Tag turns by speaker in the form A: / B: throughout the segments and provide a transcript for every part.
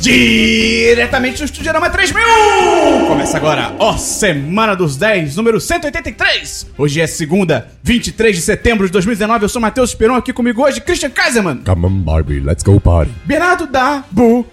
A: Diretamente do Estudiorama 3000! Começa agora, ó, Semana dos 10, número 183! Hoje é segunda, 23 de setembro de 2019. Eu sou Matheus Esperon, aqui comigo hoje, Christian Kaiserman,
B: Come on, Barbie, let's go party.
A: Bernardo da Burro.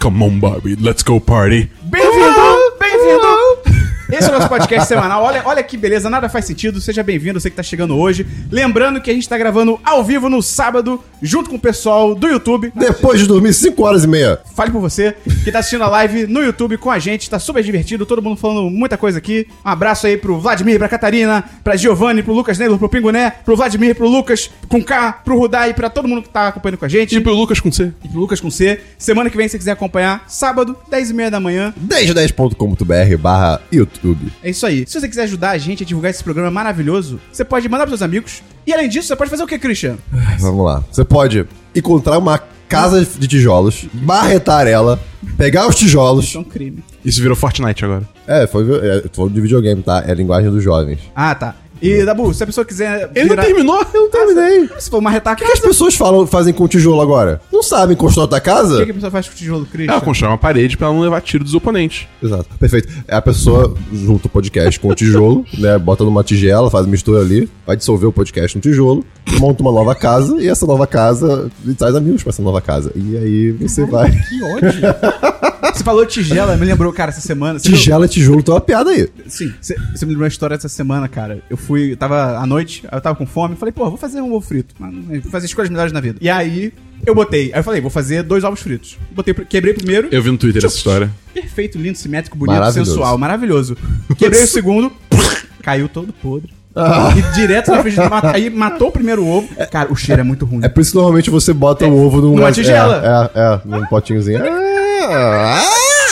B: Come on, Barbie, let's go party.
A: Bem-vindo, bem-vindo! Esse é o nosso podcast semanal. Olha, olha que beleza, nada faz sentido. Seja bem-vindo, você que tá chegando hoje. Lembrando que a gente tá gravando ao vivo no sábado, junto com o pessoal do YouTube.
B: Depois de dormir 5 horas e meia.
A: Fale por você que tá assistindo a live no YouTube com a gente, tá super divertido, todo mundo falando muita coisa aqui. Um abraço aí pro Vladimir, pra Catarina, pra Giovanni, pro Lucas Neilo, pro Pinguné, pro Vladimir, pro Lucas com K, pro Rudai, pra todo mundo que tá acompanhando com a gente.
C: E pro Lucas com C.
A: E pro Lucas com C. Semana que vem, se você quiser acompanhar, sábado, 10h30 da manhã.
B: 1010.com.br barra YouTube.
A: É isso aí. Se você quiser ajudar a gente a divulgar esse programa maravilhoso, você pode mandar pros seus amigos. E além disso, você pode fazer o que, Christian?
B: Vamos lá. Você pode encontrar uma casa de tijolos, marretar ela, pegar os tijolos.
A: Isso é um crime.
C: Isso virou Fortnite agora.
B: É, foi, é, tô falando de videogame, tá? É a linguagem dos jovens.
A: Ah, tá. E, Dabu, se a pessoa quiser.
C: Ele não terminou? Eu não
B: Terminei. O
A: Se for marretar a
B: que as
A: casa,
B: pessoas falam, fazem com tijolo agora? Não sabem construir outra
A: o que
C: é
B: casa?
A: que a pessoa faz com o tijolo, Christian?
C: Ela Ah, constrói uma parede pra ela não levar tiro dos oponentes.
B: Exato. Perfeito. É a pessoa junta o podcast com o tijolo, né? Bota numa tigela, faz mistura ali, vai dissolver o podcast no tijolo, monta uma nova casa e essa nova casa e traz amigos pra essa nova casa. E aí você vai.
A: Que ódio. Você falou tigela, me lembrou, cara, essa semana. Você
B: Tigela e tijolo, tem uma piada aí.
A: Sim, você você me lembrou a história dessa semana, cara. Eu fui, eu tava à noite, aí eu tava com fome, falei, pô, vou fazer um ovo frito, mano. Vou fazer escolhas melhores na vida. E aí, eu botei, aí eu falei, vou fazer dois ovos fritos. Botei, pr- quebrei o primeiro,
C: Eu vi no Twitter essa história.
A: perfeito, lindo, simétrico, bonito,
B: Maravilhoso.
A: sensual, maravilhoso. Quebrei o segundo, caiu todo podre.
B: Ah.
A: E direto na frigideira, mata- aí matou o primeiro ovo. Cara, o cheiro é muito ruim.
B: É por isso que normalmente você bota o ovo numa,
A: Numa tigela.
B: É, é, é num potinhozinho. Ah,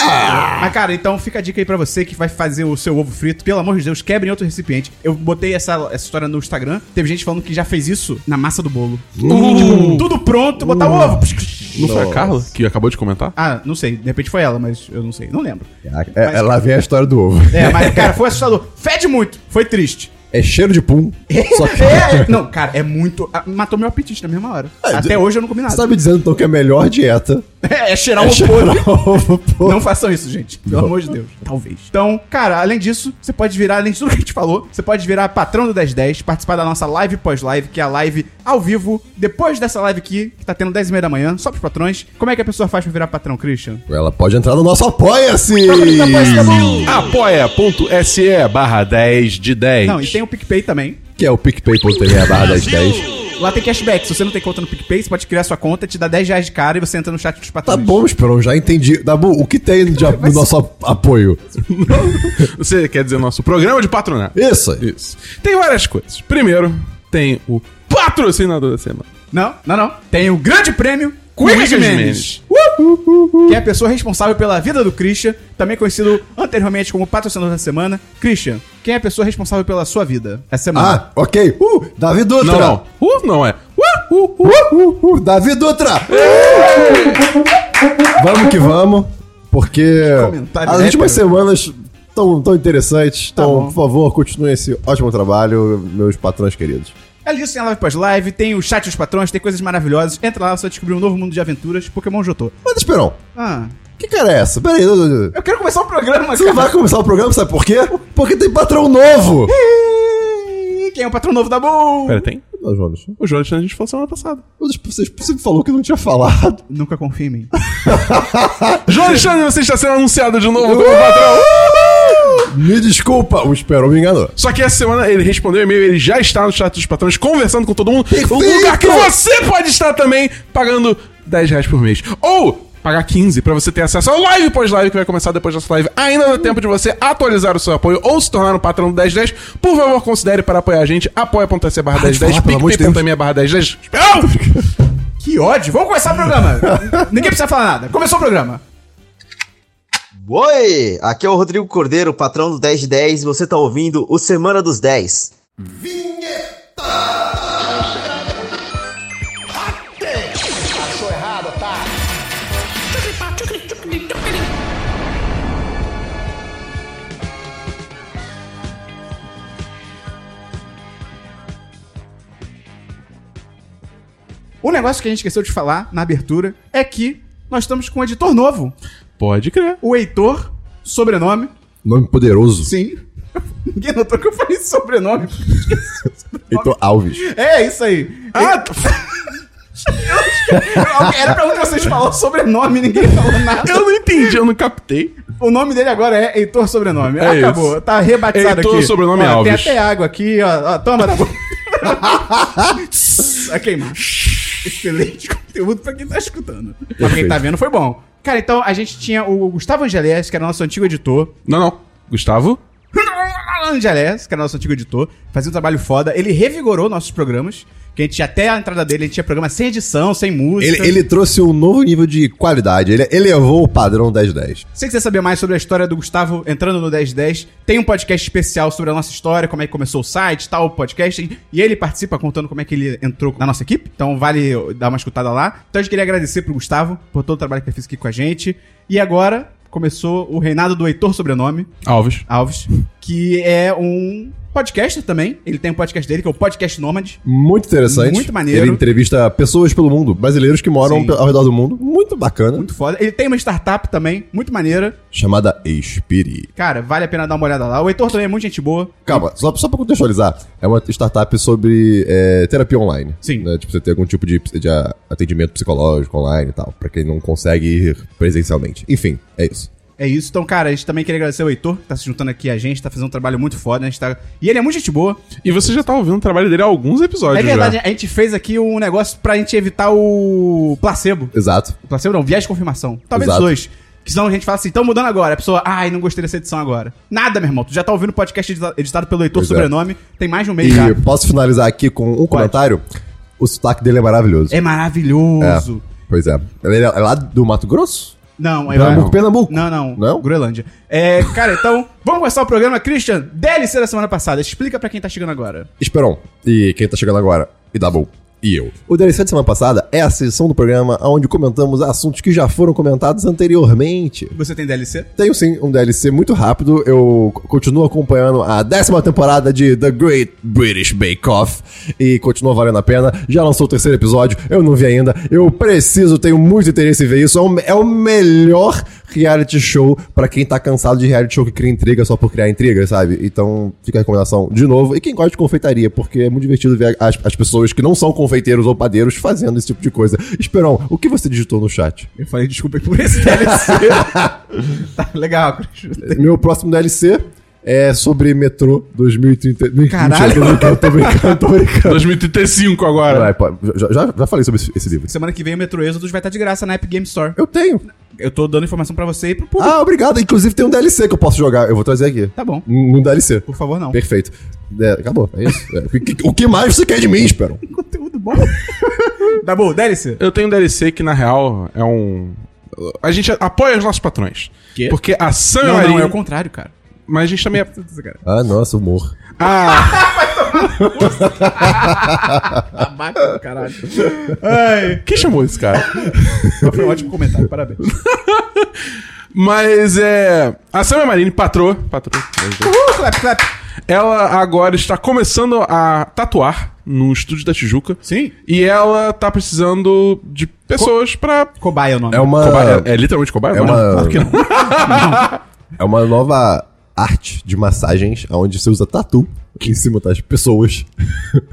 B: ah.
A: Mas, cara, então fica a dica aí pra você que vai fazer o seu ovo frito. Pelo amor de Deus, quebre em outro recipiente. Eu botei essa, essa história no Instagram. Teve gente falando que já fez isso na massa do bolo.
B: Uh.
A: Tipo, tudo pronto, botar o ovo.
C: Não foi a
B: Nossa.
C: Carla que acabou de comentar? Ah,
A: Ah, não sei. De repente foi ela, mas eu não sei. Não lembro.
B: É, é, lá vem a história do ovo.
A: É, mas, cara, foi assustador. Fede muito. Foi triste.
B: É cheiro de pum. Só que.
A: É, é, não, cara, é muito. ah, Matou meu apetite na mesma hora.
B: É,
A: Até hoje eu não comi nada.
B: Você tá me dizendo então que a melhor dieta
A: É, é cheirar
B: é
A: um
B: cheirar
A: podre.
B: ovo podre.
A: Não façam isso, gente. Pelo amor de Deus. Talvez. Então, cara, além disso, você pode virar, além de tudo que a gente falou, você pode virar patrão do 1010, participar da nossa live pós-live, que é a live ao vivo, depois dessa live aqui, que tá tendo 10 e meia da manhã, só pros patrões. Como é que a pessoa faz pra virar patrão, Christian?
B: Ela pode entrar no nosso Apoia-se!
A: Tá então
C: Apoia.se barra 10 de 10.
A: Não, e tem o PicPay também.
B: Que é o picpay.tv barra 1010.
A: Lá tem cashback. Se você não tem conta no PicPay, você pode criar sua conta, te dá 10 reais de cara e você entra no chat dos
B: Tá
A: patrões.
B: bom, Esperon, já entendi. Dabu, o que tem de, no nosso a- apoio?
A: um-
C: Você quer dizer nosso programa de patronato?
B: Isso aí.
C: Isso. Tem várias coisas. Primeiro, tem o patrocinador da semana.
A: Não, não, não. Tem o grande prêmio Quiris
C: Quiris
A: Mendes.
C: Mendes.
A: Que é a pessoa responsável pela vida do Christian, também conhecido anteriormente como patrocinador da semana. Christian, quem é a pessoa responsável pela sua vida essa semana?
B: Ah, ok. Uh, Davi Dutra.
C: Não, não. Uh, não é. Uh, uh, uh.
B: Uh, uh, uh, Davi Dutra. vamos que vamos, porque
A: comentário
B: as últimas
A: hétero.
B: semanas estão tão interessantes. Então,
A: bom.
B: por favor, continuem esse ótimo trabalho, meus patrões queridos.
A: É disso, tem a live pós-live, tem o chat dos patrões, tem coisas maravilhosas. Entra lá, você vai descobrir um novo mundo de aventuras, Pokémon Jotô.
B: Mas, Esperon,
A: Ah,
B: que cara é essa? Peraí.
A: eu quero começar o programa,
B: Você não vai começar o programa, sabe por quê? Porque tem patrão novo.
A: Ih, Quem é o patrão novo da Bull?
C: Pera, tem?
B: Não, Jonas,
C: O Jorge a gente falou semana passada.
B: Você você falou que não tinha falado.
A: Nunca confia em mim.
C: João Alexandre, você está sendo anunciado de novo como patrão.
B: Me desculpa, o Esperon me enganou.
C: Só que essa semana ele respondeu o e-mail, ele já está no chat dos patrões, conversando com todo mundo.
B: Perfeito!
C: Um lugar que você pode estar também, pagando 10 reais por mês. Ou pagar 15 para você ter acesso ao live pós-live que vai começar depois dessa live. Ainda dá tempo de você atualizar o seu apoio ou se tornar um patrão do 1010. Por favor, considere para apoiar a gente. Apoia.se barra
B: Para de falar,
C: 1010,
B: pelo amor de Deus.
C: picpay.me barra 1010. Esperão!
A: Que ódio! Vamos começar o programa! Ninguém precisa falar nada. Começou o programa.
D: Oi, aqui é o Rodrigo Cordeiro, patrão do 10 de 10, e você tá ouvindo o Semana dos 10.
A: O negócio que a gente esqueceu de falar na abertura é que nós estamos com um editor novo.
C: Pode crer.
A: O Heitor, sobrenome.
B: Nome poderoso.
A: Sim. Ninguém notou que eu falei sobrenome.
B: Heitor Alves.
A: É isso aí. Ah, Era pra onde vocês falaram sobrenome, ninguém falou nada.
C: Eu não entendi, eu não captei.
A: O nome dele agora é Heitor Sobrenome.
C: É
A: Acabou,
C: isso.
A: tá rebatizado
C: Heitor
A: aqui.
C: Sobrenome
A: Ó,
C: Alves. Tá
A: Tem até água aqui, ó. ó toma na boca. Vai queimar. Excelente conteúdo pra quem tá escutando. Pra quem
B: Perfeito.
A: tá vendo, foi bom. Cara, então a gente tinha o Gustavo Angelés, que era nosso antigo editor.
C: Não, não. Gustavo?
A: Angelés, que era nosso antigo editor, fazia um trabalho foda. Ele revigorou nossos programas. Que a gente, até a entrada dele, a gente tinha programa sem edição, sem música.
B: Ele, ele trouxe um novo nível de qualidade. Ele elevou o padrão 10-10.
A: Se você quiser saber mais sobre a história do Gustavo entrando no 1010, tem um podcast especial sobre a nossa história, como é que começou o site, tal, o podcast, e- e ele participa contando como é que ele entrou na nossa equipe, então vale dar uma escutada lá. Então a gente queria agradecer pro Gustavo por todo o trabalho que ele fez aqui com a gente. E agora começou o reinado do Heitor Sobrenome
C: Alves.
A: Alves, que é um podcaster também, ele tem um podcast dele, que é o Podcast Nômade.
B: Muito interessante.
A: Muito maneiro.
B: Ele entrevista pessoas pelo mundo, brasileiros que moram
A: Sim.
B: pe- ao redor do mundo. Muito bacana.
A: Muito foda. Ele tem uma startup também, muito maneira.
B: Chamada Expiri.
A: Cara, vale a pena dar uma olhada lá. O Heitor também é muito gente boa.
B: Calma, só, só pra contextualizar, é uma startup sobre é, terapia online.
A: Sim.
B: Né? Tipo, você tem algum tipo de, de a- atendimento psicológico online e tal, pra quem não consegue ir presencialmente. Enfim, é isso.
A: É isso. Então, cara, a gente também queria agradecer o Heitor, que tá se juntando aqui a gente, tá fazendo um trabalho muito foda. A gente tá... E ele é muito gente boa.
C: E você já tá ouvindo o trabalho dele há alguns episódios
A: é verdade,
C: já.
A: a gente fez aqui um negócio pra gente evitar o placebo.
B: Exato.
A: O placebo não, viés de confirmação. Talvez
B: Exato.
A: dois. Que senão a gente fala assim, tão mudando agora. A pessoa, ai, não gostei dessa edição agora. Nada, meu irmão. Tu já tá ouvindo o podcast edita- editado pelo Heitor
B: Pois é.
A: Sobrenome. Tem mais de um mês
B: E
A: já.
B: posso finalizar aqui com um comentário? O sotaque dele é maravilhoso.
A: É maravilhoso.
B: Pois é. Ele é lá do Mato Grosso?
A: Não, é
B: Pernambuco, Pernambuco.
A: Não, não.
B: Não?
A: Groenlândia. É, cara, então, vamos começar o programa. Christian, DLC da semana passada. Explica pra quem tá chegando agora.
B: Esperon. E quem tá chegando agora? E Dabu. E eu. O DLC de semana passada é a sessão do programa onde comentamos assuntos que já foram comentados anteriormente.
A: Você tem DLC?
B: Tenho sim um DLC muito rápido. Eu c- continuo acompanhando a décima temporada de The Great British Bake Off e continua valendo a pena. Já lançou o terceiro episódio, eu não vi ainda. Eu preciso, tenho muito interesse em ver isso. É o, me- é o melhor reality show pra quem tá cansado de reality show que cria intriga só por criar intriga, sabe? Então fica a recomendação de novo. E quem gosta de confeitaria, porque é muito divertido ver as, as pessoas que não são confeiteiros ou padeiros fazendo esse tipo de coisa. Esperão, o que você digitou no chat?
A: Eu falei desculpa aí por esse DLC. tá legal, Cris.
B: Meu próximo DLC é sobre metrô 2030.
A: Caralho.
B: Mentira, tô brincando, tô brincando, tô brincando.
C: 2035 agora.
B: Vai, pô, já, já, já falei sobre esse, esse livro.
A: Semana que vem o Metro Exodus vai estar de graça na Epic Game Store.
B: Eu tenho.
A: Eu tô dando informação pra você e pro público.
B: Ah, obrigado. Inclusive tem um DLC que eu posso jogar. Eu vou trazer aqui.
A: Tá bom.
B: Um DLC.
A: Por favor, não.
B: Perfeito. É, acabou. É isso. É, o que- O que mais você quer de mim, Esperon?
A: Conteúdo bom. tá bom, DLC.
C: Eu tenho um DLC que, na real, é um. A gente apoia os nossos patrões.
A: Quê?
C: Porque a Sam
A: Não,
C: Maria.
A: não, é o contrário, cara. Tá
C: Mas a gente também é.
B: Ah, nossa, humor.
C: Ah,
A: Abaca, caralho. Ai,
C: quem chamou esse cara?
A: foi um ótimo comentário, parabéns.
C: Mas é. A Sam Marine, patroa. Patroa.
A: Uhul, clap, clap.
C: Ela agora está começando a tatuar no estúdio da Tijuca.
A: Sim.
C: E ela tá precisando de pessoas pra.
A: Cobaia é o nome.
B: É uma.
C: Cobaia. É, é literalmente cobaia?
B: É
C: Não,
B: uma-
C: Claro que não.
B: É uma nova arte de massagens onde você usa tatu em cima das pessoas.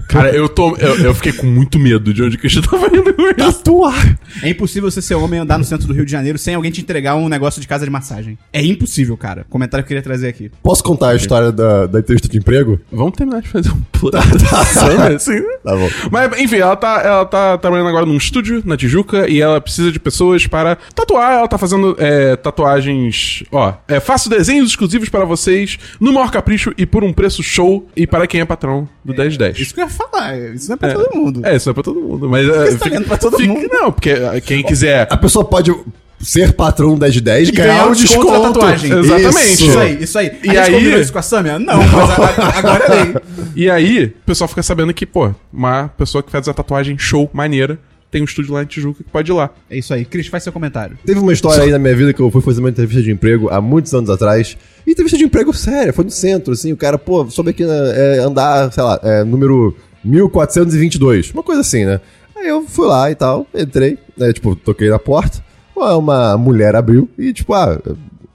C: Cara, eu tô. Eu, eu fiquei com muito medo de onde que a gente tava indo com isso.
B: Tatuar!
A: É impossível você ser homem e andar no centro do Rio de Janeiro sem alguém te entregar um negócio de casa de massagem. É impossível, cara. Comentário que eu queria trazer aqui.
B: Posso contar a história da, da entrevista de emprego?
C: Vamos terminar de fazer um plano.
A: Tá,
C: assim.
B: Tá bom.
C: Mas, enfim, ela tá, ela tá trabalhando agora num estúdio na Tijuca e ela precisa de pessoas para tatuar. Ela tá fazendo é, tatuagens. Ó, é, faço desenhos exclusivos para vocês no maior capricho e por um preço show e para quem é patrão do 1010.
A: Isso que eu ia falar. Isso não é pra todo mundo.
C: É, isso é pra todo mundo. Mas. é,
A: você tá lendo pra todo mundo?
C: Não, porque é, quem quiser.
B: A pessoa pode ser patrão 10 de 10 e ganhar
A: ganhar
B: um
A: o desconto
B: desconto.
A: da tatuagem.
C: Exatamente.
B: Isso.
A: Isso aí, isso aí.
C: E
A: a
C: aí-
A: gente combinou isso com a Samia? Não, mas a- a- agora é lei.
C: E aí, o pessoal fica sabendo que, pô, uma pessoa que faz a tatuagem show, maneira, tem um estúdio lá em Tijuca que pode ir lá.
A: É isso aí. Cris, faz seu comentário.
B: Teve uma história aí na minha vida que eu fui fazer uma entrevista de emprego há muitos anos atrás. E entrevista de emprego séria, foi no centro, assim. O cara, pô, soube aqui é, andar, sei lá, é, número 1422. Uma coisa assim, né? Aí eu fui lá e tal, entrei, né, tipo, toquei na porta. Pô, uma, uma mulher abriu e, tipo, ah,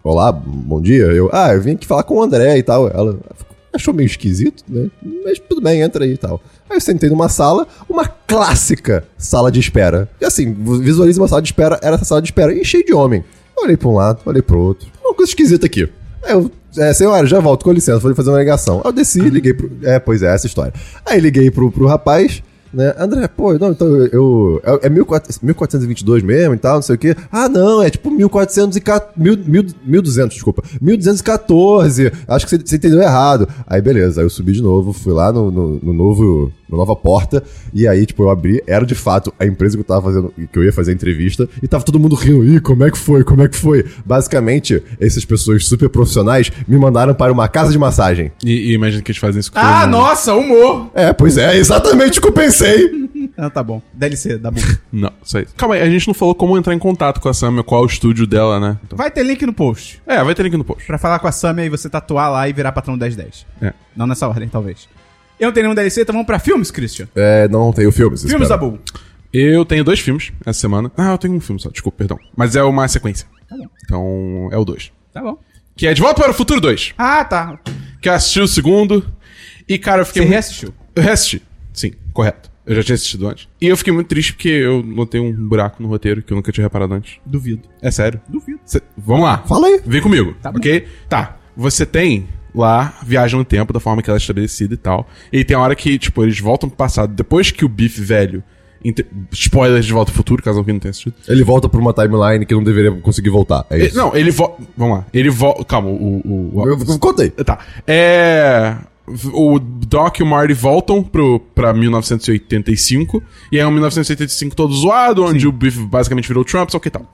B: olá, bom dia. Eu, ah, eu vim aqui falar com o André e tal. Ela achou meio esquisito, né? Mas tudo bem, entra aí e tal. Aí eu sentei numa sala, uma clássica sala de espera. E assim, visualiza uma sala de espera, era essa sala de espera, e cheio de homem. Eu Olhei pra um lado, olhei pro outro. Uma coisa esquisita aqui. Aí eu, é, senhora, já volto, com licença, vou fazer uma ligação. Aí eu desci, liguei pro. É, pois é, essa história. Aí liguei pro, pro rapaz, né? André, pô, não, então eu. eu é é 1400 1422 mesmo e tal, não sei o quê. Ah, não, é tipo 1414. 1200, desculpa. 1214. Acho que você- você entendeu errado. Aí beleza, aí eu subi de novo, fui lá no, no, no novo. Na nova porta, e aí, tipo, eu abri, era de fato a empresa que eu tava fazendo, que eu ia fazer a entrevista, e tava todo mundo rindo. Ih, como é que foi? Como é que foi? Basicamente, essas pessoas super profissionais me mandaram para uma casa de massagem.
C: E, e imagina que eles fazem isso com todo
A: Ah,
C: mundo.
A: nossa, humor!
B: É, pois é, exatamente o que eu pensei.
A: Ah, tá bom. DLC, dá bom.
C: Não, isso aí. Calma aí, a gente não falou como entrar em contato com a Sam, qual é o estúdio dela, né? Então-
A: Vai ter link no post.
C: É, vai ter link no post.
A: Pra falar com a Samia e você tatuar lá e virar patrão do 1010.
C: É.
A: Não nessa ordem, talvez. Eu não tenho nenhum DLC, então vamos pra filmes, Christian.
B: É, não tem o filme. vocês
A: Filmes da
B: esperam.
A: Bull.
C: Eu tenho dois filmes essa semana. Ah, eu tenho um filme só, desculpa, perdão. Mas é uma sequência. Então, é o dois.
A: Tá bom.
C: Que é De Volta para o Futuro 2.
A: Ah, tá.
C: Que eu assisti o segundo. E, cara, eu
A: Você
C: fiquei. muito-
A: reassistiu.
C: Eu reassisti. Sim, correto. Eu já tinha assistido antes. E eu fiquei muito triste porque eu notei um buraco no roteiro que eu nunca tinha reparado antes.
A: Duvido.
C: É sério.
A: Duvido.
C: Cê- vamos lá.
B: Fala aí.
C: Vem comigo,
A: Tá bom.
C: ok? Tá. Você tem lá a viagem no tempo da forma que ela é estabelecida e tal. E tem a hora que, tipo, eles voltam pro passado. Depois que o Biff velho... Entre... Spoilers de Volta ao Futuro, caso alguém não tenha assistido.
B: Ele volta pra uma timeline que não deveria conseguir voltar. É
C: Ele-
B: isso.
C: não, ele volta... Vamos lá. Ele volta... Calma, o... o, o-
B: Eu, eu contei.
C: Tá. É. O Doc e o Marty voltam pro, pra 1985. E é um 1985 todo zoado, onde o Biff basicamente virou Trump, só que tal.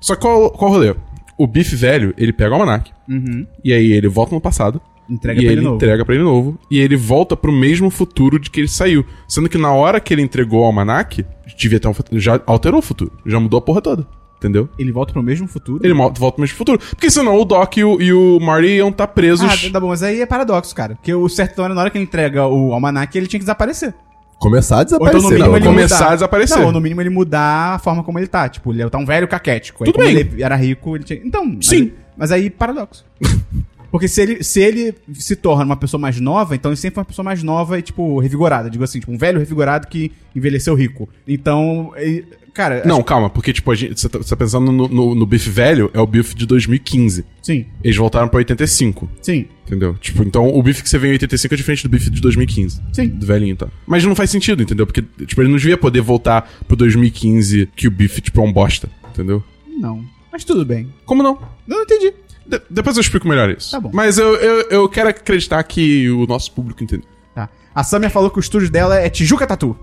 C: Só que qual, qual o rolê? O Biff velho, ele pega o almanac. E aí ele volta no passado.
A: Uhum. Entrega
C: e
A: pra
C: ele
A: ele novo.
C: entrega pra ele novo. E ele volta pro mesmo futuro de que ele saiu. Sendo que na hora que ele entregou o almanac, devia ter um, fut- já alterou o futuro. Já mudou a porra toda. Entendeu?
A: Ele volta pro mesmo futuro.
C: Ele mo- volta pro mesmo futuro. Porque senão o Doc e o, e o Marty iam estar presos.
A: Ah, tá bom, mas aí é paradoxo, cara. Porque o Sertão, na hora que ele entrega o almanac, ele tinha que desaparecer.
B: Começar a
A: Ou então, no
B: desaparecer. né?
A: mínimo,
B: não,
A: ele
B: come-
C: começar
A: mudar.
C: a desaparecer.
A: Não, ou no mínimo ele mudar a forma como ele tá. Tipo, ele tá um velho caquético. Aí,
C: Tudo
A: como
C: bem.
A: Ele era rico, ele tinha... Então... mas-
C: Sim.
A: Mas aí, paradoxo. Porque se ele, se ele se torna uma pessoa mais nova, então ele sempre foi uma pessoa mais nova e, tipo, revigorada. Digo assim, tipo, um velho revigorado que envelheceu rico. Então, ele- cara...
C: Não, calma, porque, tipo, a gente, você, tá, você tá pensando no, no, no Biff velho, é o Biff de 2015.
A: acho- Sim,
C: Eles voltaram pra 85,
A: sim,
C: entendeu? Tipo, então o Biff que você vê em 85 é diferente do Biff de 2015.
A: Sim.
C: Do velhinho, tá? Mas não faz sentido, entendeu? Porque, tipo, ele não devia poder voltar pro 2015 que o Biff, tipo, é um bosta, entendeu?
A: não. Mas tudo bem.
C: Como não?
A: Eu não entendi.
C: De- depois eu explico melhor isso.
A: Tá bom.
C: Mas eu, eu, eu quero acreditar que o nosso público entendeu.
A: Tá. A Samia falou que o estúdio dela é Tijuca Tatu.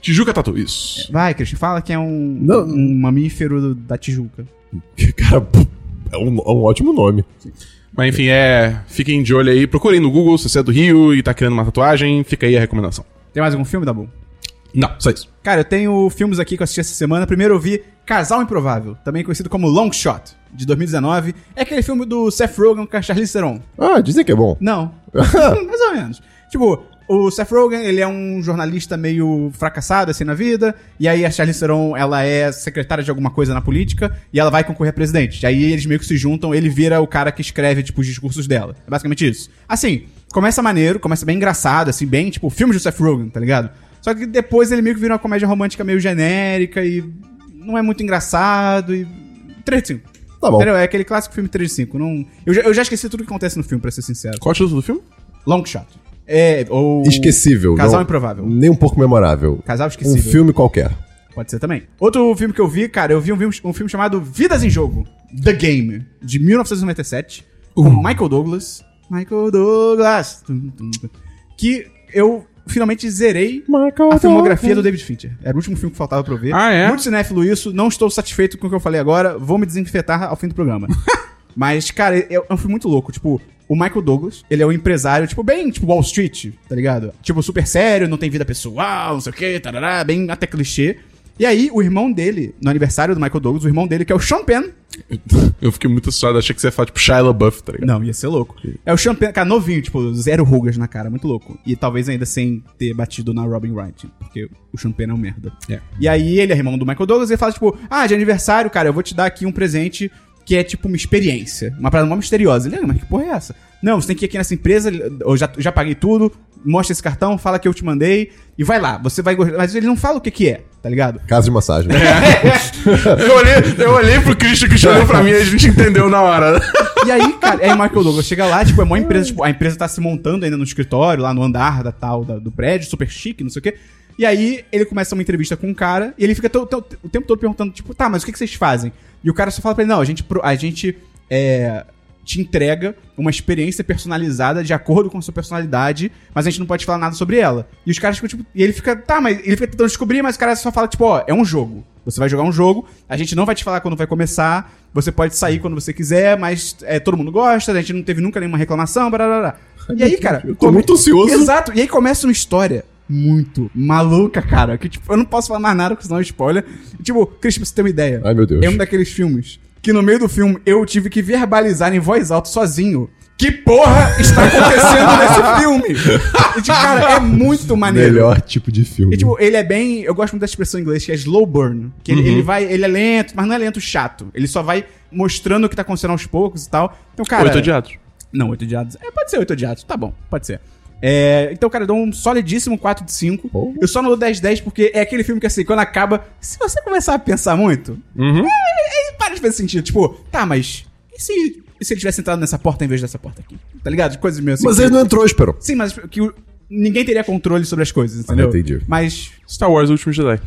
C: Tijuca Tatu, isso.
A: Vai, Christian, fala que é um,
B: Não.
A: um mamífero do- da Tijuca.
B: Cara, pu- é um, é um ótimo nome.
C: Mas enfim, é. Fiquem de olho aí. Procurem no Google se você é do Rio e tá querendo uma tatuagem. Fica aí a recomendação.
A: Tem mais algum filme, Dabu?
C: Não, só isso.
A: Cara, eu tenho filmes aqui que eu assisti essa semana. Primeiro eu vi Casal Improvável, também conhecido como Long Shot, de 2019. É aquele filme do Seth Rogen com a Charlize Theron.
B: Ah, dizem que é bom.
A: Não. Mais ou menos. Tipo, o Seth Rogen, ele é um jornalista meio fracassado, assim, na vida. E aí a Charlize Theron, ela é secretária de alguma coisa na política. E ela vai concorrer a presidente. E aí eles meio que se juntam, ele vira o cara que escreve, tipo, os discursos dela. É basicamente isso. Assim, começa maneiro, começa bem engraçado, assim, bem, tipo, filmes do Seth Rogen, tá ligado? Só que depois ele meio que vira uma comédia romântica meio genérica e não é muito engraçado e... 3 de 5.
B: Tá bom.
A: Entendeu? É aquele clássico filme 3 de 5. Não... Eu, já, eu já esqueci tudo que acontece no filme, pra ser sincero.
C: Qual é o título do filme?
A: Long Shot. É, ou...
B: Esquecível.
A: Casal
B: não-
A: Improvável.
B: Nem um pouco memorável.
A: Casal
B: um
A: Esquecível.
B: filme qualquer.
A: Pode ser também. Outro filme que eu vi, cara, eu vi um, filme- um filme chamado Vidas em Jogo. The Game, de 1997. Com
B: Uh.
A: Michael Douglas. Michael Douglas. Tum, tum, tum. Que eu finalmente zerei a filmografia do David Fincher. Era o último filme que faltava pra eu ver.
C: Ah, é?
A: Muito cinéfilo isso. Não estou satisfeito com o que eu falei agora. Vou me desinfetar ao fim do programa. Mas, cara, é é um filme muito louco. Tipo, o Michael Douglas, ele é um empresário, tipo, bem, tipo, Wall Street, tá ligado? Tipo, super sério, não tem vida pessoal, não sei o quê, tarará, bem até clichê. E aí, o irmão dele, no aniversário do Michael Douglas, o irmão dele, que é o Sean Penn.
C: Eu fiquei muito assustado, achei que você ia falar, tipo, Shia Buff, tá ligado?
A: Não, ia ser louco. É o Sean Penn, cara, novinho, tipo, zero rugas na cara, muito louco. E talvez ainda sem ter batido na Robin Wright, porque o Sean Penn é um merda.
C: É.
A: E aí, ele é irmão do Michael Douglas e ele fala, tipo, ah, de aniversário, cara, eu vou te dar aqui um presente que é tipo uma experiência. Uma parada mó misteriosa. Ele, ah, mas que porra é essa? Não, você tem que ir aqui nessa empresa, eu já, já paguei tudo, mostra esse cartão, fala que eu te mandei e vai lá, você vai gostar. Mas ele não fala o que que é, tá ligado?
B: Casa de massagem.
A: É.
C: Eu olhei, eu olhei pro Christian, o Christian olhou pra mim e a gente entendeu na hora.
A: E aí, cara, aí Michael Douglas chega lá, tipo, é uma empresa, tipo, a empresa tá se montando ainda no escritório, lá no andar da tal, da- do prédio, super chique, não sei o quê. E aí ele começa uma entrevista com um cara e ele fica to- to- o tempo todo perguntando, tipo, tá, mas o que, que vocês fazem? E o cara só fala pra ele, não, a gente, pro- a gente é, te entrega uma experiência personalizada de acordo com a sua personalidade, mas a gente não pode falar nada sobre ela. E os caras ficam, tipo, e ele fica, tá, mas ele fica tentando descobrir, mas o cara só fala, tipo, ó, é um jogo. Você vai jogar um jogo, a gente não vai te falar quando vai começar, você pode sair quando você quiser, mas é, todo mundo gosta, a gente não teve nunca nenhuma reclamação, blá, blá, blá. E aí, cara,
B: Eu tô muito ansioso.
A: Exato, e aí começa uma história muito maluca, cara, que tipo, eu não posso falar mais nada, porque senão é spoiler. E, tipo, Cris, pra você ter uma ideia,
B: Ai, meu Deus.
A: é um daqueles filmes que no meio do filme eu tive que verbalizar em voz alta sozinho. Que porra está acontecendo nesse filme? E, tipo, cara, é muito maneiro.
B: Melhor tipo de filme.
A: E, tipo, ele é bem. Eu gosto muito da expressão em inglês, que é slow burn. Que
B: Uhum.
A: ele, ele vai. Ele é lento, mas não é lento chato. Ele só vai mostrando o que tá acontecendo aos poucos e tal. Então, cara.
C: Oito odiados.
A: Não, oito odiados. É, pode ser oito odiados. Tá bom, pode ser. É, então, cara, eu dou um solidíssimo 4 de 5.
B: Oh.
A: Eu só não dou 10 10 porque é aquele filme que, assim, quando acaba, se você começar a pensar muito,
C: Uhum.
A: é, é, para de fazer sentido. Tipo, tá, mas e se, e se ele tivesse entrado nessa porta em vez dessa porta aqui? Tá ligado? Coisas meio assim.
B: Mas ele não entrou, Esperon.
A: Sim, mas que o- ninguém teria controle sobre as coisas, entendeu?
B: Ah, entendi.
A: Mas
C: Star Wars, o último Jedi.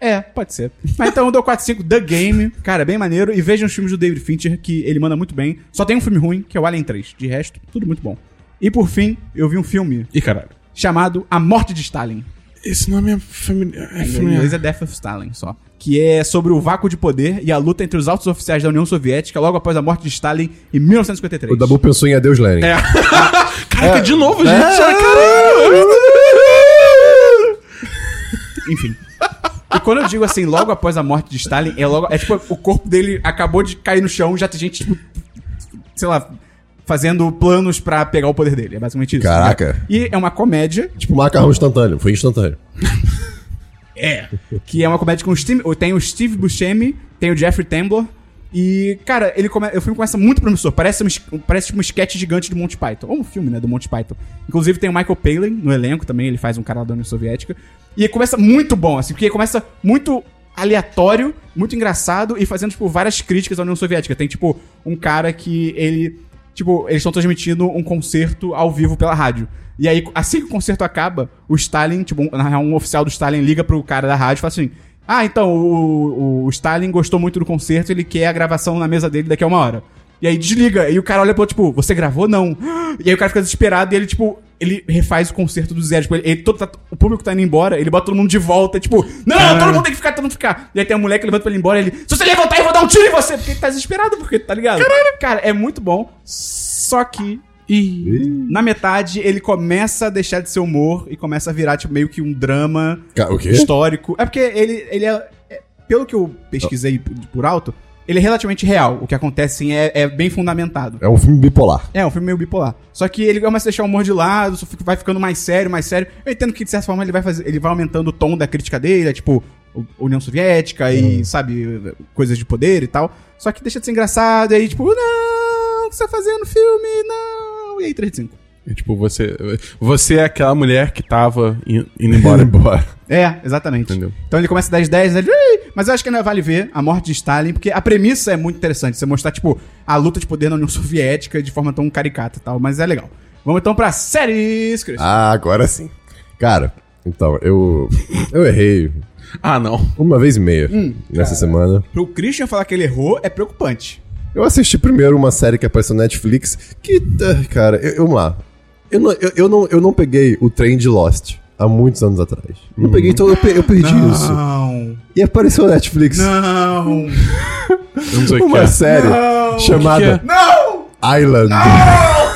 A: é, pode ser. Mas então eu dou 4 5 The Game. Cara, bem maneiro. E vejam os filmes do David Fincher, que ele manda muito bem. Só tem um filme ruim, que é o Alien 3. De resto, tudo muito bom. E por fim, eu vi um filme
C: Ih, caralho.
A: chamado A Morte de Stalin.
C: Esse nome é familiar. É
A: Em inglês é Death of Stalin só. Que é sobre o vácuo de poder e a luta entre os altos oficiais da União Soviética logo após a morte de Stalin em 1953.
B: O Dabu pensou em Adeus Lenin.
C: É.
A: É.
C: Caraca, de novo, gente. Ah,
A: Enfim. E quando eu digo assim, logo após a morte de Stalin, é logo. É tipo, o corpo dele acabou de cair no chão, já tem gente, tipo. Sei lá, fazendo planos pra pegar o poder dele. É basicamente isso.
B: Caraca.
A: né? E é uma comédia,
B: Tipo, macarrão instantâneo. Foi instantâneo.
A: que é uma comédia com o Steve. Tem o Steve Buscemi, tem o Jeffrey Tambor. E, cara, ele come, o filme começa muito promissor. Parece, um, es- parece tipo um sketch gigante do Monty Python. Ou um filme, né? Do Monty Python. Inclusive tem o Michael Palin no elenco também. Ele faz um cara da União Soviética. E ele começa muito bom, assim. Porque ele começa muito aleatório, muito engraçado. E fazendo, tipo, várias críticas à União Soviética. Tem, tipo, um cara que ele... Tipo, eles estão transmitindo um concerto ao vivo pela rádio. E aí, assim que o concerto acaba, o Stalin, tipo, um, na real, um oficial do Stalin liga pro cara da rádio e fala assim: Ah, então, o, o- o Stalin gostou muito do concerto, ele quer a gravação na mesa dele daqui a uma hora. E aí desliga, e o cara olha pro outro, tipo, você gravou? Não. E aí o cara fica desesperado e ele, tipo, ele refaz o concerto do zero. Tipo, ele, ele todo, tá- o público tá indo embora, ele bota todo mundo de volta, tipo, não, todo mundo tem que ficar, todo mundo ficar. E aí tem um moleque que levanta pra ele ir embora, ele, se você levantar, eu vou dar um tiro em você, porque ele tá desesperado, porque, tá ligado? Caralho. Cara, é muito bom, só que na metade, ele começa a deixar de ser humor e começa a virar, tipo, meio que um drama
B: Ca- O quê?
A: histórico. É porque ele, ele é, é- Pelo que eu pesquisei p- por alto, ele é relativamente real. O que acontece sim, é, é bem fundamentado.
B: É um filme bipolar.
A: É, um filme meio bipolar. Só que ele começa a deixar o humor de lado, só fica- vai ficando mais sério, mais sério. Eu entendo que, de certa forma, ele vai fazer. Ele vai aumentando o tom da crítica dele, é tipo, o- União Soviética e, sabe, coisas de poder e tal. Só que deixa de ser engraçado, e aí, tipo, não, o que você tá fazendo filme? Não. E aí, 3 de 5.
C: É Tipo, você, você é aquela mulher que tava in- indo embora.
A: É, exatamente.
C: Entendeu?
A: Então ele começa das 10, ele... "Ih", mas eu acho que ainda vale ver a morte de Stalin, porque a premissa é muito interessante. Você mostrar, tipo, a luta de poder na União Soviética de forma tão caricata e tal, mas é legal. Vamos então pra séries, Chris.
B: Ah, agora sim. Cara, então, eu. Eu errei
C: Ah, não.
B: uma vez e meia nessa semana.
A: Pro Christian falar que ele errou é preocupante.
B: Eu assisti primeiro uma série que apareceu na Netflix que, ah, cara, eu, eu- vamos lá. Eu não, eu, eu não, eu não peguei o trem de Lost há muitos anos atrás. Não peguei, então eu, pe- eu perdi isso.
A: Não,
B: E apareceu na Netflix
A: não,
C: Eu não sei o que
B: uma
C: é.
B: série
A: Não.
B: chamada
A: não!
B: Island.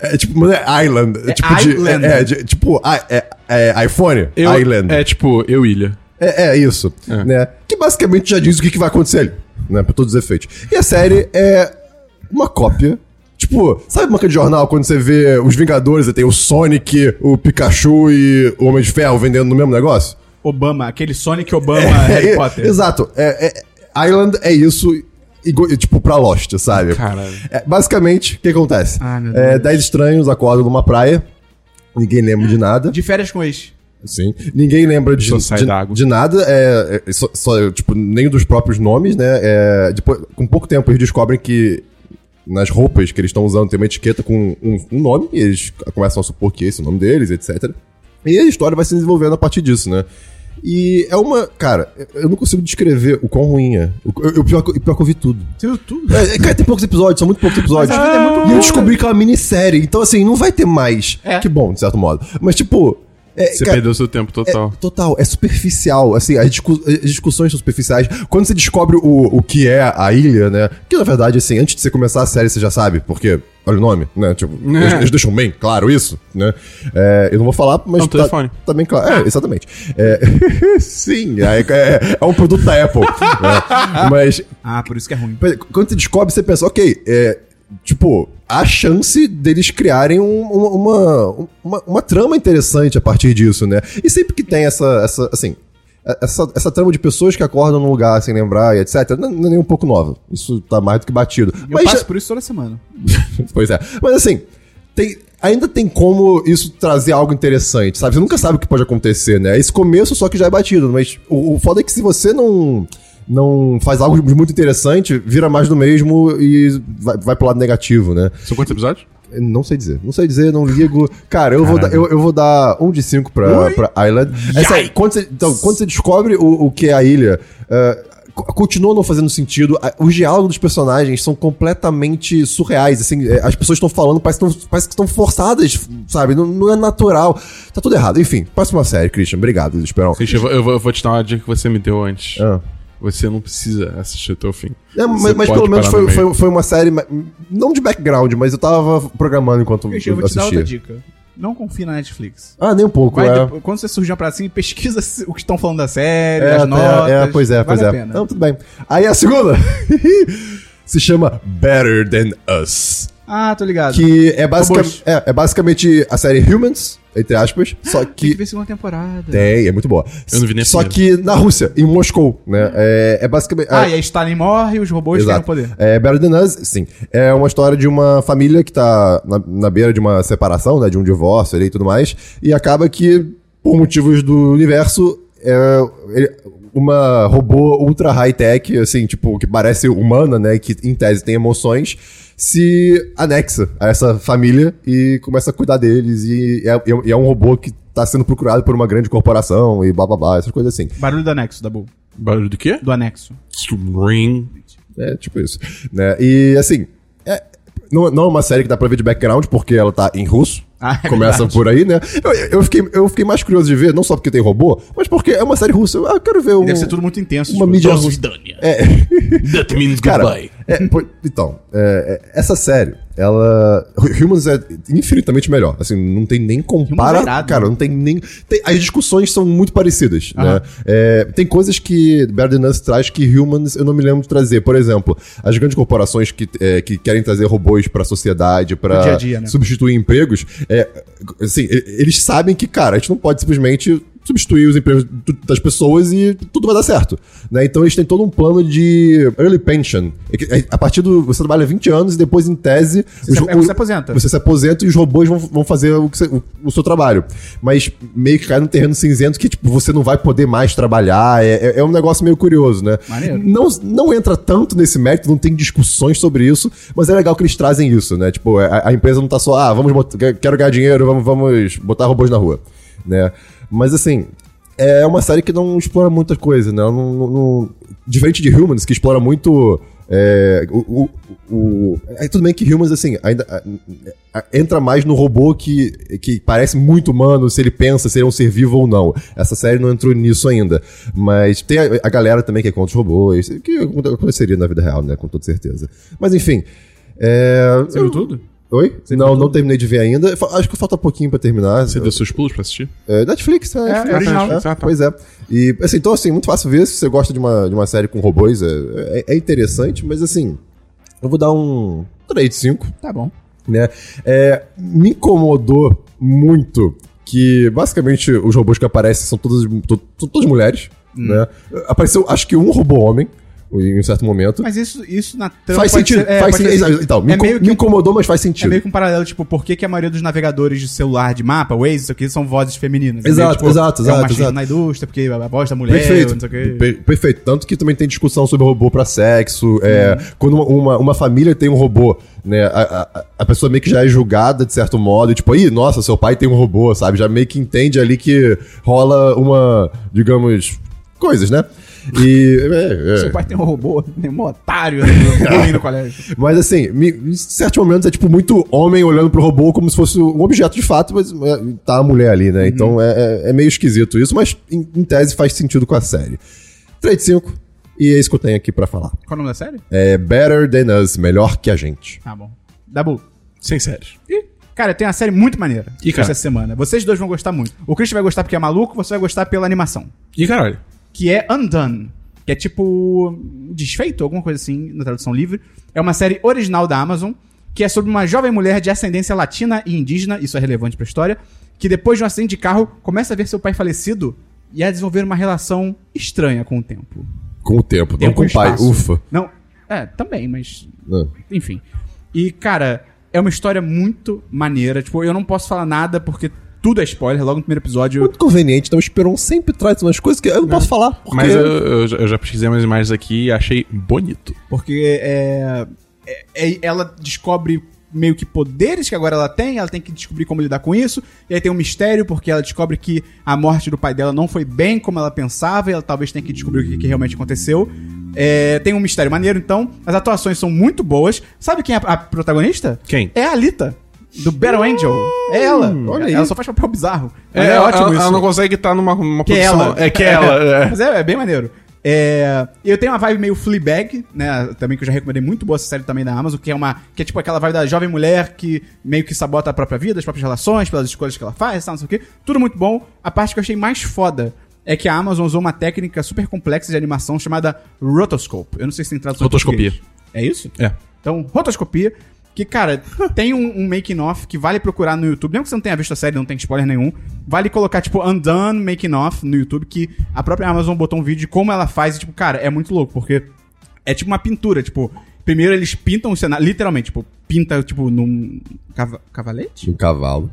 B: é tipo, mano, é Island. É, tipo de.
A: Island.
B: É, é de- tipo, i- é, é iPhone.
C: Eu,
B: Island.
C: É tipo, eu ilha.
B: É, é isso. Né? Que basicamente já diz o que, que vai acontecer ali, né? Pra todos os efeitos. E a série é uma cópia. Tipo, sabe banca de jornal quando você vê os Vingadores e tem o Sonic, o Pikachu e o Homem de Ferro vendendo no mesmo negócio?
A: Obama, aquele Sonic Obama
B: É,
A: Harry
B: é,
A: Potter.
B: Exato. É, é, Island é isso, igu- tipo, pra Lost, sabe?
C: Caralho.
B: É, basicamente, o que acontece?
A: Ah, meu
B: É, dez estranhos acordam numa praia, ninguém lembra de nada.
A: De férias com ex.
B: Sim. Ninguém lembra de,
C: Só sai da
B: de,
C: água.
B: de nada, é, é, só, só, tipo, nem dos próprios nomes, né? É, depois, com pouco tempo eles descobrem que nas roupas que eles estão usando tem uma etiqueta com um, um nome e eles começam a supor que esse é o nome deles, etc. E a história vai se desenvolvendo a partir disso, né? E é uma. Cara, eu não consigo descrever o quão ruim é. O- Eu, eu pior, que- pior que eu vi tudo.
A: Você viu tudo?
B: É, é, cara, tem poucos episódios, são muito poucos episódios.
A: Mas a vida é muito
B: e
A: boa,
B: eu descobri que é uma minissérie. Então, assim, não vai ter mais.
A: É.
B: Que bom, de certo modo. Mas, tipo. é,
C: Você
B: cara,
C: perdeu seu tempo total.
B: é, total, é superficial. Assim, as, discu- as discussões são superficiais. Quando você descobre o, o que é a ilha, né? Que na verdade, assim, antes de você começar a série, você já sabe, porque. Olha o nome, né? Tipo, eles, eles deixam bem claro isso, né? É, eu não vou falar, mas.
C: É um telefone.
B: Tá bem claro. É, exatamente. É, sim, é, é- é um produto da Apple. né? Mas
A: Ah, por isso que é ruim.
B: Pois é, Quando você descobre, você pensa, ok, é. Tipo, há chance deles criarem um- uma, uma, uma, uma trama interessante a partir disso, né? E sempre que tem essa. essa assim. Essa, essa trama de pessoas que acordam num lugar sem lembrar e etc. Não, não é nem um pouco nova. Isso tá mais do que batido.
A: Eu passo
B: já-
A: por isso toda semana.
B: pois é. Mas assim, tem- ainda tem como isso trazer algo interessante, sabe? Você nunca sabe o que pode acontecer, né? Esse começo só que já é batido, mas o, o foda é que se você não. Não faz algo de muito interessante, vira mais do mesmo e vai, vai pro lado negativo, né?
C: São quantos episódios?
B: Eu Não sei dizer. Não sei dizer, não ligo. Cara, eu, vou, dar, eu, eu vou dar um de cinco pra, pra Island. É sério, quando você, então, quando você descobre o, o que é a ilha, eh, co- continua não fazendo sentido. A- Os diálogos dos personagens são completamente surreais. Assim, eh, as pessoas estão falando, parece, que tão- parece que estão forçadas, sabe? Não, não é natural. Tá tudo errado. Enfim, próxima série, Christian. Obrigado, Esperão.
C: Christian, eu vou, eu vou- eu vou te dar uma dica que você me deu antes.
B: Ah.
C: Você não precisa assistir até o fim.
B: É, mas
C: Você
B: mas
C: pode
B: pelo menos
C: parar
B: foi,
C: no meio.
B: foi, um foi uma série, ma- não de background, mas eu tava programando enquanto
A: Christian, eu vou te dar outra
B: assistia.
A: dica. Não confie na Netflix.
B: Ah, nem um pouco,
A: Vai
B: é.
A: depois- quando você surgir uma pracinha, pesquisa se- o que estão falando da série,
B: É,
A: as
B: até-
A: notas.
B: é, pois é,
A: vale
B: pois
A: a
B: é.
A: pena.
B: Não, tudo bem. Aí a segunda se chama Better Than Us.
A: Ah, tô ligado.
B: Que é, basica-
A: Robôs.
B: é, é basicamente a série Humans, entre aspas, só
A: Tem Ah, que
B: que.
A: ver segunda temporada.
B: Tem, é muito boa.
C: Eu não vi nem a
B: Só que na Rússia, em Moscou, né? É, é basicamente.
A: Ah, e a Stalin morre e os robôs ganham um poder.
B: É, Better Than Us, sim. É uma história de uma família que tá na, na beira de uma separação, né? De um divórcio ali e tudo mais. E acaba que, por motivos do universo, é, ele- uma robô ultra high-tech, assim, tipo, que parece humana, né? Que em tese tem emoções, se anexa a essa família e começa a cuidar deles. E é, e é um robô que tá sendo procurado por uma grande corporação e blá blá blá, essas coisas assim.
A: Barulho do anexo, Dabu.
C: Barulho do quê?
A: Do anexo.
C: Ring.
B: É, tipo isso. Né? E, assim, é- não, não é uma série que dá pra ver de background, porque ela tá em russo.
A: Ah, é
B: Começa
A: verdade.
B: por aí, né? Eu, eu fiquei, eu fiquei mais curioso de ver, não só porque tem robô, mas porque é uma série russa. Eu ah, eu quero ver um,
A: Deve ser tudo muito intenso.
B: uma
A: tipo,
B: mídia
A: todos-
B: russa.
C: That means
B: Cara, é, pô, então, é, é, essa série, ela... Humans é infinitamente melhor. Assim, não tem nem
A: Humans é
B: compara...
A: irado.
B: cara, não tem nem... tem- as discussões são muito parecidas, né?
A: Aham.
B: É, tem coisas que Better Than Us traz que Humans eu não me lembro de trazer. Por exemplo, as grandes corporações que, é, que querem trazer robôs pra sociedade, pra
A: Pro dia a dia, né?
B: substituir empregos, é, assim, e- eles sabem que, cara, a gente não pode simplesmente substituir os empregos tu- das pessoas e tudo vai dar certo, né? Então eles têm todo um plano de early pension. É que, é, A partir do... Você trabalha 20 anos e depois, em tese... os-
A: Você, é, você aposenta.
B: você se aposenta e os robôs vão, vão fazer o, que você- o- o seu trabalho. Mas meio que cai num terreno cinzento que, tipo, você não vai poder mais trabalhar. É, é- é um negócio meio curioso, né?
A: Maneiro.
B: Não, não entra tanto nesse mérito, não tem discussões sobre isso, mas é legal que eles trazem isso, né? Tipo, a, a empresa não tá só, ah, vamos bot- que- quero ganhar dinheiro, vamos, vamos botar robôs na rua, né? Mas assim. É uma série que não explora muita coisa, né? Ela Não, não- não- Diferente de Humans, que explora muito é, o, o, o- é, tudo bem que Humans, assim, ainda a- a- entra mais no robô que, que parece muito humano, se ele pensa se ele é um ser vivo ou não. Essa série não entrou nisso ainda. Mas tem a, a galera também que é contra os robôs, que aconteceria na vida real, né? Com toda certeza. Mas enfim. É,
C: Você viu tudo?
B: Oi? não, não terminei de ver ainda. Fa- Acho que falta pouquinho pra terminar.
C: Você deu seus pulos pra assistir?
B: É, Netflix, é, Netflix,
A: original.
B: é.
C: Netflix, ah, tá.
B: Pois é. E, assim, então, assim, muito fácil ver. Se você gosta de uma, de uma série com robôs, é, é, é interessante, mas, assim, eu vou dar um 3 de 5,
A: Tá bom.
B: né? É, me incomodou muito que, basicamente, os robôs que aparecem são todas, to- to- todas mulheres, né? Apareceu, acho que um robô homem, em um certo momento.
A: Mas isso, isso na trama.
B: faz
A: pode
B: sentido,
A: ser- é,
B: faz
A: pode
B: sentido.
A: ser-
B: exato, Então, me,
A: é
B: inco-
A: meio
B: me
A: que
B: incomodou, mas faz
A: É
B: sentido.
A: meio que um paralelo, tipo, por que, que a maioria dos navegadores de celular, de mapa, Waze, isso aqui, são vozes femininas? É meio,
B: Exato,
A: tipo,
B: exato,
A: é um
B: exato,
A: machismo
B: exato.
A: na indústria, porque a voz da mulher,
B: Perfeito.
A: não sei o quê.
B: Per- perfeito. Tanto que também tem discussão sobre robô pra sexo. É, quando uma, uma, uma família tem um robô, né? A, a- a pessoa meio que já é julgada de certo modo. Tipo, aí, nossa, seu pai tem um robô, sabe? Já meio que entende ali que rola uma, digamos, coisas, né? E. é, é.
A: Seu pai tem um robô, tem um otário né, bullying no colégio.
B: Mas assim, me- em certos momentos é tipo muito homem olhando pro robô como se fosse um objeto de fato, mas é, tá a mulher ali,
A: Uhum.
B: né? Então é, é- é meio esquisito isso, mas em, em tese faz sentido com a série. 3 de 5, e é isso que eu tenho aqui pra falar.
A: Qual o nome da série?
B: É Better Than Us, melhor que a gente.
A: Tá bom. Dabu.
C: Sem séries.
A: Ih, Cara, tem uma série muito maneira
C: Ih, cara.
A: essa semana. Vocês dois vão gostar muito. O Christian vai gostar porque é maluco, você vai gostar pela animação.
C: Ih, caralho.
A: que é Undone, que é tipo desfeito, alguma coisa assim, na tradução livre. É uma série original da Amazon, que é sobre uma jovem mulher de ascendência latina e indígena, isso é relevante pra história, que depois de um acidente de carro começa a ver seu pai falecido e a desenvolver uma relação estranha com o tempo.
B: Com o tempo, não
A: Tempo
B: com
A: e
B: o pai.
A: espaço.
B: Ufa.
A: Não, é, também, mas
B: Ah.
A: enfim. E, cara, é uma história muito maneira. Tipo, eu não posso falar nada porque tudo é spoiler. Logo no primeiro episódio,
B: Muito conveniente, então o Esperon sempre traz umas coisas que eu
A: Né?
B: não posso falar. Porque...
C: Mas eu, eu já- eu já pesquisei umas imagens aqui e achei bonito.
A: Porque é, é- é- ela descobre meio que poderes que agora ela tem, ela tem que descobrir como lidar com isso, e aí tem um mistério, porque ela descobre que a morte do pai dela não foi bem como ela pensava, e ela talvez tenha que descobrir o que, que realmente aconteceu. É, tem um mistério maneiro, então, as atuações são muito boas. Sabe quem é a, a protagonista?
C: Quem? Hum.
A: É a Alita, do Battle Angel. É ela.
B: olha aí.
A: Ela só faz papel bizarro. Mas é,
C: ela-
A: ótimo
C: ela,
A: isso.
C: Ela não consegue estar numa, numa
A: Que é
C: posição-
A: ela.
C: É que é ela. é.
A: Mas é, é bem maneiro. É, eu tenho uma vibe meio Fleabag, né? Também que eu já recomendei muito boa essa série também da Amazon, que é uma que é tipo aquela vibe da jovem mulher que meio que sabota a própria vida, as próprias relações, pelas escolhas que ela faz, tal, não sei o quê. Tudo muito bom. A parte que eu achei mais foda é que a Amazon usou uma técnica super complexa de animação chamada rotoscope. Eu não sei se tem tradução em
C: Rotoscopia.
A: português. É isso?
C: É.
A: Então, rotoscopia. Que, cara, tem um, um making off que vale procurar no YouTube. Mesmo que você não tenha visto a série, não tem spoiler nenhum. Vale colocar, tipo, Undone Making Off no YouTube, que a própria Amazon botou um vídeo de como ela faz. E, tipo, cara, é muito louco, porque é tipo uma pintura. Tipo, primeiro eles pintam o cenário, literalmente, tipo, pinta, tipo, num. cava- cavalete?
B: Um cavalo.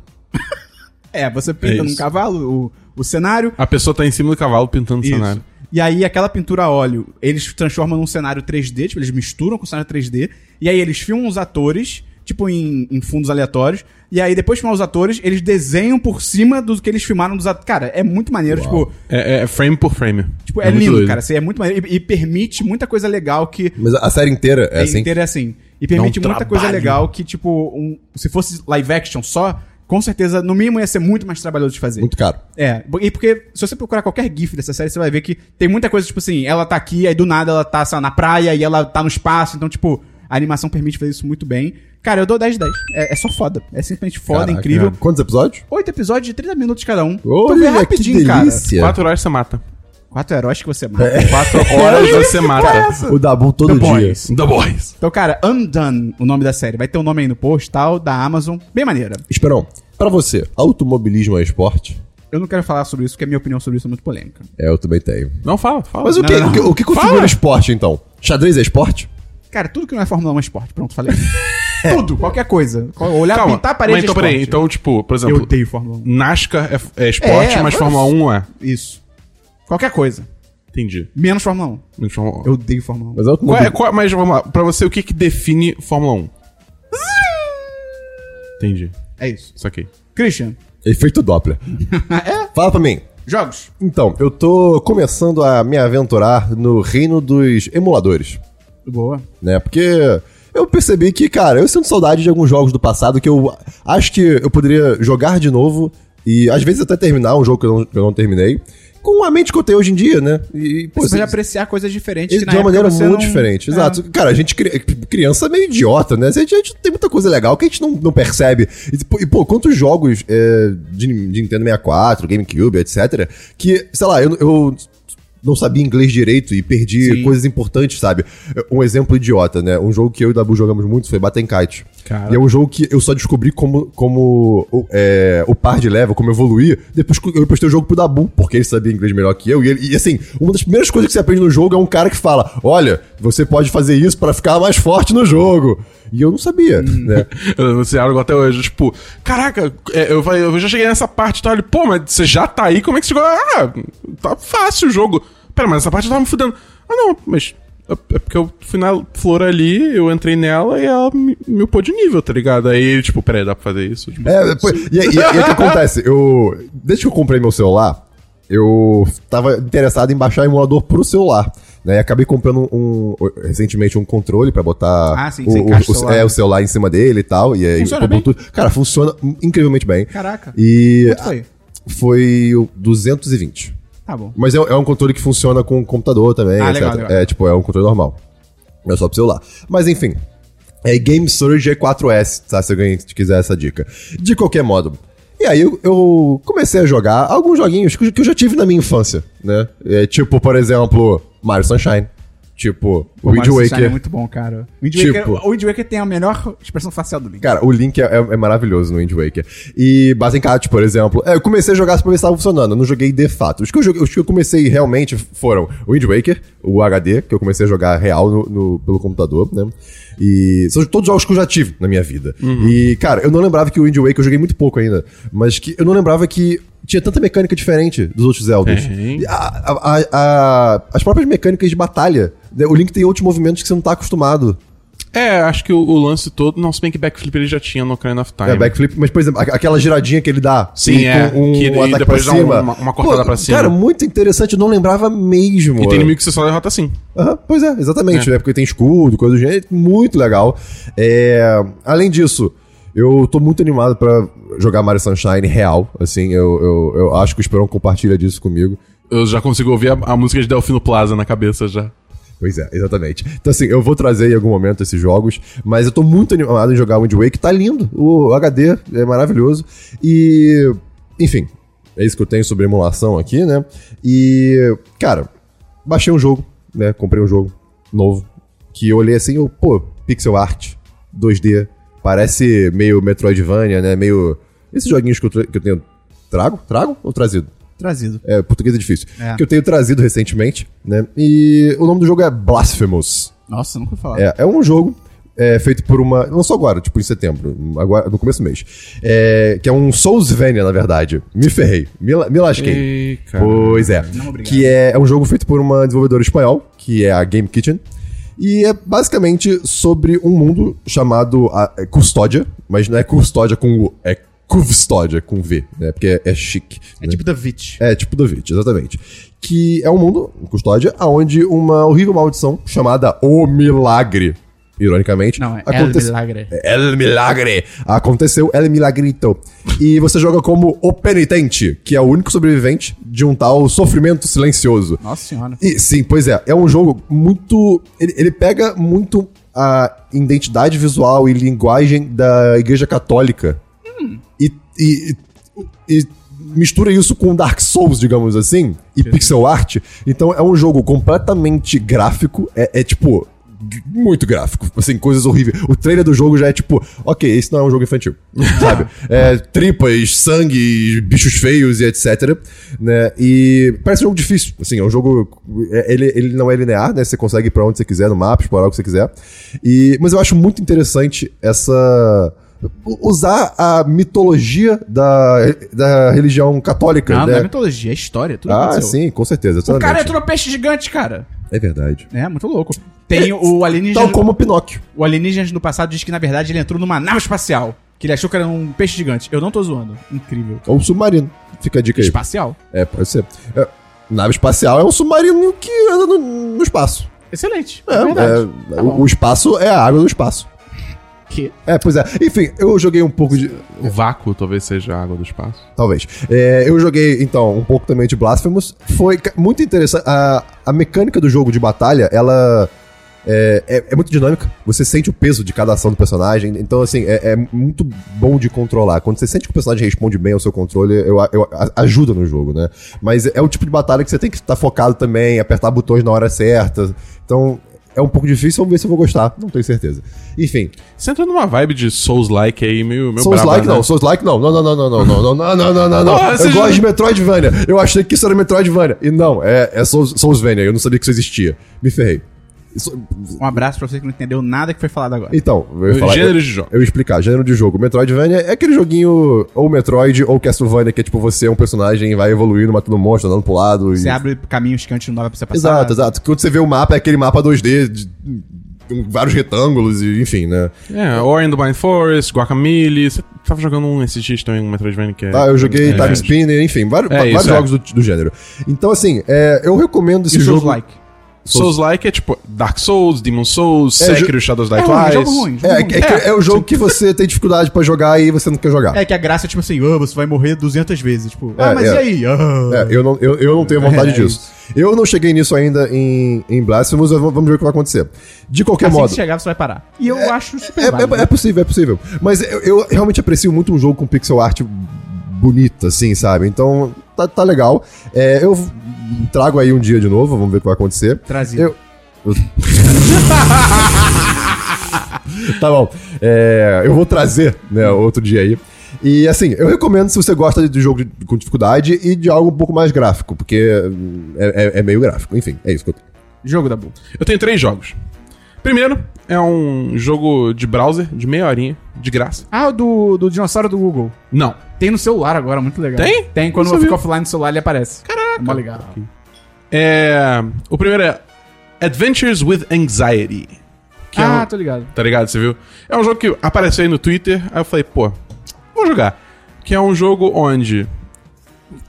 A: É, você
C: É
A: pinta
C: isso.
A: num cavalo o, o cenário.
C: A pessoa tá em cima do cavalo pintando o
A: Isso.
C: cenário.
A: E aí, aquela pintura a óleo, eles transformam num cenário 3D, tipo, eles misturam com o cenário 3D, e aí eles filmam os atores, tipo, em, em fundos aleatórios, e aí, depois de filmar os atores, eles desenham por cima do que eles filmaram dos atores. Cara, é muito maneiro, tipo,
C: É, é frame por frame.
A: tipo, é,
C: muito
A: lindo,
C: doido.
A: cara. Assim, é muito maneiro. E, e permite muita coisa legal que.
B: Mas a série inteira é, assim.
A: inteira é assim. E permite
C: Dá um
A: muita
C: trabalho.
A: coisa legal que, tipo, um- se fosse live action só, com certeza, no mínimo ia ser muito mais trabalhoso de fazer.
B: Muito caro.
A: É, e porque se você procurar qualquer GIF dessa série, você vai ver que tem muita coisa, tipo assim, ela tá aqui, aí do nada ela tá sei lá, na praia e ela tá no espaço, então, tipo, a animação permite fazer isso muito bem. Cara, eu dou 10 de 10. É, é só foda. É simplesmente foda,
B: Caraca,
A: incrível.
B: cara. Quantos episódios?
A: Oito episódios de 30 minutos cada um.
B: Olha, que delícia. É.
C: Quatro horas você mata.
A: cara. Quatro heróis que você mata.
C: Quatro horas você mata.
B: O Dabu todo
A: The
B: dia.
A: Boys.
C: The Boys.
A: Então, cara, Undone, o nome da série. Vai ter o nome aí no post, tal, da Amazon. Bem maneira.
B: Esperão, pra você, automobilismo é esporte?
A: Eu não quero falar sobre isso, porque a minha opinião sobre isso é muito polêmica.
B: É, eu também tenho.
C: Não, fala, fala.
B: Mas o
A: Não,
B: que,
A: não, não.
B: o que, o que configura
C: Fala.
B: esporte, então? Xadrez é esporte?
A: Cara, tudo que não é Fórmula 1 é esporte. Pronto, falei.
B: É.
A: Tudo, qualquer coisa. Olhar,
C: Calma.
A: pintar a parede
C: Mas então,
A: é
C: peraí.
A: esporte.
C: Então, tipo, por
A: Eu
C: exemplo,
A: odeio Fórmula 1.
C: NASCAR é, é esporte,
A: É,
C: mas
A: mas-
C: Fórmula 1 é.
A: Isso. Qualquer coisa.
C: Entendi.
A: Menos Fórmula 1.
C: Mas Fórmula 1.
A: Eu odeio Fórmula 1.
B: Mas
C: Qual é,
B: automobilismo...
C: qual- mas vamos lá. Pra você, o que, que define Fórmula 1? Entendi.
A: É isso.
C: Saquei.
A: Christian,
B: Efeito Doppler. Fala pra mim.
A: jogos.
B: Então, eu tô começando a me aventurar no reino dos emuladores,
A: Boa.
B: né? Porque eu percebi que, cara, eu sinto saudade de alguns jogos do passado que eu acho que eu poderia jogar de novo e às vezes até terminar um jogo que eu não, que eu não terminei. com a mente que eu tenho hoje em dia, né? E, pô,
A: Você pode
B: isso-
A: apreciar coisas diferentes
B: isso
A: que na
B: de uma
A: época
B: maneira
A: você
B: muito
A: não-
B: diferente.
A: É.
B: Exato. Cara, a gente cri- criança é meio idiota, né? A gente, a gente tem muita coisa legal que a gente não, não percebe. E, pô, e, pô, quantos jogos é, de, de Nintendo 64, GameCube, etc., que, sei lá, eu, eu não sabia inglês direito e perdi
A: Sim.
B: coisas importantes, sabe? Um exemplo idiota, né? Um jogo que eu e o Dabu jogamos muito foi Batem Kite.
C: Cara.
B: E é um jogo que eu só descobri como, como o- é, o par de level, como evoluir, depois que eu emprestei o jogo pro Dabu, porque ele sabia inglês melhor que eu. E, ele- e, assim, uma das primeiras coisas que você aprende no jogo é um cara que fala: Olha, você pode fazer isso pra ficar mais forte no jogo. E eu não sabia, né?
C: Eu diálogo até hoje, tipo, caraca, é, eu, falei, eu já cheguei nessa parte e tal. Ele, pô, mas você já tá aí, como é que você chegou? Ah, tá fácil o jogo. Pera, mas essa parte eu tava me fudendo. Ah, não, mas é é porque eu fui na flor ali, eu entrei nela e ela me, me upou de nível, tá ligado? Aí ele, tipo, peraí, dá pra fazer isso? Tipo,
B: É, depois- e, e- e o que acontece? Eu, desde que eu comprei meu celular, eu tava interessado em baixar emulador pro celular. Né, e acabei comprando um, um- recentemente um controle pra botar
A: Ah, sim,
B: o,
A: você encaixa o
B: o-
A: celular,
B: é,
A: né?
B: o celular em cima dele e tal. E aí,
A: Funciona
B: comprou tudo. Cara, funciona incrivelmente bem.
A: Caraca.
B: E
A: Quanto foi?
B: foi o 220.
A: Tá bom.
B: Mas é, é um controle que funciona com o computador também,
A: Ah,
B: etc.
A: legal, legal.
B: É, tipo, é um controle normal. Não é só pro celular. Mas enfim. É Game Surge G4S, tá? Se alguém quiser essa dica. De qualquer modo. E aí eu, eu comecei a jogar alguns joguinhos que eu- que eu já tive na minha infância, né? É, tipo, por exemplo, Mario Sunshine. Tipo, Wind
A: Mario Sunshine
B: Waker.
A: é muito bom, cara. Wind Waker,
B: Tipo-
A: o Wind Waker tem a melhor expressão facial do Link.
B: Cara, o Link é, é- é maravilhoso no Wind Waker. E Batem Cat, por exemplo. É, eu comecei a jogar pra ver se tava funcionando. Eu não joguei de fato. Os que eu, joguei- os que eu comecei realmente foram o Wind Waker, o HD, que eu comecei a jogar real no- no- pelo computador, né? E são todos jogos que eu já tive na minha vida. E, cara, eu não lembrava que o Wind Waker, eu joguei muito pouco ainda, mas que eu não lembrava que tinha tanta mecânica diferente dos outros Zeldas.
C: Tem.
B: E a- a- a- a- as próprias mecânicas de batalha. né? O Link tem outros movimentos que você não tá acostumado.
C: É, acho que o, o lance todo. Não, se bem que backflip ele já tinha no Ocarina of Time.
B: É, backflip, mas, por exemplo, a- aquela giradinha que ele dá.
C: Sim,
B: e
C: é,
B: com Um,
C: que- e
B: ataque
C: depois
B: pra
C: dá
B: cima.
C: uma- uma cortada pra cima.
B: Cara, muito interessante, eu não lembrava mesmo.
C: E tem inimigo que você só derrota assim.
B: Aham, pois é, exatamente, né? Porque tem escudo, coisa do gênero, muito legal. É, Além disso, eu tô muito animado pra jogar Mario Sunshine real, assim, eu, eu, eu acho que o Esperão compartilha disso comigo.
C: Eu já consigo ouvir a, a música de Delfino Plaza na cabeça já.
B: Pois é, exatamente. Então, assim, eu vou trazer em algum momento esses jogos, mas eu tô muito animado em jogar Wind Waker. Tá lindo, o HD é maravilhoso. E, enfim, é isso que eu tenho sobre emulação aqui, né? E, cara, baixei um jogo, né? Comprei um jogo novo, que eu olhei assim, eu, pô, pixel art, 2D, parece meio Metroidvania, né? Meio. Esses joguinhos que eu, tra- que eu tenho. Trago? Trago ou trazido?
A: Trazido.
B: É, português é difícil.
A: É.
B: Que eu tenho trazido recentemente, né? E o nome do jogo é Blasphemous.
A: Nossa, nunca ouvi falar.
B: É, é um jogo é, feito por uma. Não só agora, tipo em setembro, agora, no começo do mês. É, que é um Soulsvania, na verdade. Me ferrei. Me, la- me lasquei.
C: Ei, cara.
B: Pois é.
A: Não, obrigado.
B: Que é, é um jogo feito por uma desenvolvedora espanhol, que é a Game Kitchen. E é basicamente sobre um mundo chamado ah, é, Custódia, mas não é Custódia com U, é Cuvstódia com V, né? Porque é, é chique.
A: É
B: né?
A: tipo The Witch.
B: É, tipo do Vit, exatamente. Que é um mundo, em custódia, onde uma horrível maldição chamada O Milagre, ironicamente,
A: Não, é
B: aconte-
A: El Milagre.
B: El Milagre! Aconteceu El Milagrito. E você joga como o penitente, que é o único sobrevivente de um tal sofrimento silencioso.
A: Nossa senhora.
B: E, sim, pois é. É um jogo muito. Ele, ele pega muito a identidade visual e linguagem da Igreja Católica e, e- e- e mistura isso com Dark Souls, digamos assim, e pixel art. Então é um jogo completamente gráfico. É, é, tipo. g- Muito gráfico, assim, coisas horríveis. O trailer do jogo já é tipo, ok, esse não é um jogo infantil, sabe? É, tripas, sangue, bichos feios e etc, né? E parece um jogo difícil, assim, é um jogo. é- Ele, ele não é linear, né? Você consegue ir pra onde você quiser no mapa, explorar o que você quiser. E, mas eu acho muito interessante essa usar a mitologia da, da religião católica,
A: Não, não é
B: né?
A: mitologia, é história. Tudo
B: ah,
A: aconteceu.
B: sim, com certeza.
A: O cara
B: totalmente.
A: entrou no peixe gigante, cara.
B: É verdade.
A: É, muito louco. Tem o alienígena.
B: Tal como o Pinóquio.
A: O alienígena do passado diz que, na verdade, ele entrou numa nave espacial. Que ele achou que era um peixe gigante. Eu não tô zoando. Incrível.
B: Ou um submarino. Fica a dica aí.
A: Espacial?
B: É, pode ser. É, nave espacial é um submarino que anda no, no espaço.
A: Excelente.
B: É,
A: É, verdade.
B: é, o, o espaço é a água do espaço.
A: Que?
B: É, pois é. Enfim, eu joguei um pouco de.
C: O vácuo talvez seja a água do espaço.
B: Talvez. É, eu joguei, então, um pouco também de Blasphemous. Foi ca- muito interessante. A, a mecânica do jogo de batalha, ela. É, é- é muito dinâmica. Você sente o peso de cada ação do personagem. Então, assim, é, é muito bom de controlar. Quando você sente que o personagem responde bem ao seu controle, eu, a- eu, a- ajuda no jogo, né? Mas é o tipo de batalha que você tem que estar focado também, apertar botões na hora certa. Então. É um pouco difícil, vamos ver se eu vou gostar. Não tenho certeza. Enfim,
C: Você entra numa vibe de Souls-like aí, meio, meio
B: Souls like
C: braba, né?
B: não, Souls like não. Não, não, não, não, não, não, não, não, não, não, não, não.
C: Ah, você
B: Eu gosto
C: já-
B: de Metroidvania. Eu achei que isso era Metroidvania. E não, é, é Souls, Soulsvania. Eu não sabia que isso existia. Me ferrei. Isso-
A: Um abraço pra você que não entendeu nada que foi falado agora.
B: Então, eu ia falar.
C: Gêneros de jogo.
B: Eu ia explicar, gênero de jogo. Metroidvania é aquele joguinho ou Metroid ou Castlevania que é tipo você é um personagem e vai evoluindo, matando um monstro, andando pro lado. e-
A: Você abre caminhos que antes não dava pra você passar.
B: Exato, exato. Quando você vê o mapa, é aquele mapa 2D de- com vários retângulos e enfim, né?
C: É, Or in the Blind Forest, Guacamole. Você tava jogando um esses dias também, um Metroidvania que é.
B: Ah, eu joguei
C: é,
B: Time Spinner, enfim, vários,
C: É,
B: vários
C: isso, é.
B: jogos do, do gênero. Então, assim, é, eu recomendo esse
A: E
B: jogo.
A: Souls like.
C: Souls-like é tipo Dark Souls, Demon Souls,
B: É,
C: Sekiro, Shadows Die
A: É ruim,
C: Twice.
A: jogo ruim.
B: É,
A: Jogo
B: é,
A: ruim.
B: que- é que é o jogo que você tem dificuldade pra jogar e você não quer jogar.
A: É, que a graça é tipo assim, ah, você vai morrer 200 vezes. Tipo, ah,
B: É,
A: mas
B: é.
A: e aí? Ah.
B: É, eu, não, eu, eu não tenho
A: É,
B: vontade disso. Eu não cheguei nisso ainda em, em Blasphemous, mas vamos ver o que vai acontecer. De
C: É
B: qualquer
A: assim
B: é modo.
A: que chegar, você vai parar. E eu acho super
B: É,
A: válido.
B: é- é possível, é possível. Mas eu, eu realmente aprecio muito um jogo com pixel art bonita, assim, sabe? Então, tá, tá legal. É, eu trago aí um dia de novo, vamos ver o que vai acontecer.
A: Trazido.
B: Eu. tá bom. É, eu vou trazer, né, outro dia aí. E assim, eu recomendo se você gosta de jogo de- com dificuldade e de algo um pouco mais gráfico, porque hum, é, é- é meio gráfico. Enfim, é isso que eu
A: Jogo da Bu.
C: Eu tenho três jogos. Primeiro, é um jogo de browser, de meia horinha, de graça.
A: Ah, o do, do dinossauro do Google.
C: Não.
A: Tem no celular agora, muito legal.
C: Tem?
A: Tem, quando
C: Não
A: eu fico
C: sabia.
A: offline no celular ele aparece. Caraca. É mó legal.
C: É. O primeiro é Adventures with Anxiety. Que é
A: ah,
C: um-
A: tô ligado.
C: Tá ligado? Você viu? É um jogo que apareceu aí no Twitter, aí eu falei, pô, vou jogar. Que é um jogo onde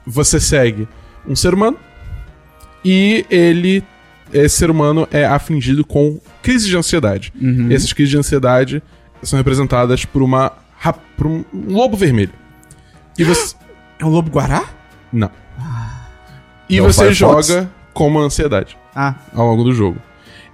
C: você segue um ser humano e ele. Esse ser humano é afligido com crises de ansiedade.
A: Uhum.
C: E essas crises de ansiedade são representadas por uma. rap- por um lobo vermelho. E você.
A: É um Ah. lobo guará?
C: Não. E
B: É o
C: você
B: Firefox?
C: joga com uma ansiedade
A: Ah,
C: ao longo do jogo.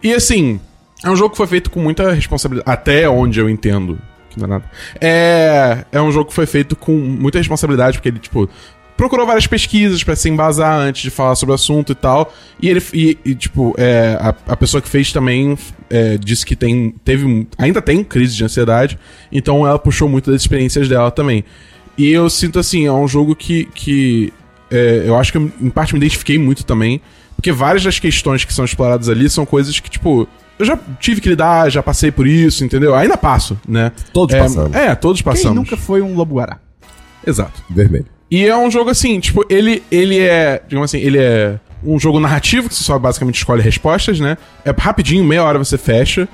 C: E assim, é um jogo que foi feito com muita responsabilidade. Até onde eu entendo. Que não é nada. É, é um jogo que foi feito com muita responsabilidade, porque ele, tipo, procurou várias pesquisas pra se embasar antes de falar sobre o assunto e tal. E ele, e, e, tipo, é, a, a pessoa que fez também é, disse que tem, teve, um- ainda tem crise de ansiedade, então ela puxou muito das experiências dela também. E eu sinto assim, é um jogo que, que é, eu acho que eu, em parte me identifiquei muito também, porque várias das questões que são exploradas ali são coisas que, tipo, eu já tive que lidar, já passei por isso, entendeu? Ainda passo, né?
B: Todos
C: é,
B: passamos.
C: É, todos
A: quem
C: passamos.
A: nunca foi um lobo guará?
C: Exato.
B: Vermelho.
C: E é um jogo assim, tipo, ele, ele é, digamos assim, ele é um jogo narrativo que você só basicamente escolhe respostas, né? É rapidinho, meia hora você fecha.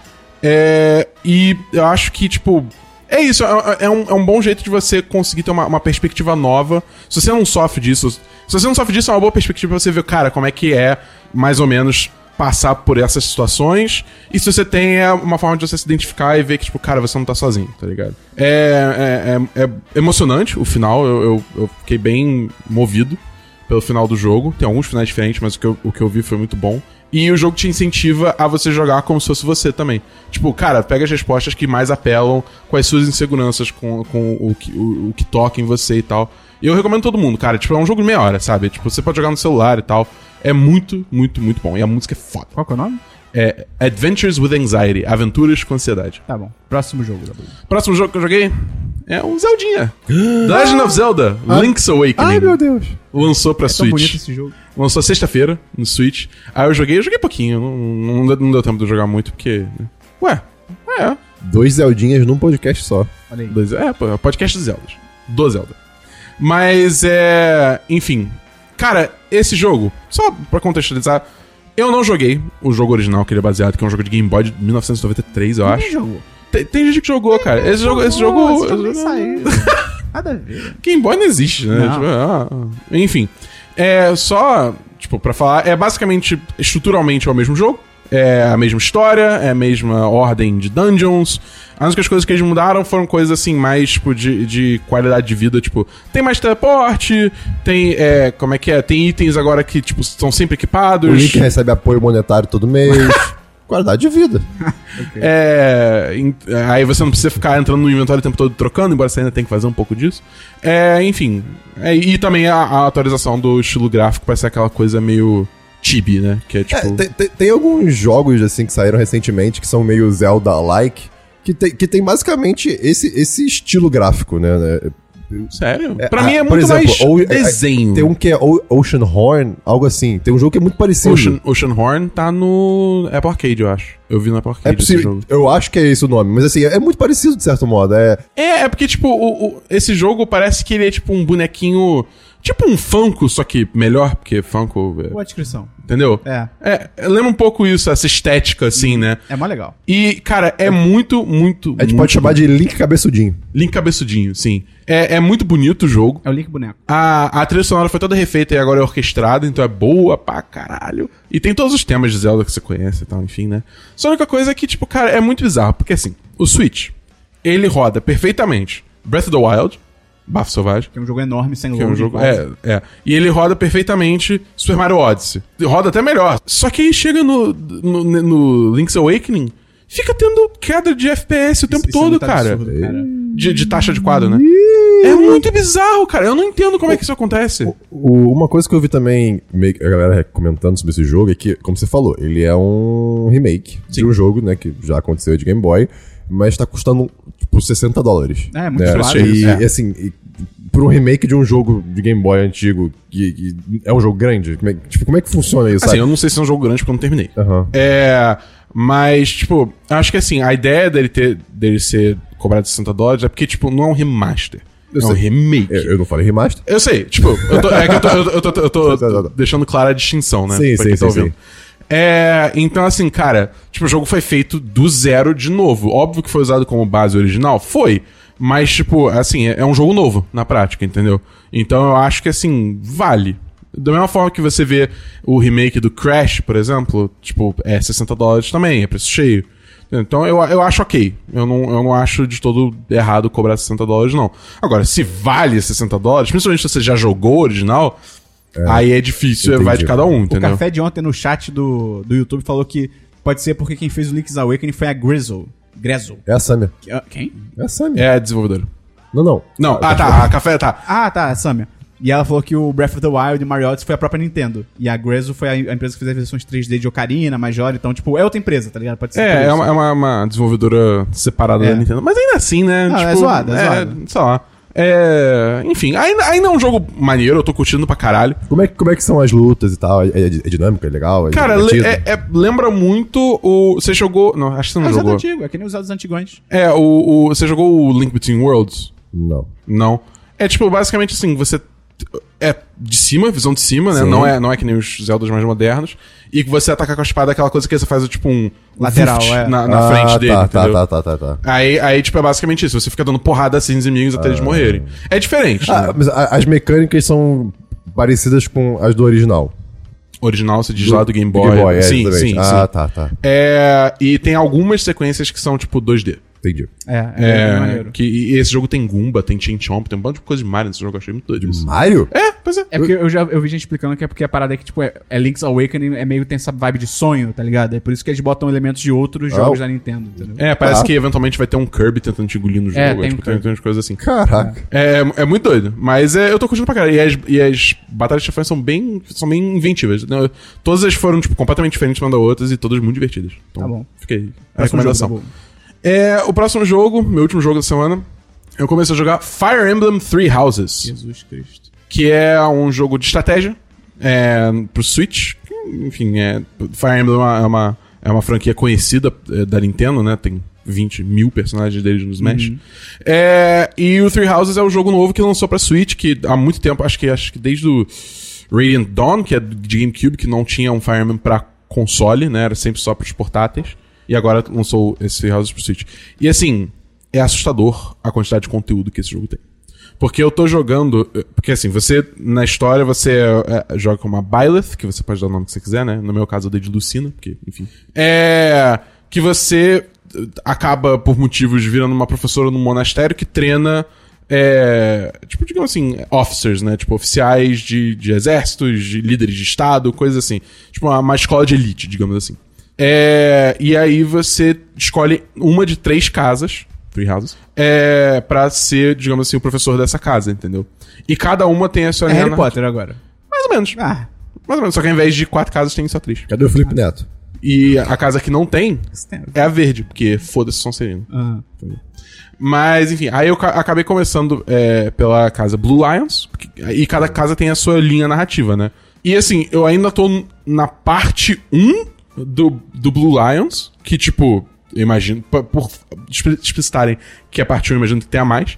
C: É, e eu acho que, tipo, é isso, é, é um, é um bom jeito de você conseguir ter uma, uma perspectiva nova. Se você não sofre disso, se você não sofre disso, é uma boa perspectiva pra você ver, cara, como é que é, mais ou menos, passar por essas situações. E se você tem, é uma forma de você se identificar e ver que, tipo, cara, você não tá sozinho, tá ligado? É, é, é- é emocionante o final, eu, eu, eu fiquei bem movido pelo final do jogo. Tem alguns finais diferentes, mas o que eu, o que eu vi foi muito bom. E o jogo te incentiva a você jogar como se fosse você também. Tipo, cara, pega as respostas que mais apelam com as suas inseguranças, com, com o, que, o, o que toca em você e tal. E eu recomendo todo mundo, cara. Tipo, é um jogo de meia hora, sabe? Tipo, você pode jogar no celular e tal. É muito, muito, muito bom. E a música é foda.
A: Qual que é o nome?
C: É Adventures with Anxiety Aventuras com Ansiedade.
A: Tá bom. Próximo jogo da Bu.
C: Próximo jogo que eu joguei é um Zeldinha. The Legend of Zelda
A: Ah.
C: Link's Awakening.
B: Deus.
C: Lançou pra
A: É Tão bonito
C: Switch.
A: esse jogo.
C: Lançou sexta-feira no Switch. Aí eu joguei, eu joguei pouquinho. Não, não, deu- não deu tempo de eu jogar muito, porque. né? Ué, é.
B: Dois Zeldinhas num podcast só.
A: Olha aí.
C: Dois, é, pô, é podcast do Zelda. Do Zelda. Mas é. Enfim. Cara, esse jogo, só pra contextualizar, eu não joguei o jogo original que ele é baseado, que é um jogo de Game Boy de 1993, eu acho.
A: Quem jogou?
C: Tem, tem gente que jogou, cara. Esse jogo. Esse jogo,
A: Esse jogo nem
C: esse jogo- é
A: saiu. Nada a ver.
C: Game Boy não existe, né?
A: Não.
C: Tipo, ah, ah. enfim. É só, tipo, pra falar, é basicamente estruturalmente é o mesmo jogo. é a mesma história, é a mesma ordem de dungeons. As únicas coisas que eles mudaram foram coisas assim, mais tipo de, de qualidade de vida. Tipo, tem mais teleporte, tem. É, como é que é? Tem itens agora que tipo, são sempre
B: O é
C: equipados.
B: Nick recebe apoio monetário todo mês. Qualidade de vida.
C: É, em- aí você não precisa ficar entrando no inventório o tempo todo trocando, embora você ainda tenha que fazer um pouco disso. É, enfim. É, e também a, a atualização do estilo gráfico parece aquela coisa meio chibi, né? Que é tipo.
B: É, tem, tem- tem alguns jogos assim que saíram recentemente que são meio Zelda-like, que tem, que tem basicamente esse, esse estilo gráfico, né? né?
C: Sério?
B: É,
C: pra
B: ah,
C: mim é
B: por
C: muito
B: exemplo,
C: mais
B: ou- é- é-
C: desenho.
B: Tem um que é O- Ocean Horn, algo assim. Tem um jogo que é muito parecido.
C: Ocean, Ocean Horn tá no Apple Arcade, eu acho. Eu vi no Apple Arcade
B: É possível. Eu acho que é esse o nome, mas assim, é é muito parecido de certo modo. É,
C: É, é porque, tipo, o- o- esse jogo parece que ele é tipo um bonequinho. Tipo um Funko, só que melhor, porque Funko. é-
A: Boa descrição.
C: entendeu?
A: É.
C: É, lembra um pouco isso, essa estética, assim, né?
A: É mó legal.
C: E, cara, é muito, muito.
B: a gente pode chamar É de Link Cabeçudinho.
C: Link cabeçudinho, sim. É, é muito bonito o jogo.
A: É o Link Boneco.
C: A, a trilha sonora foi toda refeita e agora é orquestrada, então é boa pra caralho. E tem todos os temas de Zelda que você conhece e tal, enfim, né? Só a única coisa é que, tipo, cara, é muito bizarro, porque assim, o Switch, ele roda perfeitamente Breath of the Wild, Bafo Selvagem,
A: Que é um jogo enorme, sem
C: que é um
A: loading,
C: jogo.
A: quase.
C: É, é. E ele roda perfeitamente Super Mario Odyssey. Roda até melhor. Só que aí chega no, no, no Link's Awakening, fica tendo queda de FPS o tempo
A: Isso é
C: todo,
A: muito
C: cara.
A: absurdo, cara.
C: De, de taxa de quadro, né? É
B: um-
C: muito bizarro, cara. Eu não entendo como é que isso acontece.
B: O- uma coisa que eu vi também, meio que a galera comentando sobre esse jogo, é que, como você falou, ele é um remake de um jogo, né, que já aconteceu de Game Boy, mas tá custando, tipo, 60 dólares.
A: É, muito
B: né?
A: suado
B: E,
A: isso, é.
B: e, assim, e, pra um remake de um jogo de Game Boy antigo, que, que é um jogo grande, como é, tipo, como é que funciona isso,
C: Assim,
B: sabe?
C: eu não sei se é um jogo grande porque eu não terminei.
B: Aham.
C: É. Mas, tipo, acho que assim, a ideia dele ter dele ser cobrado 60 dólares é porque, tipo, não é um remaster. é um
B: sei.
C: remake.
B: Eu, eu não falei remaster.
C: Eu sei, tipo, eu tô, é que eu tô, eu tô- eu tô- eu tô
B: Tá, tá, tá.
C: deixando clara a distinção, né?
B: Sim,
C: pra
B: sim,
C: quem
B: sim, sim.
C: É, então, assim, cara, tipo, o jogo foi feito do zero de novo. Óbvio que foi usado como base original, foi. Mas, tipo, assim, é, é um jogo novo na prática, entendeu? Então eu acho que, assim, vale. Da mesma forma que você vê o remake do Crash, por exemplo, tipo, é 60 dólares também, é preço cheio. Então eu, eu acho ok. Eu não, eu não acho de todo errado cobrar 60 dólares, não. Agora, se vale 60 dólares, principalmente se você já jogou o original, aí é difícil,
B: entendi.
C: vai de cada um,
A: O
C: entendeu?
A: Café de ontem no chat do, do YouTube falou que pode ser porque quem fez o Link's Awakening foi a Grizzle. Grizzle.
B: É a Samia.
A: Que- ah, Quem?
B: É a Samia.
C: É desenvolvedor.
B: Não, não.
C: Não, ah tá, a café tá.
A: Ah, tá, a Samia. E ela falou que o Breath of the Wild e Mario Odyssey foi a própria Nintendo. E a Grizzle foi a a empresa que fez as versões 3D de Ocarina, Majora. Então, tipo, é outra empresa, tá ligado? Pode ser. por
C: É, é
A: isso.
C: uma, é uma- uma desenvolvedora separada
A: É.
C: da Nintendo. Mas ainda assim, né?
A: Não, é zoado, é zoado.
C: Sei lá. É, enfim, ainda, ainda é um jogo maneiro, eu tô curtindo pra caralho.
B: Como é, que- como é que são as lutas e tal? É, é- é dinâmico, é legal? É
C: Cara, le-
B: divertido?
C: é- é- lembra muito o. Você jogou. Não, acho que você não
A: É usado
C: jogou.
A: antigo, é que nem usado dos antigões.
C: É, o, o- Você jogou o Link Between Worlds?
B: Não.
C: Não. É tipo, basicamente assim, você. É de cima, visão de cima, né?
B: Sim.
C: Não é, não é que nem os Zeldas mais modernos. E que você ataca com a espada, é aquela coisa que você faz tipo um. um
A: Lateral,
C: vuft
A: é.
C: Na, na
B: Ah,
C: frente dele.
B: tá,
C: entendeu?
B: tá, tá, tá, tá, tá.
C: Aí, aí, tipo, é basicamente isso. Você fica dando porrada assim nos inimigos até eles morrerem. É diferente. né?
B: Ah, mas a- as mecânicas são parecidas com as do original.
C: Original, você diz lá do Game
B: Do
C: Boy.
B: é,
C: sim,
B: exatamente.
C: sim,
B: Ah,
C: sim.
B: tá, tá.
C: É, e tem algumas sequências que são, tipo, 2D.
B: Entendi.
A: É,
C: É, que, e esse jogo tem Goomba, tem Chin Chomp, tem um monte de coisa de Mario nesse jogo, eu achei muito doido isso.
B: Mario?
C: É, pois é.
A: É porque eu já eu vi gente explicando que é porque a parada é que, tipo, é, é Link's Awakening é meio tem essa vibe de sonho, tá ligado? É por isso que eles botam elementos de outros
B: Ah,
A: jogos
B: o-
A: da Nintendo, entendeu?
C: É, parece
B: Tá.
C: que eventualmente vai ter um Kirby tentando te engolir no jogo.
A: É,
C: É,
A: tem
C: tipo,
A: um
C: tem,
A: Kirby.
C: tem umas coisas assim.
B: Caraca.
C: É, é muito doido. Mas é, eu tô curtindo pra caralho. E as, e as batalhas de chefões são bem, são bem inventivas. Não, Todas as foram, tipo, completamente diferentes uma da outras e todas muito divertidas. Então,
A: Tá bom.
C: Fiquei. A
A: Próximo
C: recomendação.
A: jogo, tá
C: é, o próximo jogo, meu último jogo da semana, eu comecei a jogar Fire Emblem Three Houses
A: Jesus Cristo.
C: que é um jogo de estratégia é, pro Switch. Enfim, é, Fire Emblem é uma, é uma, é uma franquia conhecida é, da Nintendo, né? Tem 20 mil personagens deles no Smash. É, e o Three Houses é um jogo novo que lançou pra Switch, que há muito tempo, acho que, acho que desde o Radiant Dawn, que é de GameCube, que não tinha um Fire Emblem pra console, né? Era sempre só pros portáteis. E agora lançou esse Three Houses pro Switch. E assim, é assustador a quantidade de conteúdo que esse jogo tem. Porque eu tô jogando. eh, Porque assim, você, na história, você eh, joga com uma Byleth, que você pode dar o nome que você quiser, né? No meu caso, eu dei de Lucina, porque, enfim. É. Que você eh, acaba, por motivos, virando uma professora num monastério que treina. É, tipo, digamos assim, officers, né? Tipo, oficiais de, de exércitos, de líderes de estado, coisas assim. Tipo, uma, uma escola de elite, digamos assim. É, e aí você escolhe uma de três casas, three houses, é, pra ser, digamos assim, o professor dessa casa, entendeu? E cada uma tem a sua
A: É
C: linha
A: Harry
C: narrativa.
A: Potter agora.
C: Mais ou menos.
A: Ah,
C: Mais ou menos. Só que ao invés de quatro casas, tem só três.
B: Cadê o Felipe Neto?
C: E a casa que não tem
A: isso tem.
C: é a verde, porque foda-se um Sonserino.
A: Ah.
C: Mas, enfim, aí eu ca- acabei começando é, pela casa Blue Lions, porque- e cada casa tem a sua linha narrativa, né? E assim, eu ainda tô n- na parte 1 do, do Blue Lions, que tipo, eu imagino, pa- por expli- explicitarem que é a parte 1 eu imagino que tenha mais,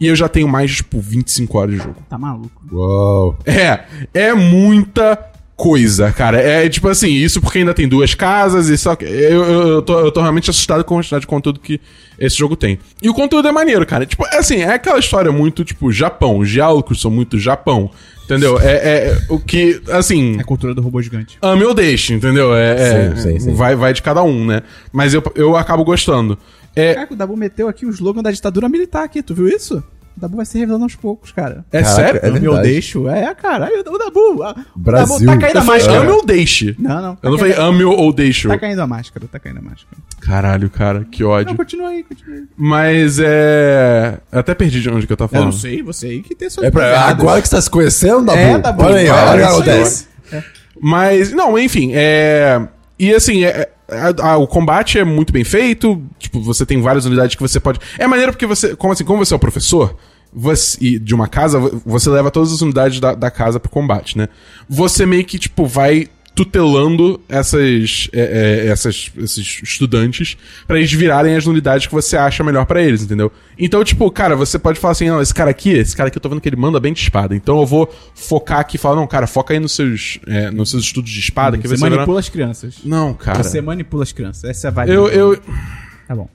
C: e eu já tenho mais, tipo, 25 horas de jogo.
A: Tá maluco.
B: Uou.
C: É, é muita coisa, cara. É tipo assim, isso porque ainda tem duas casas e só. que- Eu, eu, eu tô, eu tô realmente assustado com a quantidade de conteúdo que esse jogo tem. E o conteúdo é maneiro, cara. Tipo, é assim, é aquela história muito, tipo, Japão. Os diálogos são muito Japão. Entendeu? É, é o que, assim.
A: É a cultura do robô gigante.
C: Ame ou deixe, entendeu? É, é-
B: Sim, sim, sim.
C: Vai, vai de cada um, né? Mas eu, eu acabo gostando. É,
A: Caraca, o Dabu meteu aqui o slogan da ditadura militar aqui, tu viu isso? O Dabu vai se revelando aos poucos, cara.
C: é
B: Caraca,
C: sério?
B: é
A: Ame
B: verdade.
A: ou deixo? É, cara. Aí o Dabu. a- o
B: Brasil.
A: Dabu tá caindo a
C: Eu falei,
A: máscara.
C: ame ou deixe.
A: Não, não.
C: Eu não falei ame ou deixe.
A: Tá caindo a máscara, tá caindo a máscara.
C: Caralho, cara, que ódio.
A: Não, continua aí, continua aí.
C: Mas é. Eu até perdi de onde que eu tava
A: Eu
C: falando.
A: não sei, você aí que tem suas
B: É pra,
A: pegadas.
B: agora que você tá se conhecendo, Dabu?
A: É, Dabu.
B: Olha aí,
A: Cara,
B: olha o
A: isso
B: que
A: aí.
B: acontece.
C: Mas, não, enfim, é. E assim, é- é- a- a- o combate é muito bem feito. Tipo, você tem várias unidades que você pode. É maneiro porque você. Como assim, como você é o professor você, e de uma casa, vo- você leva todas as unidades da, da casa pro combate, né? Você meio que, tipo, vai tutelando essas, é, é, essas- esses estudantes pra eles virarem as unidades que você acha melhor pra eles, entendeu? Então, tipo, cara, você pode falar assim, não, esse cara aqui, esse cara aqui eu tô vendo que ele manda bem de espada, então eu vou focar aqui e falar, não, cara, foca aí nos seus, é, nos seus estudos de espada,
A: Hum,
C: que
A: Você
C: vai ser melhor.
A: manipula as crianças.
C: Não, cara,
A: Você manipula as crianças. Essa é a vibe.
C: eu, eu,
A: Tá bom.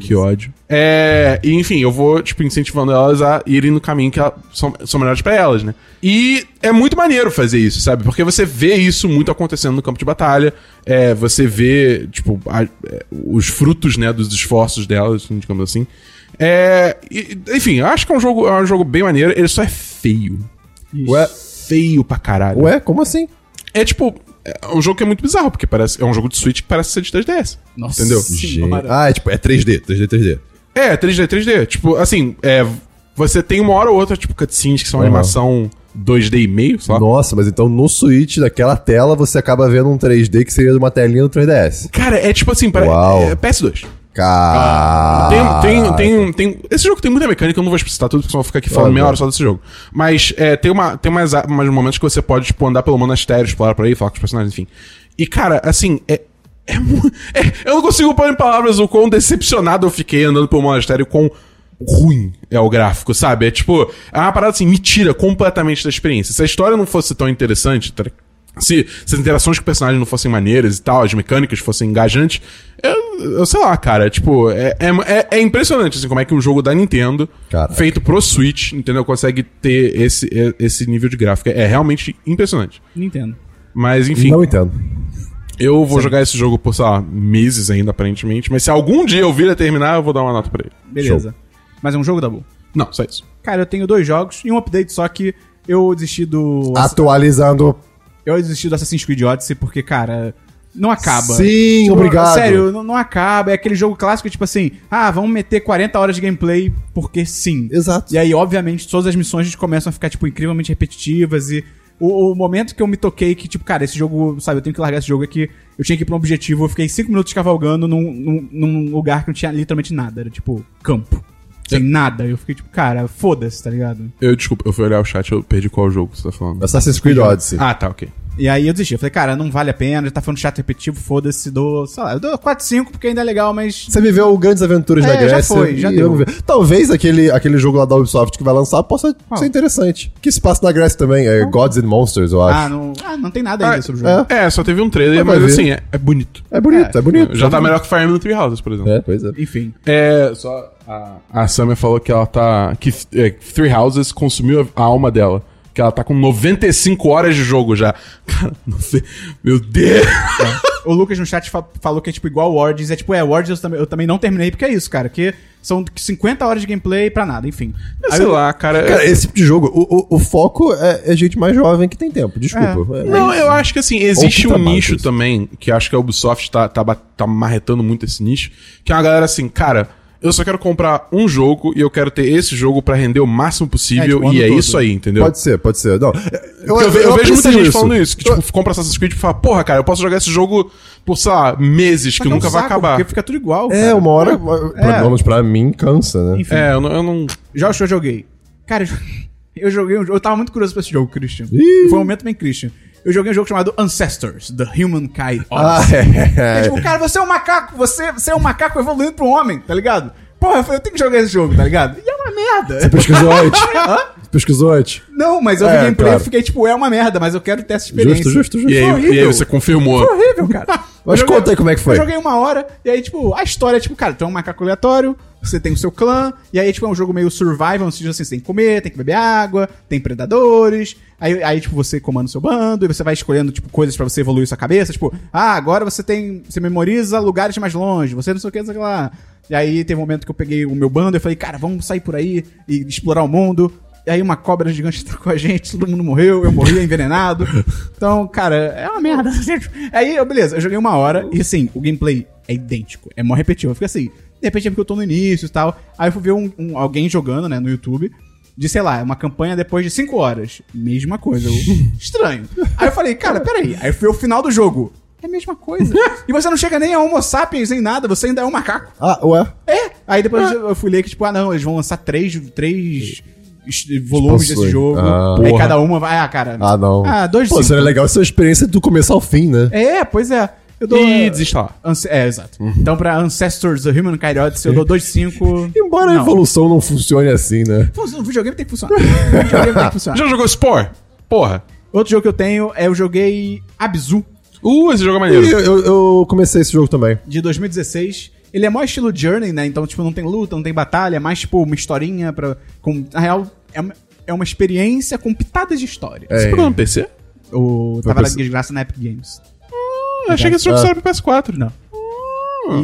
C: que ódio. É, e enfim, eu vou, tipo, incentivando elas a irem no caminho que ela- são, são melhores pra elas, né? E é muito maneiro fazer isso, sabe? Porque você vê isso muito acontecendo no campo de batalha. É, você vê, tipo, a- é, os frutos, né, dos esforços delas, assim, digamos assim. É, e- enfim, eu acho que é um jogo, é um jogo bem maneiro, ele só é feio.
B: Ué,
C: Feio pra caralho.
B: ué, como assim?
C: É tipo, é um jogo que é muito bizarro, porque parece, é um jogo de Switch que parece ser de 3DS.
A: Nossa
C: Entendeu?
A: senhora.
B: Ah, é tipo, é 3D, 3D, 3D.
C: É, 3D, 3D. Tipo, assim, é, você tem uma hora ou outra, tipo, cutscenes que são animação 2D e meio, só.
B: Nossa, mas então no Switch, naquela tela, você acaba vendo um 3D que seria de uma telinha do 3DS.
C: Cara, é tipo assim, para,
B: Uau. Ah,
C: é PS2.
B: Cara.
C: Ah, Tem, tem,
B: tá.
C: tem, tem- esse jogo tem muita mecânica, eu não vou explicitar tudo, porque senão eu vou ficar aqui falando
B: Olha.
C: meia hora só desse jogo. Mas é, tem, uma, tem umas, a- umas momentos que você pode, tipo, andar pelo monastério, explorar por aí, falar com os personagens, enfim. E, cara, assim, é. é mu- é- eu não consigo pôr em palavras o quão decepcionado eu fiquei andando pelo monastério com ruim é o gráfico, sabe? É tipo, é uma parada assim, me tira completamente da experiência. Se a história não fosse tão interessante, tá- se, se as interações com o personagem não fossem maneiras e tal, as mecânicas fossem engajantes, eu, eu sei lá, cara, tipo, é, é, é- é impressionante, assim, como é que um jogo da Nintendo,
B: Caraca.
C: feito pro Switch, entendeu, consegue ter esse, é- esse nível de gráfico. É realmente impressionante.
B: Ah.
A: Nintendo.
C: Mas, enfim,
B: Não entendo.
C: eu vou jogar esse jogo por, sei lá, meses ainda, aparentemente, mas se algum dia eu vir a terminar, eu vou dar uma nota pra ele.
A: Beleza. Mas é um jogo, Dabu?
C: Não, só isso.
A: Cara, eu tenho dois jogos e um update só que eu desisti do.
B: Ah, Atualizando.
A: Eu desisti do Assassin's Creed Odyssey porque, cara, não acaba. Tipo,
B: Sim, obrigado.
A: Sério, não, não acaba. É aquele jogo clássico, tipo assim, ah, vamos meter 40 horas de gameplay porque sim.
B: Exato.
A: E aí, obviamente, todas as missões começam a ficar, tipo, incrivelmente repetitivas e... O, o momento que eu me toquei que, tipo, cara, esse jogo, sabe, eu tenho que largar esse jogo aqui, eu tinha que ir pra um objetivo, eu fiquei cinco minutos cavalgando num, num- num lugar que não tinha literalmente nada, era tipo, campo. Sem nada. Eu fiquei tipo, cara, foda-se, tá ligado?
C: Eu, desculpa, eu fui olhar o chat, eu perdi qual jogo que você tá falando.
B: Assassin's Creed Odyssey.
C: Ah, tá, ok.
A: E aí eu desisti. Eu falei, cara, não vale a pena, já tá falando chato repetitivo, foda-se, dou, sei lá, eu dou 4, 5 porque ainda é legal, mas.
B: Você viveu grandes aventuras
A: É,
B: da
A: já
B: Grécia.
A: foi, já
B: e
A: deu.
B: vamos ver. Talvez aquele, aquele jogo lá da Ubisoft que vai lançar possa
A: Qual?
B: ser interessante. Que se passa na Grécia também, é Gods and Monsters, eu acho.
A: Ah, não, ah, não tem nada ainda
C: Ah,
A: sobre o jogo.
C: É, só teve um trailer,
B: Vai
C: mas
B: ver.
C: assim, é, é bonito.
B: É bonito, é, bonito.
C: Já tá melhor que Fire Emblem Three Houses, por exemplo.
B: É, pois é.
A: Enfim.
C: É, só a, a Samia falou que ela tá. Que é, Three Houses consumiu a alma dela. Que ela tá com 95 horas de jogo já. Cara, não sei. Meu Deus!
A: O Lucas no chat fa- falou que é tipo igual Words. É tipo, é, Words eu também, eu também não terminei porque é isso, cara. Que são 50 horas de gameplay pra nada, enfim.
C: Eu sei lá, cara.
B: Cara, esse tipo de jogo, o, o, o foco é, é gente mais jovem que tem tempo, desculpa. É.
C: Não, eu acho que assim,
B: Ou
C: existe
B: que
C: um
B: trabalho
C: nicho
B: isso.
C: também, que acho que a Ubisoft tá, tá, ba- tá marretando muito esse nicho, que é uma galera assim, cara, eu só quero comprar um jogo e eu quero ter esse jogo pra render o máximo possível,
A: É, tipo,
C: e
A: ano
C: é
A: todo.
C: isso aí, entendeu?
B: Pode ser, pode ser. Não, é,
C: Eu, ve- eu vejo muita
B: aprecio
C: gente falando isso, que tipo, compra Assassin's Creed e fala, porra, cara, eu posso jogar esse jogo por, sei lá, meses,
A: Só
C: que
A: é um
C: nunca vai
A: saco,
C: acabar.
A: Porque fica tudo igual.
B: É,
A: cara.
B: uma hora, pelo menos pra mim, cansa, né?
A: é. Enfim.
C: É, eu não. Eu não...
A: Jogos que eu joguei. Cara, eu jo- eu joguei um jogo. Eu tava muito curioso pra esse jogo, Christian.
B: Ih.
A: Foi um momento bem Christian. Eu joguei um jogo chamado Ancestors, The Humankind Odyssey.
B: Ah, é.
A: É tipo, cara, você é um macaco, você, você é um macaco evoluindo pro homem, tá ligado? Porra, eu falei, eu tenho que jogar esse jogo, tá ligado? E é uma merda.
B: Pesquisou antes. Pesquisou antes.
A: Não, mas eu vi
B: É,
A: gameplay
B: claro.
A: eu fiquei tipo, é uma merda, mas eu quero ter essa experiência.
B: Justo, justo, justo.
C: E, aí,
A: é horrível.
C: e aí você confirmou.
A: Foi horrível, cara.
B: Mas
A: Eu joguei-
B: conta aí como é que foi.
A: Eu joguei uma hora, e aí, tipo, a história é tipo, cara, tu é um macaco aleatório, você tem o seu clã, e aí, tipo, é um jogo meio survival, no sentido assim, você tem que comer, tem que beber água, tem predadores, aí, aí tipo, você comanda o seu bando, e você vai escolhendo, tipo, coisas pra você evoluir sua cabeça, tipo, ah, agora você tem, você memoriza lugares mais longe, você não sei o que, não sei o que lá. E aí, teve um momento que eu peguei o meu bando, eu falei, cara, vamos sair por aí e explorar o mundo. E aí uma cobra gigante atacou a gente, todo mundo morreu, eu morri envenenado. Então, cara, é uma merda. Aí, eu- beleza, eu joguei uma hora e assim, o gameplay é idêntico, é mó repetitivo. Fica assim, de repente é porque eu tô no início e tal. Aí eu fui ver um, um- alguém jogando, né, no YouTube. De, sei lá, uma campanha depois de 5 horas. Mesma coisa. eu- Estranho. Aí eu falei, cara, peraí. Aí foi o final do jogo. É a mesma coisa. E você não chega nem a Homo sapiens, nem nada. Você ainda é um macaco.
B: Ah, ué.
A: É. Aí depois eu fui ler que, tipo, ah, não, eles vão lançar três, três est- volumes desse
B: Expansões.
A: jogo.
B: Ah,
A: aí
C: porra.
A: cada uma vai, ah, cara.
B: Ah, não.
A: Ah, dois de
B: Pô,
A: cinco.
B: seria legal essa experiência do começo ao fim, né?
A: É, pois é. Eu dou.
C: E desinstalar.
A: Ance- É, exato.
B: Uhum.
A: Então, pra Ancestors The Human Odyssey, eu dou 2 de 5.
B: Embora a evolução não funcione assim, né?
A: O videogame tem que funcionar. O videogame tem que funcionar.
C: Já jogou Spore? Porra.
A: Outro jogo que eu tenho é eu joguei Abzu,
C: Uh, esse jogo é maneiro.
B: E eu, eu- eu comecei esse jogo também.
A: de 2016. Ele é mó estilo Journey, né? Então, tipo, não tem luta, não tem batalha, é mais, tipo, uma historinha pra. Com... Na real, é uma, é uma experiência com pitadas de
B: É,
A: história.
C: Você pegou no PC?
A: O tava na
B: pensei-
A: desgraça na Epic Games.
C: Eu achei que esse jogo
B: Ah.
C: saiu pro PS4.
A: Não.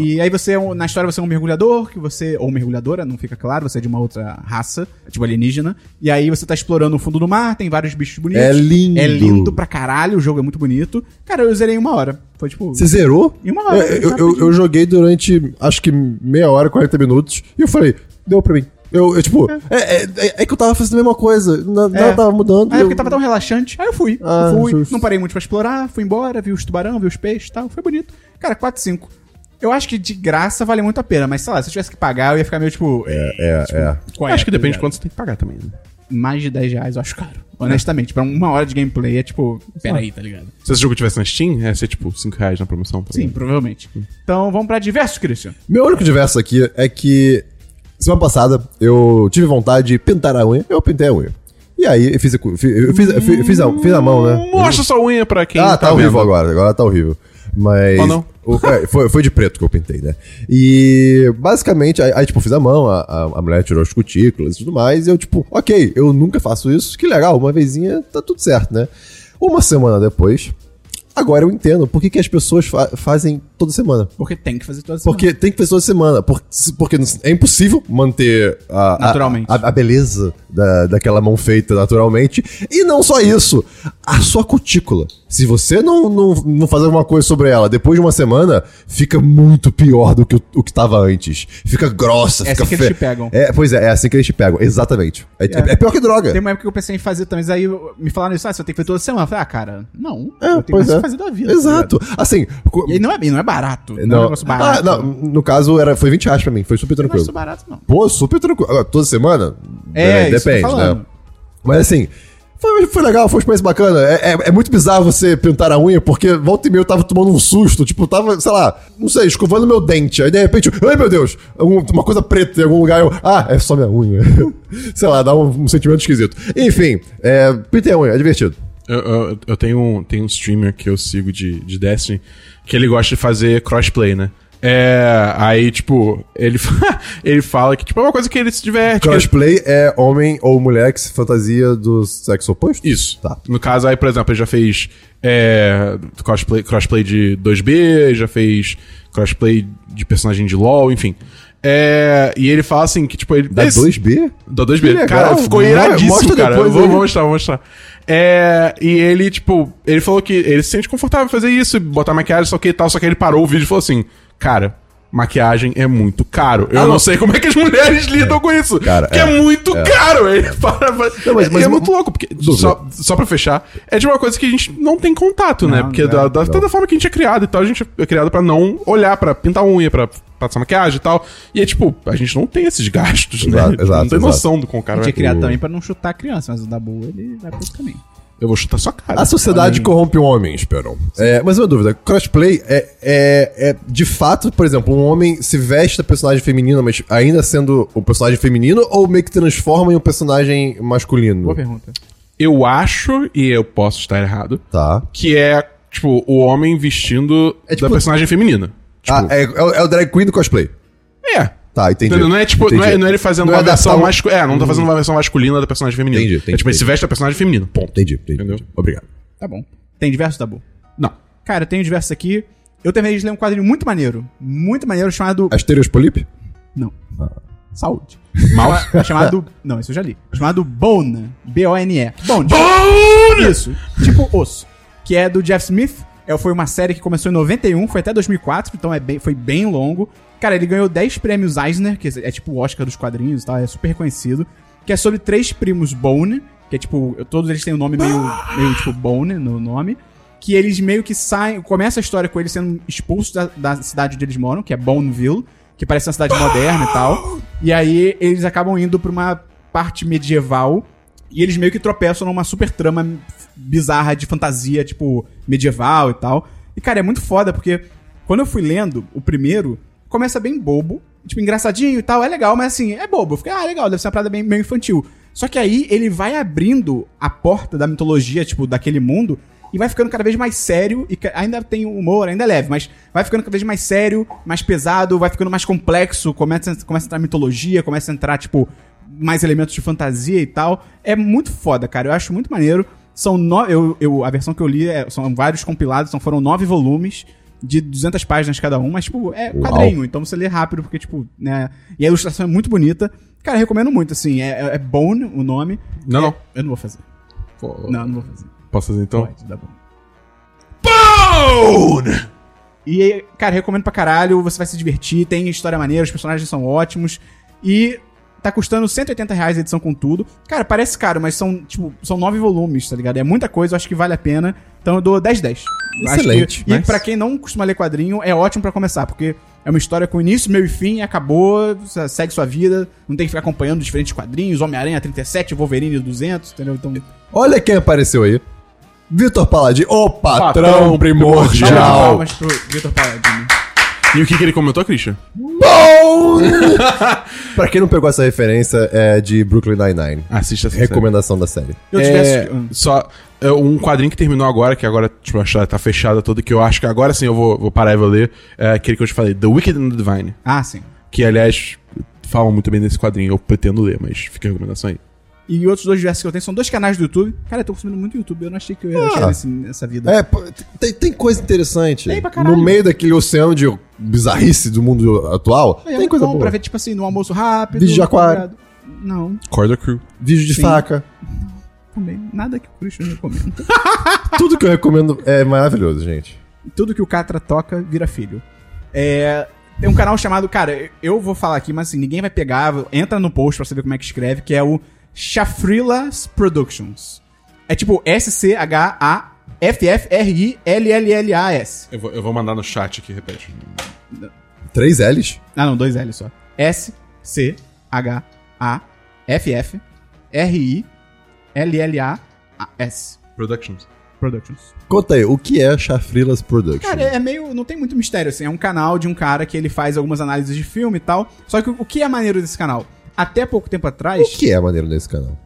A: E aí você é um- na história você é um mergulhador, que você ou mergulhadora, não fica claro, você é de uma outra raça, tipo alienígena. E aí você tá explorando o fundo do mar, tem vários bichos bonitos.
B: É lindo.
A: É lindo pra caralho, o jogo é muito bonito. Cara, eu zerei em uma hora. Foi tipo
B: Você zerou?
A: Em uma hora,
B: É, Eu, eu- eu,
A: rapidinho.
B: joguei durante, acho que meia hora, 40 minutos, e eu falei, deu pra mim. Eu, eu, tipo, é. é- é- é que eu tava fazendo a mesma coisa, na- nada tava mudando.
A: Aí
B: eu-
A: É. porque tava tão relaxante. Aí eu fui. Eu
B: Ah,
A: fui.
B: justo.
A: Não parei muito pra explorar, fui embora, vi os tubarão, vi os peixes e tal. Foi bonito. Cara, 4, 5. Eu acho que de graça vale muito a pena, mas sei lá, se eu tivesse que pagar, eu ia ficar meio tipo.
B: É, é.
A: qual
C: acho que
A: tá
C: depende de
A: ligado?
C: quanto você tem que pagar também. Né?
A: mais de 10 reais eu acho caro. Honestamente, pra uma hora de gameplay é tipo, peraí, tá ligado?
C: Se esse jogo tivesse na Steam, ia ser tipo 5 reais na promoção. por
A: Sim,
C: exemplo.
A: provavelmente. Então vamos pra diversos, Christian.
B: Meu único diverso aqui é que semana passada eu tive vontade de pintar a unha, eu pintei a unha. E aí eu fiz a, cu- fi- eu fiz, eu fiz, eu fiz a, fiz a mão, né?
C: Mostra sua unha pra quem.
B: Ah, tá,
C: vendo.
B: horrível agora, agora tá horrível. Mas.
C: Ou não.
B: o- é, foi, foi de preto que eu pintei, né? E basicamente, aí, aí, tipo, eu fiz a mão, a, a, a mulher tirou as cutículas e tudo mais, e eu, tipo, ok, eu nunca faço isso, que legal, uma vezinha tá tudo certo, né? Uma semana depois, agora eu entendo por que, que as pessoas fa- fazem toda semana.
A: Porque tem que fazer toda semana.
B: Porque tem que fazer toda semana. por- se- Porque, não- é impossível manter a, a-
A: Naturalmente.
B: A, a beleza da, daquela mão feita naturalmente. E não só isso, a sua cutícula. Se você não, não, não fazer alguma coisa sobre ela depois de uma semana, fica muito pior do que o, o que estava antes. Fica grossa,
A: É
B: fica
A: assim que eles
B: fe-
A: te pegam.
B: É, pois é, é assim que eles te pegam. Exatamente. É, é- é pior que droga.
A: Tem uma época que eu pensei em fazer também, mas aí eu- me falaram isso, ah, você tem que fazer toda semana. Eu falei, ah, cara, não.
B: É,
A: eu tenho
B: pois
A: mais o
B: é.
A: que fazer da vida. tá
B: Exato. assim. co-
A: ligado? e aí não é, e não é barato. Não, é um
B: Não,
A: negócio
B: ah,
A: barato.
B: não, no caso, era, foi 20 reais pra mim. Foi
A: não
B: super
A: é um
B: tranquilo.
A: negócio barato, não.
B: Pô, super tranquilo. Agora, toda semana?
A: É,
B: Depende,
A: isso que eu tô falando.
B: né? Mas assim, Foi, foi legal, foi uma experiência bacana. É, é- é muito bizarro você pintar a unha, porque volta e meia eu tava tomando um susto. Tipo, eu tava, sei lá, não sei, escovando meu dente. Aí de repente, eu, ai meu Deus, um- uma coisa preta em algum lugar. Eu, ah, é só minha unha. sei lá, dá um, um sentimento esquisito. Enfim, é, pintei a unha, é divertido.
C: Eu, eu- eu tenho, um, tem um streamer que eu sigo de, de Destiny que ele gosta de fazer crossplay, né? É. Aí, tipo, ele, fa- ele fala que, tipo, é uma coisa que ele se diverte. que ele-
B: Crossplay é homem ou mulher que se fantasia do sexo oposto?
C: Isso.
B: Tá.
C: No caso, aí, por exemplo, ele já fez é, crossplay, crossplay de 2B, já fez crossplay de personagem de LOL, enfim. É, e ele fala assim que, tipo, ele.
B: Da
C: esse-
B: 2B?
C: Da 2B.
B: Que legal.
C: Cara, ficou
B: Mo-
C: iradíssimo,
B: é mostra
C: cara.
B: depois
C: vou,
B: aí.
C: vou mostrar, vou mostrar. É, e ele, tipo, ele falou que ele se sente confortável em fazer isso, botar maquiagem, só que e tal, só que ele parou o vídeo e falou assim, cara. Maquiagem é muito caro. Eu não, sei como é que as mulheres lidam com isso.
B: Ah, Cara,
C: porque é,
B: é.
C: muito caro. Ele para, para-
B: Não, mas-
C: e
B: mas-
C: é muito louco, porque
B: Dúvida.
C: só, só pra fechar, é de uma coisa que a gente não tem contato, né?
A: Não,
C: Porque
A: não,
C: da, da, toda forma que a gente é criado e tal, a gente é criado pra não olhar, pra pintar unha, pra passar maquiagem e tal. E é tipo, a gente não tem esses gastos, né?
B: Exato,
C: A gente não
B: exato,
C: tem
B: exato.
C: noção do com o cara.
A: A gente é
C: vai-
A: criado também pra não chutar a criança, mas o Dabu, ele vai pro outro caminho.
C: Eu vou chutar sua cara.
B: A sociedade corrompe o homem, esperam. É, mas uma dúvida, crossplay é, é, é de fato, por exemplo, um homem se veste da personagem feminina, mas ainda sendo o personagem feminino, ou meio que transforma em um personagem masculino?
A: Boa pergunta.
C: Eu acho, e eu posso estar errado,
B: Tá.
C: que é, tipo, o homem vestindo
B: É tipo-
C: da personagem feminina. Tipo,
B: Ah, é, é o- é o drag queen do cosplay.
C: é.
B: Tá, entendi.
C: Entendeu? Não é tipo, não é,
B: Entendi.
C: não é ele fazendo
B: Não é
C: uma versão
B: adaptar um-
C: masculina. É, não tá fazendo uma versão masculina da personagem feminina.
B: Entendi, entendi,
C: é tipo, ele se
B: entendi.
C: veste da personagem feminina. Ponto.
B: Entendi, entendi.
C: Entendeu?
B: entendi. Obrigado.
A: Tá bom. Tem diversos, Dabu?
C: Não.
A: Cara, eu tenho diversos aqui. Eu terminei de ler um quadrinho muito maneiro. Muito maneiro, chamado...
B: Asterios Polipe?
A: Não. Saúde.
C: Mouse?
A: Chama- chamado... Não, isso eu já li. Chamado Bone. B-O-N-E. Bone.
C: Bone!
A: Isso. Tipo osso. Que é do Jeff Smith. É, foi uma série que começou em 91, foi até 2004, então é bem, foi bem longo. Cara, ele ganhou 10 prêmios Eisner, que é tipo o Oscar dos quadrinhos e tal, é super reconhecido. Que é sobre três primos Bone, que é tipo, todos eles têm um nome meio, meio tipo Bone no nome. Que eles meio que saem, começa a história com eles sendo expulsos da, da cidade onde eles moram, que é Boneville, que parece uma cidade moderna e tal. E aí eles acabam indo pra uma parte medieval, e eles meio que tropeçam numa super trama bizarra de fantasia, tipo, medieval e tal. E, cara, é muito foda, porque quando eu fui lendo o primeiro, começa bem bobo, tipo, engraçadinho e tal, é legal, mas assim, é bobo. Eu fiquei, ah, legal, deve ser uma parada bem, meio infantil. Só que aí ele vai abrindo a porta da mitologia, tipo, daquele mundo, e vai ficando cada vez mais sério, e ca- ainda tem humor, ainda é leve, mas vai ficando cada vez mais sério, mais pesado, vai ficando mais complexo, começa, começa a entrar mitologia, começa a entrar, tipo, mais elementos de fantasia e tal. É muito foda, cara. Eu acho muito maneiro. São no... eu, eu A versão que eu li é- são vários compilados, são, foram nove volumes de 200 páginas cada um, mas, tipo, é
B: Uau.
A: quadrinho, então você lê rápido, porque, tipo, né... E a ilustração é muito bonita. Cara, eu recomendo muito, assim. É, é- é Bone o nome.
C: Não, não.
A: Eu não vou fazer. Não, não vou fazer.
C: Posso fazer então?
A: Pode, dá bom.
C: Bone!
A: E, cara, recomendo pra caralho, você vai se divertir, tem história maneira, os personagens são ótimos. E tá custando 180 reais a edição com tudo. Cara, parece caro, mas são, tipo, são nove volumes, tá ligado? É muita coisa, eu acho que vale a pena. Então eu dou 10 10. Eu acho
B: Excelente,
A: que- E
C: nice.
A: pra quem não costuma ler quadrinho, é ótimo pra começar, porque é uma história com início, meio e fim, acabou, você segue sua vida, não tem que ficar acompanhando diferentes quadrinhos, Homem-Aranha 37, Wolverine 200, entendeu? Então,
B: Olha quem apareceu aí. Vitor Paladino, o patrão, primordial.
C: Patrão primordial.
A: palmas pro Vitor Paladino.
C: E o que, que ele comentou, Christian?
B: pra quem não pegou essa referência, é de Brooklyn Nine-Nine.
C: Assista essa série.
B: Recomendação da série.
A: Eu
C: É,
A: tivesse... Hum.
C: só é, um quadrinho que terminou agora, que agora tipo, a história tá fechada toda, que eu acho que agora sim eu vou, vou parar e vou ler, é aquele que eu te falei, The Wicked and the Divine,
A: Ah, sim.
C: que aliás falam muito bem desse quadrinho, eu pretendo ler, mas fica a recomendação aí.
A: E outros dois diversos que eu tenho são dois canais do YouTube. Cara, eu tô consumindo muito YouTube. Eu não achei que eu ia achar nesse- nessa vida.
B: Ah. É, pô, tem, tem coisa interessante.
A: Tem pra caralho.
B: no meio daquele oceano de bizarrice do mundo atual,
A: É
B: tem
A: muito
B: coisa
A: bom
B: boa.
A: pra ver, tipo assim, no almoço rápido.
B: Vídeo de aquário.
A: tá ligado? Não,
C: Corda Crew.
B: Vídeo de
A: Sim.
B: faca.
A: também. Nada que o Christian recomenda.
B: Tudo que eu recomendo é maravilhoso, gente.
A: Tudo que o Catra toca vira filho. É. Tem um canal chamado. Cara, eu vou falar aqui, mas assim, ninguém vai pegar. Entra no post pra saber como é que escreve, que é o Chafrilas Productions. É tipo S-C-H-A-F-F-R-I-L-L-L-A-S.
C: Eu vou, eu vou mandar no chat aqui, repete.
B: Três L's?
A: Ah, não, dois L só. S, C, H, A, F, F, R, I, L, L, A, P-R-A-S
C: Productions.
A: Productions.
B: Conta aí, o que é Chafrilas Productions?
A: Cara, é meio. Não tem muito mistério, assim. É um canal de um cara que ele faz algumas análises de filme e tal. Só que o o que é maneiro desse canal? Até pouco tempo atrás.
B: O que é maneiro nesse canal?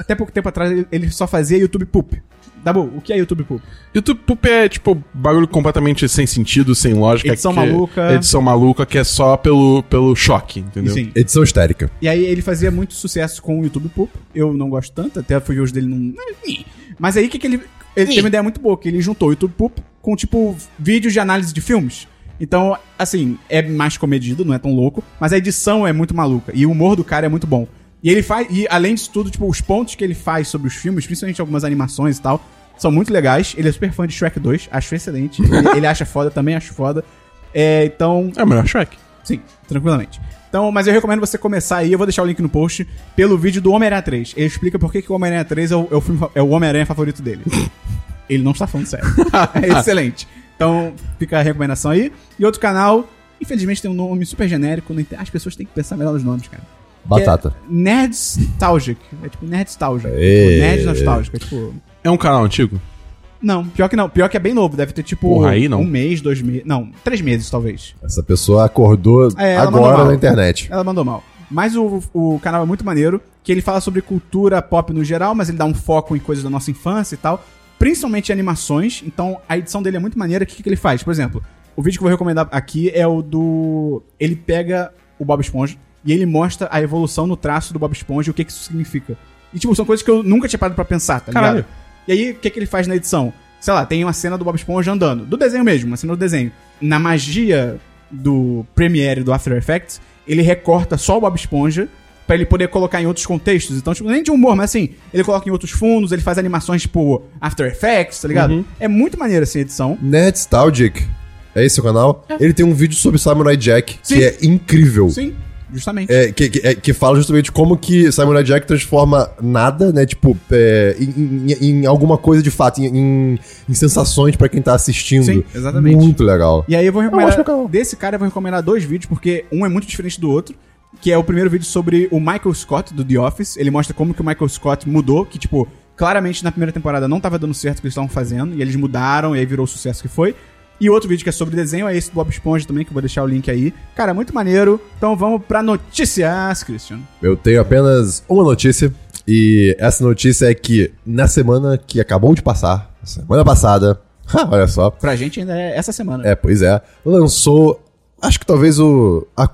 A: Até pouco tempo atrás ele- ele só fazia YouTube Poop. Dabu, o que é YouTube Poop?
C: YouTube Poop é, tipo, bagulho completamente sem sentido, sem lógica.
A: Edição
C: que- é
A: maluca.
C: Edição maluca que é só pelo, pelo choque, entendeu?
A: Sim.
B: Edição histérica.
A: E aí ele fazia muito sucesso com o YouTube Poop. Eu não gosto tanto, até fui ver os dele num. né, Mas aí o que, que ele. Ele teve uma ideia muito boa, que ele juntou o YouTube Poop com, tipo, vídeos de análise de filmes. Então, assim, é mais comedido, não é tão louco, mas a edição é muito maluca. E o humor do cara é muito bom. E ele faz. E além disso tudo, tipo, os pontos que ele faz sobre os filmes, principalmente algumas animações e tal, são muito legais. Ele é super fã de Shrek 2, acho excelente. ele, ele acha foda, também acho foda. É, então,
C: É o melhor Shrek.
A: Sim, tranquilamente. Então, mas eu recomendo você começar aí, eu vou deixar o link no post, pelo vídeo do Homem-Aranha 3. Ele explica por que, que o Homem-Aranha 3 é o, é o filme fa- é o Homem-Aranha favorito dele. Ele não está falando sério. é excelente. Então, fica a recomendação aí. E outro canal, infelizmente tem um nome super genérico, não ente- as pessoas têm que pensar melhor nos nomes, cara.
B: Batata.
A: Nerdstalgic. É tipo Nerdstalgic.
B: Ê.
A: Tipo, Nerd nostálgico. É tipo...
C: É um canal antigo?
A: Não, pior que não. Pior que é bem novo. Deve ter tipo
C: Porra, aí não.
A: um mês, dois meses. Não, três meses talvez.
B: Essa pessoa acordou
A: É, ela mandou
B: agora
A: mal.
B: na internet.
A: Ela mandou mal. Mas o, o canal é muito maneiro, que ele fala sobre cultura pop no geral, mas ele dá um foco em coisas da nossa infância e tal. Principalmente animações. Então a edição dele é muito maneira. O que, que ele faz? Por exemplo, o vídeo que eu vou recomendar aqui é o do. Ele pega o Bob Esponja e ele mostra a evolução no traço do Bob Esponja e o que, que isso significa. E, tipo, são coisas que eu nunca tinha parado pra pensar, tá
C: Caralho.
A: ligado? E aí, o que, que ele faz na edição? Sei lá, tem uma cena do Bob Esponja andando. Do desenho mesmo, uma cena do desenho. Na magia do Premiere do After Effects, ele recorta só o Bob Esponja pra ele poder colocar em outros contextos. Então, tipo, nem de humor, mas assim, ele coloca em outros fundos, ele faz animações tipo After Effects, tá ligado? É muito maneiro assim a edição.
B: Nerdstalgic. É esse o canal? Ele tem um vídeo sobre Samurai Jack
A: Sim.
B: que é incrível.
A: Sim, justamente.
B: É, que, que, é, que fala justamente como que Samurai Jack transforma nada, né? Tipo, é, em, em- em alguma coisa de fato, em, em- em sensações pra quem tá assistindo.
A: Sim, exatamente.
B: Muito legal.
A: E aí eu vou recomendar.
B: ótimo canal.
A: desse cara eu vou recomendar dois vídeos, porque um é muito diferente do outro. Que é o primeiro vídeo sobre o Michael Scott do The Office. Ele mostra como que o Michael Scott mudou, que, tipo, claramente na primeira temporada não tava dando certo o que eles estavam fazendo. E eles mudaram, e aí virou o sucesso que foi. E outro vídeo que é sobre desenho é esse do Bob Esponja também, que eu vou deixar o link aí. Cara, muito maneiro. Então vamos pra notícias, Christian.
B: Eu tenho apenas uma notícia. E essa notícia é que na semana que acabou de passar, semana passada, olha só,
A: Pra gente ainda é essa semana.
B: É, pois é. Lançou, acho que talvez o. A,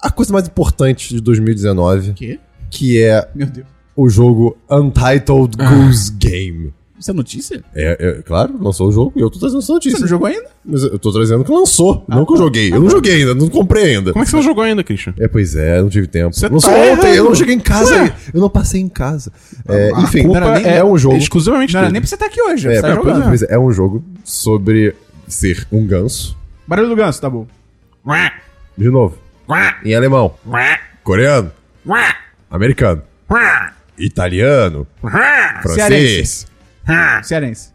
B: a coisa mais importante de 2019,
A: quê?
B: que é
A: Meu Deus.
B: o jogo Untitled
A: Ah.
B: Goose Game.
A: Isso é notícia?
B: É, é, claro, lançou o jogo e eu tô trazendo essa
A: Você
B: notícia.
A: não jogou ainda?
B: Mas eu tô trazendo que lançou,
C: Ah.
B: não que eu joguei. eu não joguei ainda, não comprei ainda.
C: Como é que você não jogou ainda, Christian?
B: É, pois é, não tive tempo.
C: Você
B: lançou
C: tá
B: ontem, eu não
C: errando.
B: cheguei em casa.
C: Ué.
B: ainda. Eu não passei em casa. É,
A: A
B: enfim,
A: culpa
B: não
A: é-
B: é um jogo.
C: Exclusivamente
A: Não, era
C: dele.
A: nem pra você estar aqui hoje.
B: É,
A: você tá
B: pois é,
A: jogando.
B: pois é, é um jogo sobre ser um ganso.
A: Barulho do ganso, tá bom.
C: Ué,
B: De novo,
C: ué,
B: em alemão.
C: ué,
B: coreano,
C: ué,
B: americano,
C: ué,
B: italiano,
C: ué.
B: francês.
A: Cearense.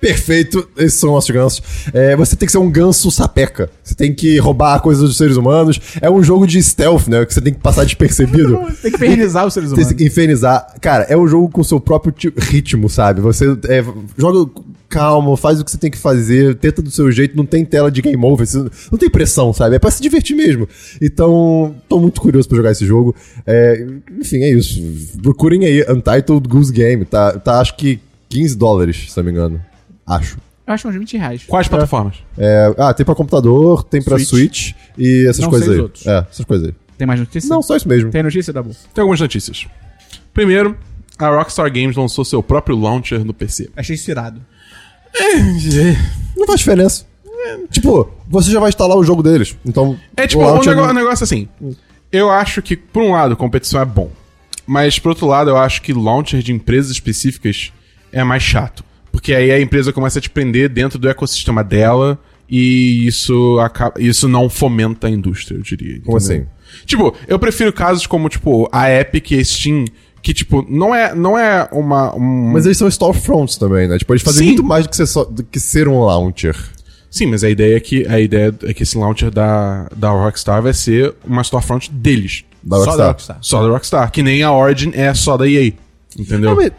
B: Perfeito, esses são nossos gansos. É, você tem que ser um ganso sapeca. Você tem que roubar coisas dos seres humanos. É um jogo de stealth, né? Que você tem que passar despercebido.
A: Tem que pernizar os seres humanos.
B: Tem que infernizar. Cara, é um jogo com seu próprio ti- ritmo, sabe? Você é, joga calmo, faz o que você tem que fazer, tenta do seu jeito, não tem tela de game over, você- não tem pressão, sabe? É pra se divertir mesmo. Então, tô muito curioso pra jogar esse jogo. É, enfim, é isso. Procurem aí Untitled Goose Game, tá, tá acho que 15 dólares, se não me engano. Acho.
A: Eu acho uns 20 reais.
C: Quais plataformas?
B: É, ah, tem pra computador, tem pra Switch,
A: Switch.
B: e essas
A: Não
B: coisas
A: sei os
B: aí.
A: outros.
B: É, essas coisas aí.
A: Tem mais notícia?
B: Não, só isso mesmo.
A: Tem notícia, Dabu?
C: Tem algumas notícias. Primeiro, a Rockstar Games lançou seu próprio launcher no PC.
A: Achei isso irado.
B: Não faz diferença. Tipo, você já vai instalar o jogo deles. Então.
C: É tipo,
B: o
C: um
B: launcher
C: nego- um
B: não-
C: negócio assim. Eu acho que, por um lado, competição é bom. Mas, por outro lado, eu acho que launcher de empresas específicas é mais chato. Porque aí a empresa começa a te prender dentro do ecossistema dela e isso, acaba, isso não fomenta a indústria, eu diria.
B: Como
C: entendeu?
B: assim?
C: Tipo, eu prefiro casos como, tipo, a Epic e a Steam, que, tipo, não é, não é uma... um-
B: Mas eles são storefronts também, né? Tipo, eles fazem
C: Sim.
B: muito mais do que, ser só- do que ser um launcher.
C: Sim, mas a ideia é que, a ideia é que esse launcher da, da Rockstar vai ser uma storefront deles.
B: Da
A: Só
B: Rockstar.
A: da Rockstar.
C: Só da Rockstar, que nem a Origin é só da EA. Entendeu?
B: Não, mas-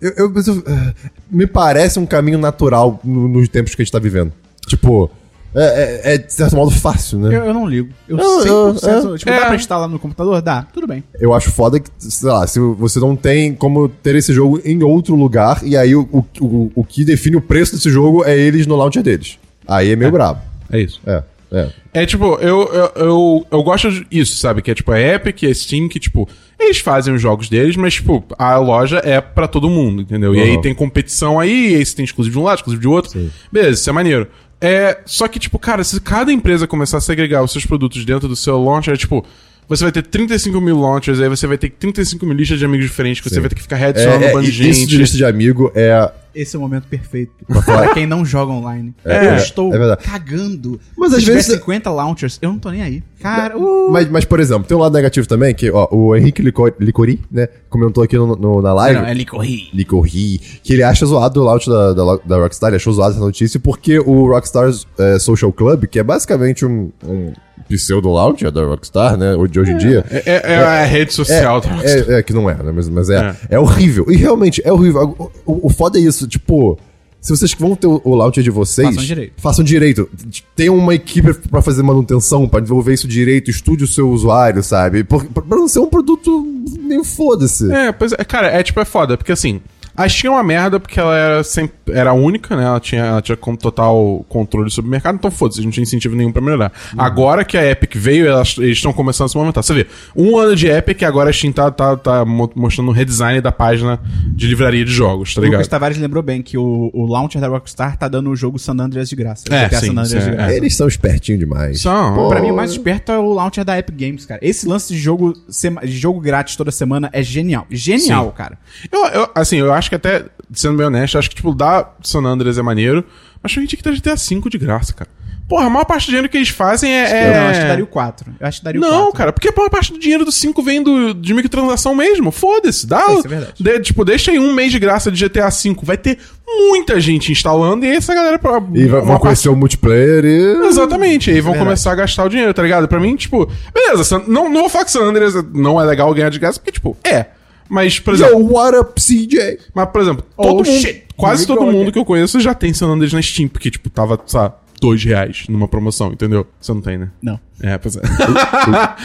B: eu- eu- mas eu- é, me parece um caminho natural no- nos tempos que a gente tá vivendo. Tipo, é, é- é, de certo modo fácil, né?
A: Eu, eu não ligo. Eu
B: Não,
A: 100%.
B: eu-
A: tipo,
C: é.
A: dá pra instalar no computador? Dá. Tudo bem.
B: Eu acho foda que, sei lá, se você não tem como ter esse jogo em outro lugar, e aí o, o, o, o que define o preço desse jogo é eles no launcher deles. Aí é meio brabo.
C: É isso.
B: É, é.
C: É tipo, eu, eu, eu, eu gosto disso, sabe? Que é tipo a Epic e a Steam, que tipo, eles fazem os jogos deles, mas tipo, a loja é pra todo mundo, entendeu? E aí
B: Uhum.
C: tem competição aí, e aí você tem exclusivo de um lado, exclusivo de outro. Beleza, isso é maneiro. É, só que tipo, cara, se cada empresa começar a segregar os seus produtos dentro do seu launcher, é tipo, você vai ter 35 mil launchers, aí você vai ter 35 mil listas de amigos diferentes, que você vai ter que ficar readicionando
B: É,
C: um
B: é,
C: bando de
B: e isso
C: gente.
B: de lista de amigo é.
A: Esse é o momento perfeito pra quem não joga online.
B: É,
A: eu
B: é,
A: estou
B: é verdade.
A: cagando.
B: Mas
A: Se
B: às
A: tiver
B: vezes-
A: 50 launchers, eu não tô nem aí. Cara, uh,
B: Mas, mas, por exemplo, tem um lado negativo também, que ó, o Henrique Licori, Licori, né, comentou aqui no- no- na live.
A: Não, é Licorri.
B: Licorri, que ele acha zoado o launch da, da, da Rockstar, ele achou zoado essa notícia, porque o Rockstar eh, Social Club, que é basicamente um, um pseudo-launch da Rockstar, né, de hoje em dia,
C: É, é- é a rede social. tá?
B: é, é, que não é, né? Mas, mas é, é. horrível. E realmente, é horrível. O, o- o foda é isso, tipo. Se vocês que vão ter o o launcher de vocês.
A: Façam direito.
B: Façam direito. Tem uma equipe pra fazer manutenção, pra desenvolver isso direito, estude o seu usuário, sabe? Por, pra pra não ser um produto meio foda-se.
C: É, pois é, cara, é tipo, é foda, porque assim, a Steam é uma merda porque ela era sempre, era única, né? Ela tinha, ela tinha como total controle sobre o mercado, então foda-se, não tinha incentivo nenhum pra melhorar.
A: Uhum.
C: Agora que a Epic veio, elas- eles estão começando a se movimentar. Você vê, um ano de Epic e agora a Steam tá, tá, tá mo- mostrando um redesign da página de livraria de jogos, tá
A: O Lucas
C: ligado?
A: Tavares lembrou bem que o, o launcher da Rockstar tá dando o jogo San Andreas de graça.
C: É,
A: GTA
C: sim,
A: San Andreas
C: sim,
A: de
C: é.
A: graça.
B: Eles são espertinhos demais.
C: São,
B: Pô,
A: Pra mim, o mais esperto é o launcher da Epic Games, cara. Esse lance de jogo, sema- de jogo grátis toda semana é genial. Genial,
C: Sim.
A: cara.
C: Eu, eu- assim, eu acho que até, sendo bem honesto, eu acho que, tipo, dar San Andreas é maneiro, mas a gente tinha que dar GTA V de graça, cara. Porra, a maior parte do dinheiro que eles fazem é.
A: Eu
C: é...
A: não, acho que daria o 4. Eu acho que daria o 4.
C: Não, cara, porque a maior parte do dinheiro do 5 vem do, de microtransação mesmo. Foda-se. Dá.
A: Isso é verdade.
C: de- tipo, deixa aí um mês de graça de GTA V. Vai ter muita gente instalando e aí essa galera. pra-
B: E vai-
C: uma
B: vão
C: parte-
B: conhecer o multiplayer e.
C: Exatamente, aí vão começar a gastar o dinheiro, tá ligado? Pra mim, tipo, beleza, San- não, não vou falar que San Andreas não é legal ganhar de graça, porque, tipo, é. Mas, por exemplo,
B: Yo, what up, CJ?
C: mas, por exemplo
A: Oh,
C: todo mundo,
A: shit.
C: quase
A: Here we
C: todo
A: go
C: mundo
A: again.
C: que eu conheço já tem San Andreas na Steam, porque, tipo, tava, sabe, dois reais numa promoção, entendeu? Você não tem, né?
A: Não.
C: É, pois é.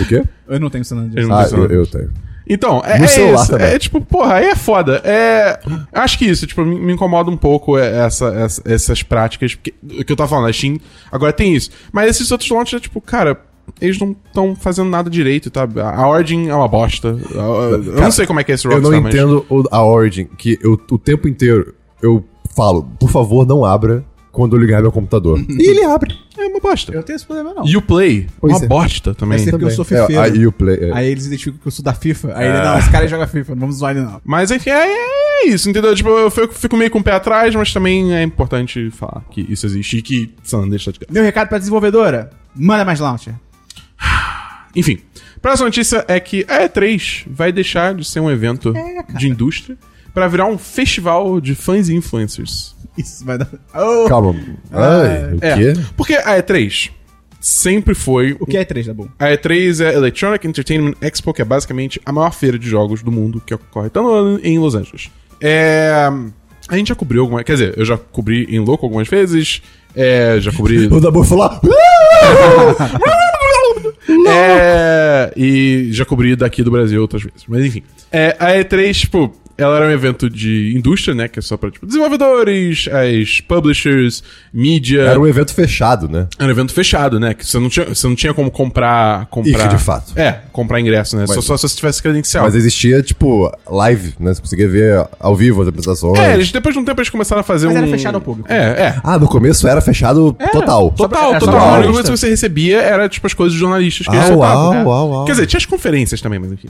B: O quê?
A: Eu não tenho San Andreas.
C: Eu não
B: Ah,
C: sei.
B: eu, eu tenho.
C: Então, é,
B: No
C: é
B: celular
C: isso.
B: também.
C: É tipo, porra, aí é foda. É. Acho que isso, tipo, me, me incomoda um pouco é, essa, essa- essas práticas. Porque, o que eu tava falando, a Steam agora tem isso. Mas esses outros launches é tipo, cara. Eles não estão fazendo nada direito, tá? A Origin é uma bosta. Eu- Eu, eu não sei como é que é esse
B: Eu não
C: Rockstar, mas-
B: entendo o- a Origin, que eu, o tempo inteiro eu falo, por favor, não abra quando eu ligar meu computador. e ele abre.
C: É uma bosta.
A: Eu tenho esse problema, não.
C: E o Play,
B: Pois
C: uma
B: é.
C: bosta também.
A: Mas você- Porque eu sou
B: Também.
A: fifeiro.
B: É, aí o play. é.
A: Aí eles identificam que eu sou da FIFA. Aí
C: É.
A: ele, não, esse cara joga FIFA, não vamos zoar ele, não.
C: Mas enfim, é, é isso, entendeu? Tipo, eu fico, fico meio com o pé atrás, mas também é importante falar que isso existe e que San Andreas tá de graça.
A: Meu um recado pra desenvolvedora: manda mais launcher.
C: Enfim, próxima notícia é que a E3 vai deixar de ser um evento
A: É,
C: de indústria pra virar um festival de fãs e influencers.
A: Isso vai dar. Oh!
B: Calma. Ai, o
C: É,
B: quê?
C: porque a E3 sempre foi
A: O que é 3 da bom?
C: a E3 é a Electronic Entertainment Expo, que é basicamente a maior feira de jogos do mundo que ocorre tanto ano em Los Angeles. É, A gente já cobriu algumas. Quer dizer, eu já cobri em louco algumas vezes. é, já cobri.
B: O Dabu falou. "Ah!"
C: É, e já cobri daqui do Brasil outras vezes. Mas enfim. É, a E3, tipo, ela era um evento de indústria, né? Que é só pra tipo, desenvolvedores, as publishers, mídia.
B: Era um evento fechado, né?
C: Era um evento fechado, né? Que você não tinha, você não tinha como comprar. comprar
B: Isso, de fato.
C: É, comprar ingresso, né? só, só se você tivesse credencial.
B: Mas existia, tipo, live, né? Você conseguia ver ao vivo as apresentações.
C: É, eles, depois de um tempo eles começaram a fazer
A: Mas
C: um.
A: era fechado ao público.
C: É, é.
B: Ah, no começo era fechado total.
C: Total,
A: é, só
C: total.
A: pra
C: A única
A: jornalista.
C: coisa que você recebia era, tipo, as coisas dos jornalistas que
B: Au,
C: eles soltavam.
B: au, au, au.
C: É. Quer dizer, tinha as conferências também, mas enfim.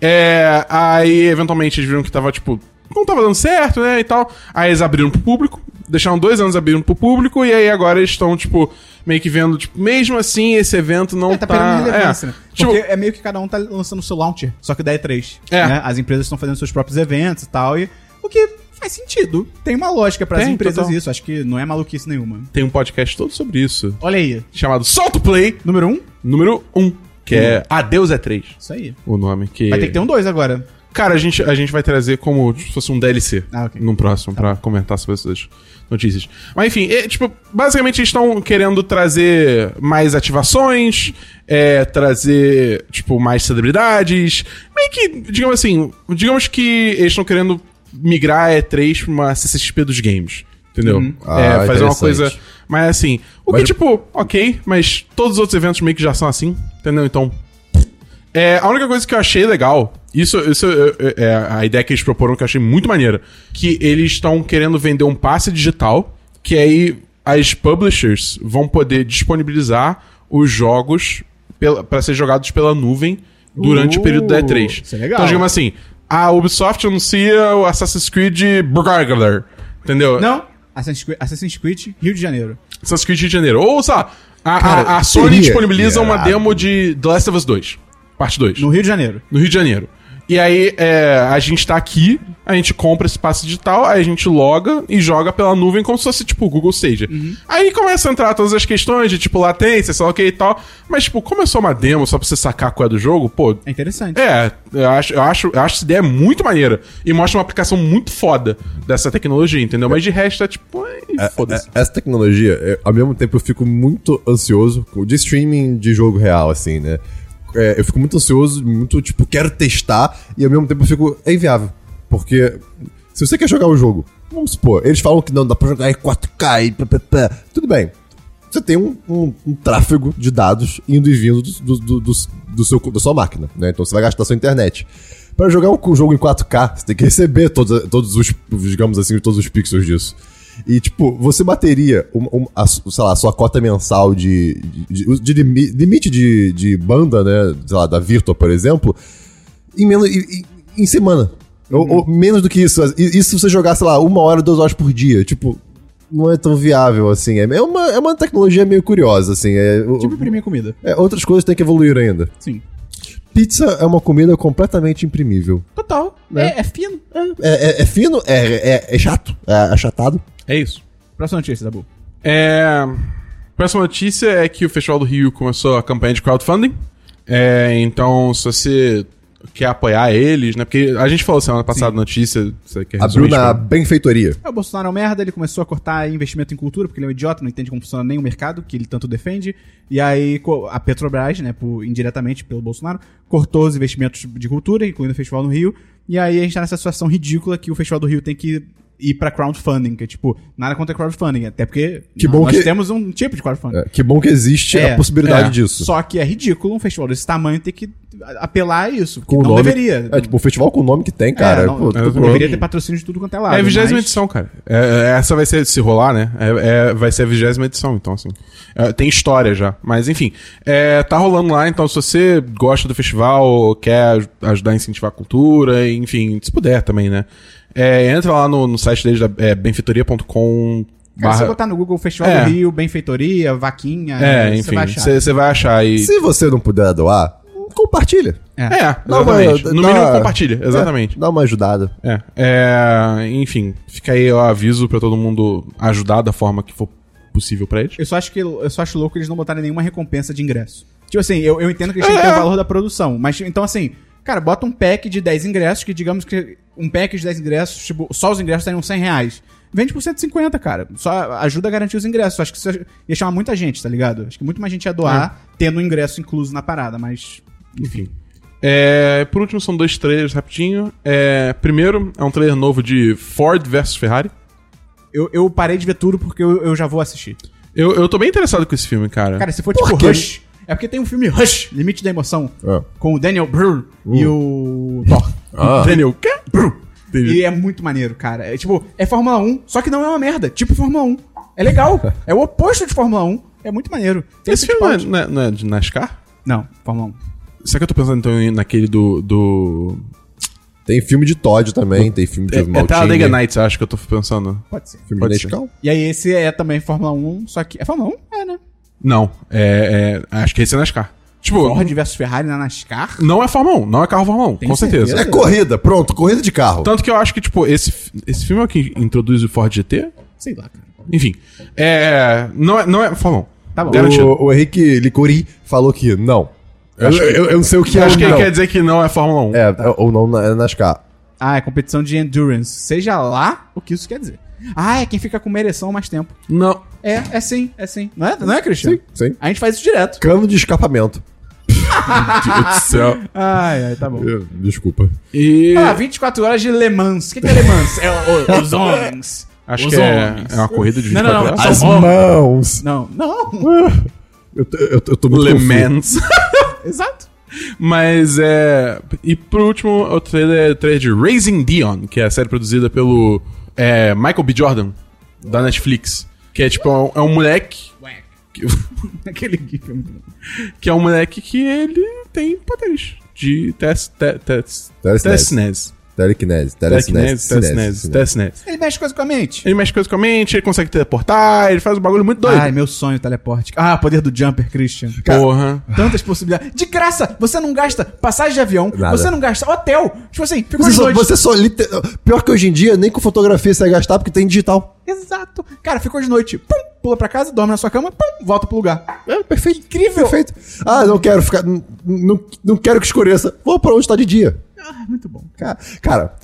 C: É, aí, eventualmente, eles viram que tava, tipo, não tava dando certo, né, e tal. Aí eles abriram pro público, deixaram dois anos abrindo pro público, e aí agora eles estão, tipo, meio que vendo, tipo, mesmo assim, esse evento não tá... é,
A: né?
C: tipo,
A: Porque é meio que cada um tá lançando o seu launcher, só que da E3.
C: É.
A: né? As empresas estão fazendo seus próprios eventos e tal, e o que faz sentido. Tem uma lógica para as
C: Tem,
A: empresas
C: total.
A: isso, acho que não é maluquice nenhuma.
C: tem um podcast todo sobre isso,
A: Olha aí,
C: chamado Solta o Play,
A: número 1, um,
C: número 1, um, que é Adeus é 3,
A: isso aí.
C: o nome, que...
A: Vai ter que ter um 2 agora.
C: Cara, a gente, a gente vai trazer como se fosse um DLC
A: Ah, ok.
C: num próximo pra comentar sobre essas notícias. Mas enfim, é, tipo, basicamente eles estão querendo trazer mais ativações, é, trazer, tipo, mais celebridades. Meio que, digamos assim, digamos que eles estão querendo migrar a E3 pra uma CCXP dos games. Entendeu?
A: Uhum.
B: Ah,
C: é, fazer uma
B: interessante.
C: coisa. Mas assim, o
B: Mas-
C: que tipo, ok, mas todos os outros eventos meio que já são assim, entendeu? Então, é, a única coisa que eu achei legal, isso, isso é, é, é a ideia que eles proporam que eu achei muito maneira, que eles estão querendo vender um passe digital, que aí as publishers vão poder disponibilizar os jogos pela- pra ser jogados pela nuvem durante o
A: Uh,
C: período da E3.
A: isso é legal.
C: Então, digamos assim, a Ubisoft anuncia o Assassin's Creed Burglar, entendeu?
A: Não, Assassin's Creed, Assassin's Creed, Rio de Janeiro.
C: Assassin's Creed Rio de Janeiro. Ou, sei lá, a,
B: Cara,
C: a- a Sony
B: seria
C: disponibiliza uma
B: irado.
C: demo de The Last of Us 2, parte 2
A: No Rio de Janeiro.
C: no Rio de Janeiro. E aí, é, a gente tá aqui, a gente compra esse passe digital, aí a gente loga e joga pela nuvem como se fosse, tipo, o Google Stage. Aí começa a entrar todas as questões de, tipo, latência, sei lá o que e tal. Mas, tipo, como é só uma demo, só pra você sacar qual é do jogo, pô...
A: É interessante.
C: É, eu acho, eu, acho, eu acho essa ideia muito maneira. E mostra uma aplicação muito foda dessa tecnologia, entendeu? Mas de resto é tipo, ai, foda-se.
B: É, Essa tecnologia, é, ao mesmo tempo, eu fico muito ansioso com- de streaming de jogo real, assim, né? É, eu fico muito ansioso, muito, tipo, quero testar, e ao mesmo tempo eu fico, é inviável. Porque se você quer jogar o jogo, vamos supor, eles falam que não dá pra jogar em 4K e pá, pá, pá. tudo bem. Você tem um, um- um tráfego de dados indo e vindo do, do- do- do- do seu, da sua máquina, né? Então você vai gastar sua internet. Pra jogar um jogo em 4K, você tem que receber todos, todos os, digamos assim, todos os pixels disso. E, tipo, você bateria, um, um, a, su- sei lá, a sua cota mensal de, de, de- de limi- limite de, de banda, né? Sei lá, da Virtua, por exemplo, em, menos, em, em- em semana. Ou,
A: Uhum.
B: ou menos do que isso. E, e se você jogar, sei lá, uma hora, duas horas por dia? Tipo, não é tão viável, assim. É, é, uma, é uma tecnologia meio curiosa, assim. É, o-
A: Tipo imprimir comida.
B: é, outras coisas têm que evoluir ainda.
A: Sim.
B: Pizza é uma comida completamente imprimível.
A: Total.
B: Né?
A: É, é fino.
B: É, é- é fino, é, é, é chato, é achatado.
C: É isso.
A: Próxima notícia, Dabu.
C: É. Próxima notícia é que o Festival do Rio começou a campanha de crowdfunding. É, então, se você quer apoiar eles, né? Porque a gente falou semana passada na notícia. Você quer
B: Abriu
C: resumir,
B: na
A: né?
C: tipo?
B: benfeitoria.
A: É, o Bolsonaro é um merda, ele começou a cortar investimento em cultura, porque ele é um idiota, não entende como funciona nem o mercado, que ele tanto defende. E aí co- a Petrobras, né, por- indiretamente pelo Bolsonaro, cortou os investimentos de cultura, incluindo o Festival no Rio. E aí a gente tá nessa situação ridícula que o Festival do Rio tem que ir pra crowdfunding, que é tipo, nada contra crowdfunding, até porque
B: Que
A: n-
B: bom
A: nós
B: que-
A: temos um tipo de crowdfunding.
B: É, que bom que existe
A: É,
B: a possibilidade
C: é.
B: disso.
A: Só que é ridículo um festival desse tamanho ter que a- apelar a isso. porque
B: com o
A: não
B: nome,
A: deveria.
B: É, tipo, o festival com o nome que tem, cara.
A: É, não-
B: pô, tô
C: eu-
B: falando.
A: deveria ter patrocínio de tudo quanto é lado.
C: É a vigésima
A: mas-
C: edição, cara. É, é, essa vai ser, se rolar, né? É, é- vai ser a vigésima edição, então, assim. É, tem história já. Mas, enfim. é, tá rolando lá, então, se você gosta do festival, quer aj- ajudar a incentivar a cultura, enfim, se puder também, né? É, entra lá no, no site deles, da- é, benfeitoria.com.
A: Cara, se você
C: barra-
A: botar no Google Festival
C: É.
A: do Rio, Benfeitoria, Vaquinha,
C: É,
A: você
C: enfim,
A: vai achar.
C: você vai achar e.
B: Se você não puder doar, compartilha.
C: É,
B: Dá uma-
C: exatamente. no
B: dá-
C: mínimo compartilha, exatamente.
B: É, dá uma ajudada.
C: É. É, enfim, fica aí o aviso pra todo mundo ajudar da forma que for possível pra eles.
A: Eu só acho que eu só acho louco eles não botarem nenhuma recompensa de ingresso. Tipo assim, eu, eu entendo que eles têm que ter
C: É.
A: o valor da produção, mas então assim, cara, bota um pack de 10 ingressos, que digamos que um pack de 10 ingressos, tipo, só os ingressos seriam 100 reais. Vende por 150, cara. Só ajuda a garantir os ingressos. Acho que isso ia chamar muita gente, tá ligado? Acho que muito mais gente ia doar,
B: É.
A: tendo o ingresso incluso na parada, mas.
C: Enfim. É, por último, são dois trailers rapidinho. É, primeiro, é um trailer novo de Ford versus Ferrari.
A: Eu, eu parei de ver tudo porque eu, eu já vou assistir.
C: Eu, eu tô bem interessado com esse filme, cara.
A: Cara, se for
B: É. Por
A: tipo
B: quê?
A: Rush. É porque tem um filme Rush, Limite da Emoção,
B: É. Uh.
A: com o Daniel Brühl e o Thor.
B: Ah.
C: Daniel, quê?
A: E é muito maneiro, cara. É tipo, é Fórmula 1, só que não é uma merda. Tipo Fórmula 1. É legal. é o oposto de Fórmula 1. É muito maneiro. Tem
C: Esse filme não é,
A: pitfalls.
C: não é- não é de NASCAR?
A: Não, Fórmula 1.
C: Será que eu tô pensando então em- naquele do. do...
B: Tem filme de Todd também, tem filme de
C: É,
B: Teve
C: é Talladega Nights, eu acho que eu tô pensando.
A: Pode ser.
B: Filme
C: Pode
B: de
C: ser.
B: Nescau.
A: E aí esse é também Fórmula 1, só que... É Fórmula 1? É, né?
C: Não, é, é- Acho que esse é NASCAR. Tipo,
A: Ford versus Ferrari na NASCAR?
C: Não é Fórmula 1, não é carro Fórmula 1, com certeza.
A: certeza?
B: É corrida, pronto, corrida de carro.
C: Tanto que eu acho que, tipo, esse, fi- esse filme é o que introduz o Ford GT?
A: Sei lá, cara.
C: Enfim, é. Não é, não é Fórmula 1.
A: Tá bom.
C: Garantido.
B: o, o Henrique Licori falou que não. Eu, eu, eu não sei o que é
C: Acho
B: ou
C: que ele
B: não.
C: quer dizer que não é Fórmula 1.
B: É, ou não na, é NASCAR.
A: Ah, é competição de endurance. Seja lá o que isso quer dizer. Ah, é quem fica com uma ereção mais tempo.
C: Não.
A: É, é sim, é sim. Não é, não é Cristian?
B: Sim, sim.
A: A gente faz isso direto.
B: Cano de escapamento.
C: Meu Deus do céu.
A: Ai, ai, tá bom.
B: Eu- É, Desculpa.
C: E.
A: Ah, 24 horas de Le Mans. O que, que é Le Mans? é o- o- os homens.
C: acho
A: os
C: que é,
A: homens.
C: é uma corrida de
A: Não, não,
C: 24
A: não.
C: horas.
A: São
B: As
A: homens.
B: mãos.
A: Não, não.
B: Ah. Eu, tô- eu, tô- eu tô muito
C: Le
B: confuso.
C: Mans.
A: Exato.
C: Mas é. E por último, o trailer, trailer de Raising Dion, que é a série produzida pelo é, Michael B. Jordan, da Netflix. Que é tipo, é um, é um moleque. Que,
A: Aquele gif é muito bom.
C: que é um moleque que ele tem poderes de tes, te, tes, telecinese.
B: Telecinese. Telecinese.
C: Telecinese, telecinese,
B: Telecinese.
C: telecinese.
A: Ele mexe coisa com a mente.
C: Ele mexe coisas com a mente, ele consegue teleportar, ele faz um bagulho muito doido.
A: Ai, meu sonho teleporte. Ah, poder do jumper, Christian.
C: Porra.
A: Tantas possibilidades. De graça! Você não gasta passagem de avião,
B: Nada.
A: você não gasta hotel. Tipo assim, ficou
B: Você
A: de
B: só,
A: noite.
B: você só liter- Pior que hoje em dia, nem com fotografia você vai gastar porque tem digital.
A: Exato. Cara, ficou de noite. Pum, pula pra casa, dorme na sua cama, pum, volta pro lugar.
B: É, perfeito.
A: Incrível.
B: Perfeito. Ah, não quero ficar. n- n- Não, não quero que escureça. Vou pra onde tá de dia.
A: Ah, muito bom.
B: Ca- Cara,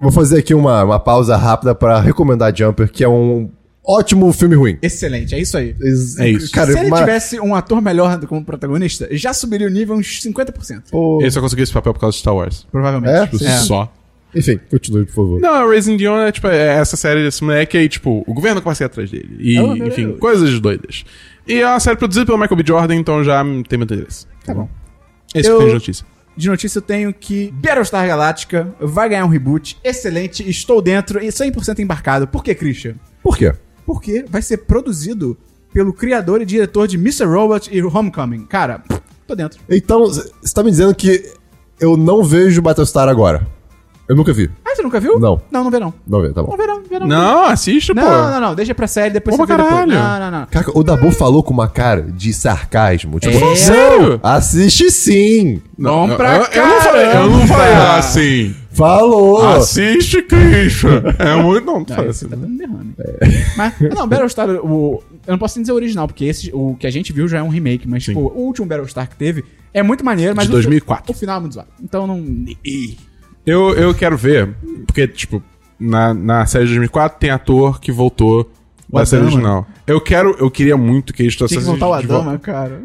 B: vou fazer aqui uma, uma pausa rápida pra recomendar Jumper, que é um ótimo filme ruim.
A: Excelente, é isso aí.
B: Ex-
C: É isso.
B: Cara,
A: Se ele
B: ma-
A: tivesse um ator melhor como protagonista, já subiria o nível uns 50%.
B: pô,
C: Ele só conseguiu esse papel por causa de Star Wars.
A: Provavelmente.
B: É?
A: É.
C: Só.
B: Enfim, continue, por favor.
C: Não, Raising Dion é tipo é essa série desse moleque aí, tipo, o governo que vai ser atrás dele. E,
A: Ah, meu
C: enfim,
A: Deus.
C: coisas doidas. E é uma série produzida pelo Michael B. Jordan, então já tem muito interesse.
A: Tá bom.
C: Esse
A: Eu-
C: foi a notícia.
A: De notícia eu tenho que Battlestar Galactica vai ganhar um reboot. Excelente, estou dentro e 100% embarcado. Por que, Christian?
B: Por quê?
A: Porque vai ser produzido pelo criador e diretor de Mr. Robot e Homecoming. Cara, tô dentro.
B: Então, c- você tá me dizendo que eu não vejo Battlestar agora. Eu nunca vi.
A: Ah, você nunca viu?
B: Não.
A: Não, não vê não.
B: Não vi, tá
A: Não
B: bom.
A: vê não, vê não.
C: Não, assista, pô.
A: Não, não, não, deixa pra série, depois
C: Pô,
A: você vê depois.
C: caralho.
A: Não, não, não.
B: Cara, o Dabu falou com uma cara de sarcasmo. Tipo,
A: É.
C: Sério?
B: assiste sim!
A: Vamos
C: eu-
A: pra
C: eu, eu não falei, eu não falei
A: caramba.
C: assim.
B: Falou!
C: Assiste, Christian. É muito. Não, não falei assim. É.
A: Tá dando derrame. Mas, não, Battlestar, o, eu não posso nem dizer o original, porque esse, o que a gente viu já é um remake, mas, tipo, o último Battlestar que teve é muito maneiro, mas.
C: De
A: o fi-
C: 2004.
A: O final é muito zoado. Então não. Ih.
C: Eu, eu quero ver, porque, tipo, na, na série de 2004 tem ator que voltou da
A: Adama.
C: série original. Eu quero, eu queria muito que eles
A: Tinha que
C: trouxessem
A: voltar o
C: de volta.
A: Adama, cara.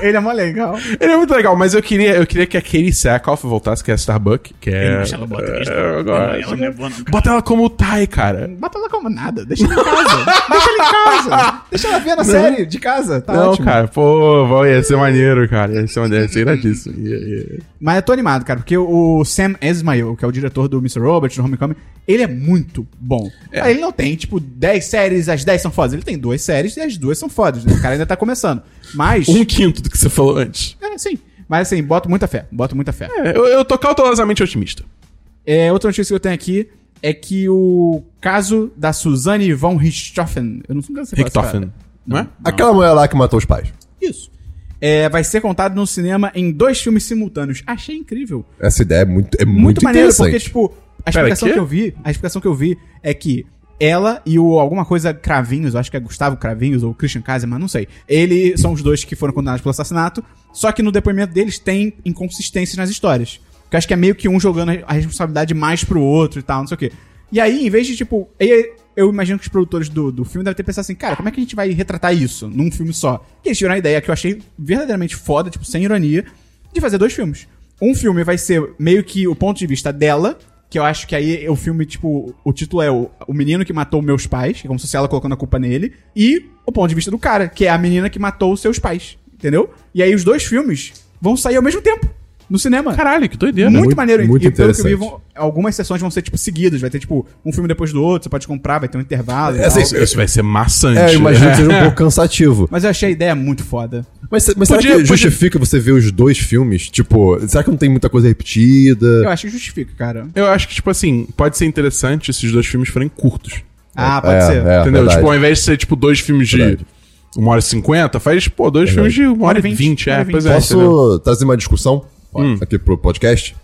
A: Ele é mó legal.
C: Ele é muito legal, mas eu queria, eu queria que a Katie Sackhoff voltasse, que é a Starbuck, que é... ela bota Bota ela é como o Tai, cara.
A: Bota ela como nada, deixa ela em casa. deixa ela em casa. Deixa ela ver na série de casa, tá
C: Não,
A: ótimo.
C: cara, pô, vai- ia ser maneiro, cara. Ia ser, maneiro, ia ser iradíssimo. Ia- ia-
A: Mas eu tô animado, cara, porque o Sam Esmail, que é o diretor do Mr. Robot, do Homecoming, ele é muito bom.
C: É.
A: Ah, Ele não tem, tipo, 10 séries, as 10 são fodas. Ele tem duas séries e as duas são fodas. né? O cara ainda tá começando. Mas.
C: Um quinto do que você falou antes.
A: É, sim. Mas assim, boto muita fé. Boto muita fé.
C: É, eu, eu tô cautelosamente otimista.
B: Tá
A: É, outra notícia que eu tenho aqui é que o caso da Suzanne von Richthofen. Eu não sei é se
C: Richtofen, não é?
B: Aquela mulher lá que matou os pais.
A: Isso. É, vai ser contado no cinema em dois filmes simultâneos. Achei incrível.
B: Essa ideia é muito, é muito,
A: muito, maneiro,
B: interessante.
A: porque, tipo, a
C: Pera,
A: explicação
C: quê?
A: que eu vi, a explicação que eu vi é que ela e o alguma coisa Cravinhos, eu acho que é Gustavo Cravinhos ou Christian Kaiser, mas não sei. Eles são os dois que foram condenados pelo assassinato, só que no depoimento deles tem inconsistências nas histórias. Porque eu acho que é meio que um jogando a- a responsabilidade mais pro outro e tal, não sei o quê. E aí, em vez de, tipo, e- eu imagino que os produtores do, do filme devem ter pensado assim, cara, como é que a gente vai retratar isso num filme só? E eles tiveram a ideia que eu achei verdadeiramente foda, tipo, sem ironia, de fazer dois filmes. Um filme vai ser meio que o ponto de vista dela, que eu acho que aí o filme, tipo, o título é o, o Menino que Matou Meus Pais, que é como se fosse ela colocando a culpa nele, e o ponto de vista do cara, que é a menina que matou os seus pais, entendeu? E aí os dois filmes vão sair ao mesmo tempo, no cinema. É
C: Caralho, que doideira.
A: Muito,
B: muito-
A: maneiro.
B: muito
A: e pelo que eu vi,
B: interessante.
A: vão- algumas sessões vão ser, tipo, seguidas. Vai ter, tipo, um filme depois do outro, você pode comprar, vai ter um intervalo. e
B: É,
A: tal.
B: assim,
C: Isso, isso vai ser maçante.
B: É, eu imagino que seja um pouco cansativo.
A: Mas eu achei a ideia muito foda.
B: Mas, mas será
C: Podia-
B: que
C: podia-
B: justifica você ver os dois filmes? Tipo, será que não tem muita coisa repetida?
A: Eu acho que justifica, cara.
C: Eu acho que, tipo assim, pode ser interessante se os dois filmes forem curtos.
A: Ah, pode
B: é,
A: ser.
B: é.
C: entendeu?
B: verdade.
C: Tipo, ao invés de ser, tipo, dois filmes
B: Verdade.
C: de uma hora e cinquenta, faz, pô, dois filmes de uma hora e vinte.
A: Uma hora
C: É,
A: e
C: pois é. entendeu?
B: Posso trazer uma discussão aqui pro podcast?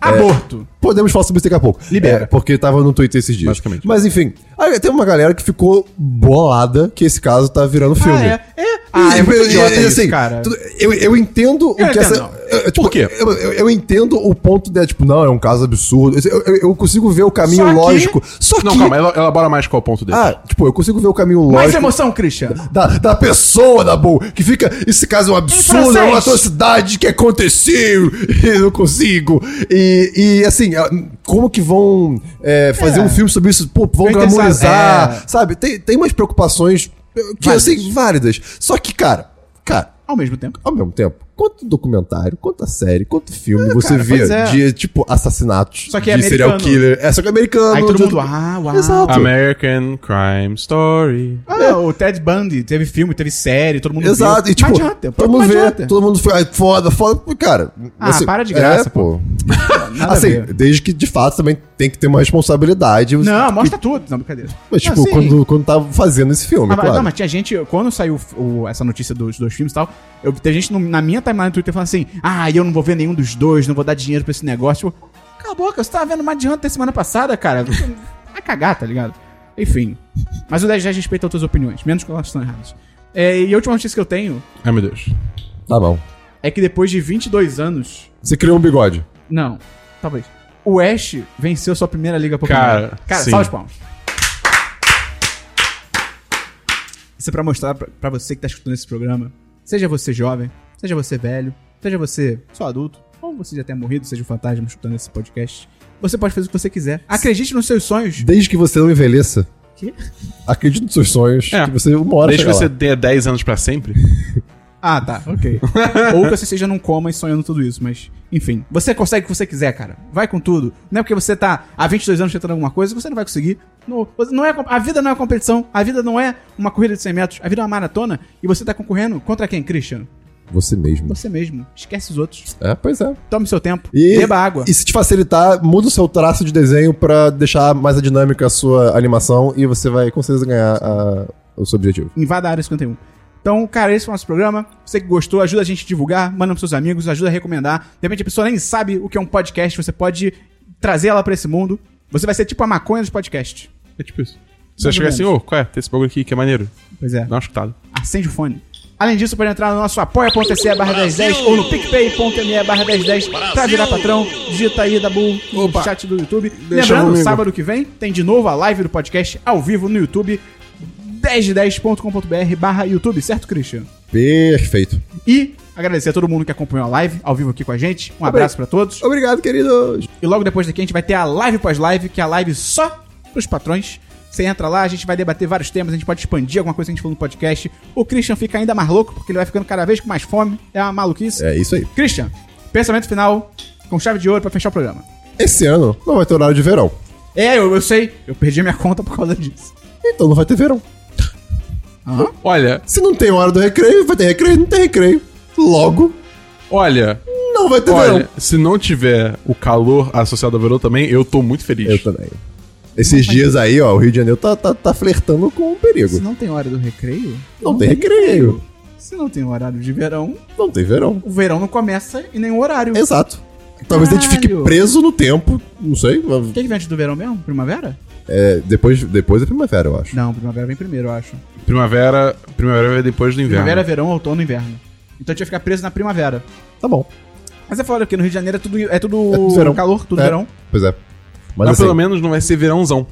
A: Aborto.
B: Podemos falar sobre isso daqui a pouco.
A: Libera.
B: É, porque tava no Twitter esses dias. Ah,
C: Basicamente.
B: Mas enfim, aí tem uma galera que ficou bolada que esse caso tá virando filme.
A: Ah, é. É, Ah, é muito
B: Eu-
A: idiota
B: eu-
A: isso,
B: assim,
A: cara.
B: tudo- Eu, eu entendo o que
A: Eu entendo,
B: essa.
A: não.
B: eu- eu- tipo,
C: Por quê?
B: Eu, eu- eu entendo o ponto de, tipo, não, é um caso absurdo. Eu, eu- eu consigo ver o caminho
A: Só que-
B: lógico. Só
C: Não,
B: que.
C: calma, ela- elabora mais qual é o ponto dele.
B: Ah, tipo, eu consigo ver o caminho
A: Mais
B: lógico.
A: emoção, Christian.
B: Da, da pessoa, da Bull, que fica. Esse caso é um absurdo, é
A: francês.
B: uma atrocidade que aconteceu, eu não consigo. E, e assim, ah, como que vão é, fazer
A: É.
B: um filme sobre isso? Pô, vão
A: Eu é. entendo,
B: glamorizar,
A: sabe?
B: sabe? Tem, tem umas preocupações eh, que, assim, válidas. Só que, cara, cara,
A: Ao mesmo tempo.
B: ao mesmo tempo, quanto documentário, quanto série, quanto filme você
A: cara,
B: vê
A: pois é.
B: de, tipo, assassinatos
A: Só que é
B: de serial
A: americano.
B: killer? É, só que é americano.
A: Aí todo
B: de-
A: mundo, ah, uau.
B: Exato.
C: American Crime Story.
A: Ah, o Ted Bundy teve filme, teve série, todo mundo
B: Exato,
A: viu.
B: e tipo,
A: Não adianta,
B: todo mundo
A: não
B: vê,
A: adianta.
B: todo mundo fica, "Ai, foda, foda, Pô, cara. assim, é,
A: Ah, para de graça,
B: pô.
A: Nada a
B: Assim,
A: ver.
B: desde que de fato também tem que ter uma responsabilidade. Você-
A: Não, mostra tudo. Não, brincadeira.
B: Mas, tipo,
A: Não, sim.
B: quando, quando tava fazendo esse filme,
A: Ah, mas-
B: claro.
A: Não, mas tinha gente, quando saiu o- essa notícia dos dois filmes e tal, eu, tem gente no- na minha timeline do Twitter falando assim: ah, eu não vou ver nenhum dos dois, não vou dar dinheiro pra esse negócio. Tipo, cala a boca, você tava vendo uma adianta até semana passada, cara. Vai cagar, tá ligado? Enfim. Mas o 10 10 respeita outras opiniões, menos que elas estão erradas. É, e a última notícia que eu tenho
C: Ai, meu Deus.
B: Tá bom.
A: é que depois de 22 anos.
B: Você criou um bigode.
A: Não, talvez. O Ash venceu sua primeira liga Pokémon.
C: Cara,
A: cara
C: sim.
A: salve de palmas. Isso é pra mostrar pra, pra você que tá escutando esse programa. Seja você jovem, seja você velho, seja você só adulto, ou você já tenha morrido, seja um fantasma escutando esse podcast. Você pode fazer o que você quiser. Acredite nos seus sonhos.
B: Desde que você não envelheça.
A: Quê?
B: Acredite nos seus sonhos.
C: É.
B: Que você uma hora
C: Desde que
B: chega
C: você
B: lá.
C: tenha 10 anos pra sempre.
A: Ah, tá, ok. Ou que você seja num coma e sonhando tudo isso, mas enfim. Você consegue o que você quiser, cara. Vai com tudo. Não é porque você tá há 22 anos tentando alguma coisa que você não vai conseguir. Não, você- não é, com- a vida não é uma competição. A vida não é uma corrida de 100 metros. A vida é uma maratona. E você tá concorrendo contra quem, Christian?
B: Você mesmo.
A: Você mesmo. Esquece os outros.
B: É, pois é.
A: Tome seu tempo.
B: E,
A: Beba água.
B: E se te facilitar, muda o seu traço de desenho pra deixar mais a dinâmica a sua animação e você vai com certeza ganhar a- o seu objetivo.
A: invada a área 51. Então, cara, esse foi o nosso programa. Você que gostou, ajuda a gente a divulgar, manda pros seus amigos, ajuda a recomendar. De repente a pessoa nem sabe o que é um podcast, você pode trazer ela pra esse mundo. Você vai ser tipo a maconha dos podcasts.
C: É tipo isso. Você vai chegar
A: menos.
C: assim, ô, qual é? Tem esse bagulho aqui que é maneiro.
A: Pois é.
C: Dá uma chutada.
A: Acende o fone. Além disso, pode entrar no nosso apoia.se barra 1010 ou no picpay.me barra 1010 pra virar patrão. Digita aí da Bull no
C: Opa.
A: chat do YouTube.
C: Deixa
A: Lembrando,
C: comigo.
A: sábado que vem tem de novo a live do podcast ao vivo no YouTube 1010.com.br barra YouTube, certo, Christian?
B: Perfeito.
A: E agradecer a todo mundo que acompanhou a live ao vivo aqui com a gente. Um abraço pra todos.
B: Obrigado, queridos.
A: E logo depois daqui a gente vai ter a live pós-live, que é a live só pros patrões. Você entra lá, a gente vai debater vários temas, a gente pode expandir alguma coisa que a gente falou no podcast. O Christian fica ainda mais louco, porque ele vai ficando cada vez com mais fome. É uma maluquice.
B: É isso aí.
A: Christian, pensamento final com chave de ouro pra fechar o programa.
B: Esse ano não vai ter horário de verão.
A: É, eu, eu sei, eu perdi minha conta por causa disso.
B: Então não vai ter verão.
C: Olha,
B: Se não tem hora do recreio, vai ter recreio, não tem recreio. Logo,
C: olha,
B: não vai ter
C: olha.
B: verão.
C: Se não tiver o calor associado ao verão também, eu tô muito feliz.
B: Eu também. Esses dias aí, ó, o Rio de Janeiro tá, tá, tá flertando com o perigo.
A: Se não tem hora do recreio,
B: Não, tem recreio.
A: se não tem horário de verão,
B: Não tem verão.
A: o verão não começa em nenhum horário. O
B: Exato. Talvez a gente
A: Caralho.
B: fique preso no tempo, não sei.
A: que, que vem antes do verão mesmo? Primavera?
B: É, depois, depois da primavera, eu acho.
A: Não, primavera vem primeiro, eu acho.
C: Primavera, primavera vai depois do inverno.
A: Primavera, verão, outono, inverno. Então eu tinha que ficar preso na primavera.
B: Tá bom.
A: Mas é foda, porque no Rio de Janeiro é tudo, é tudo,
B: É tudo verão.
A: calor, tudo
B: É.
A: verão.
B: Pois é. Mas,
C: Mas
B: assim,
C: pelo menos não vai ser verãozão.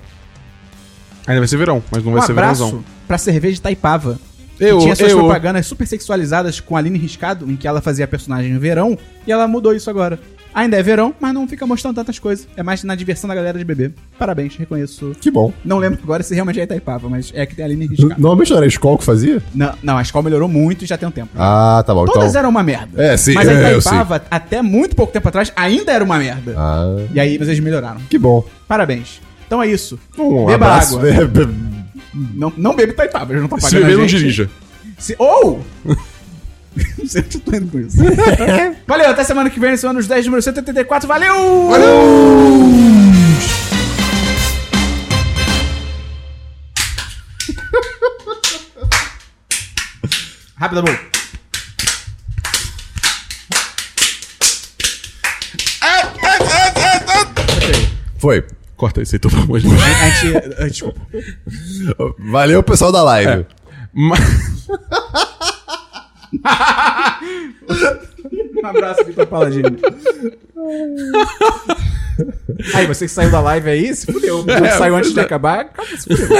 C: Ainda vai ser verão, mas não vai
A: um
C: ser
A: abraço
C: verãozão.
A: pra cerveja de Taipava.
C: Eu,
A: que tinha suas
C: eu.
A: propagandas super sexualizadas com a Aline Riscado, em que ela fazia a personagem no verão, e ela mudou isso agora. Ainda é verão, mas não fica mostrando tantas coisas. É mais na diversão da galera de bebê. Parabéns, reconheço.
B: Que bom.
A: Não lembro agora se realmente é Itaipava, mas é que tem a Aline
B: N-
A: Riscado.
B: Normalmente não era a escola que fazia?
A: Não, não, a escola melhorou muito e já tem um tempo.
B: Ah, tá bom.
A: Todas
B: então...
A: eram uma merda.
B: É, sim,
A: Mas a
B: é, eu
A: Itaipava, até muito pouco tempo atrás, ainda era uma merda.
B: Ah,
A: E aí, mas eles melhoraram.
B: que bom.
A: Parabéns. Então é isso.
B: Um
A: Beba
B: abraço.
A: água.
B: Beba-
A: Não, não bebe Taipava, eles não estão
C: né? Se
A: pagando
C: beber,
A: a
C: não
A: gente.
C: dirija.
A: Se- Ou! Não sei onde eu tô indo com isso. Valeu, até semana que vem, esse é ano dos 10, número 184. Valeu! Rápido, amor.
B: Foi.
C: Corta isso aí, pelo amor de Deus.
A: A gente. a gente-
B: Valeu, pessoal da live.
C: Mas-
A: Um abraço, Vitor Paladino. Aí, você que saiu da live aí, se fudeu.
C: É,
A: Você que saiu antes de acabar, acabou, se fudeu.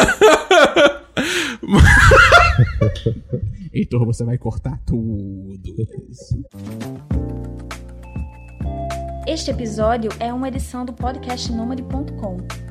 A: Heitor, você vai cortar tudo isso.
E: Este episódio é uma edição do podcast Nômade.com.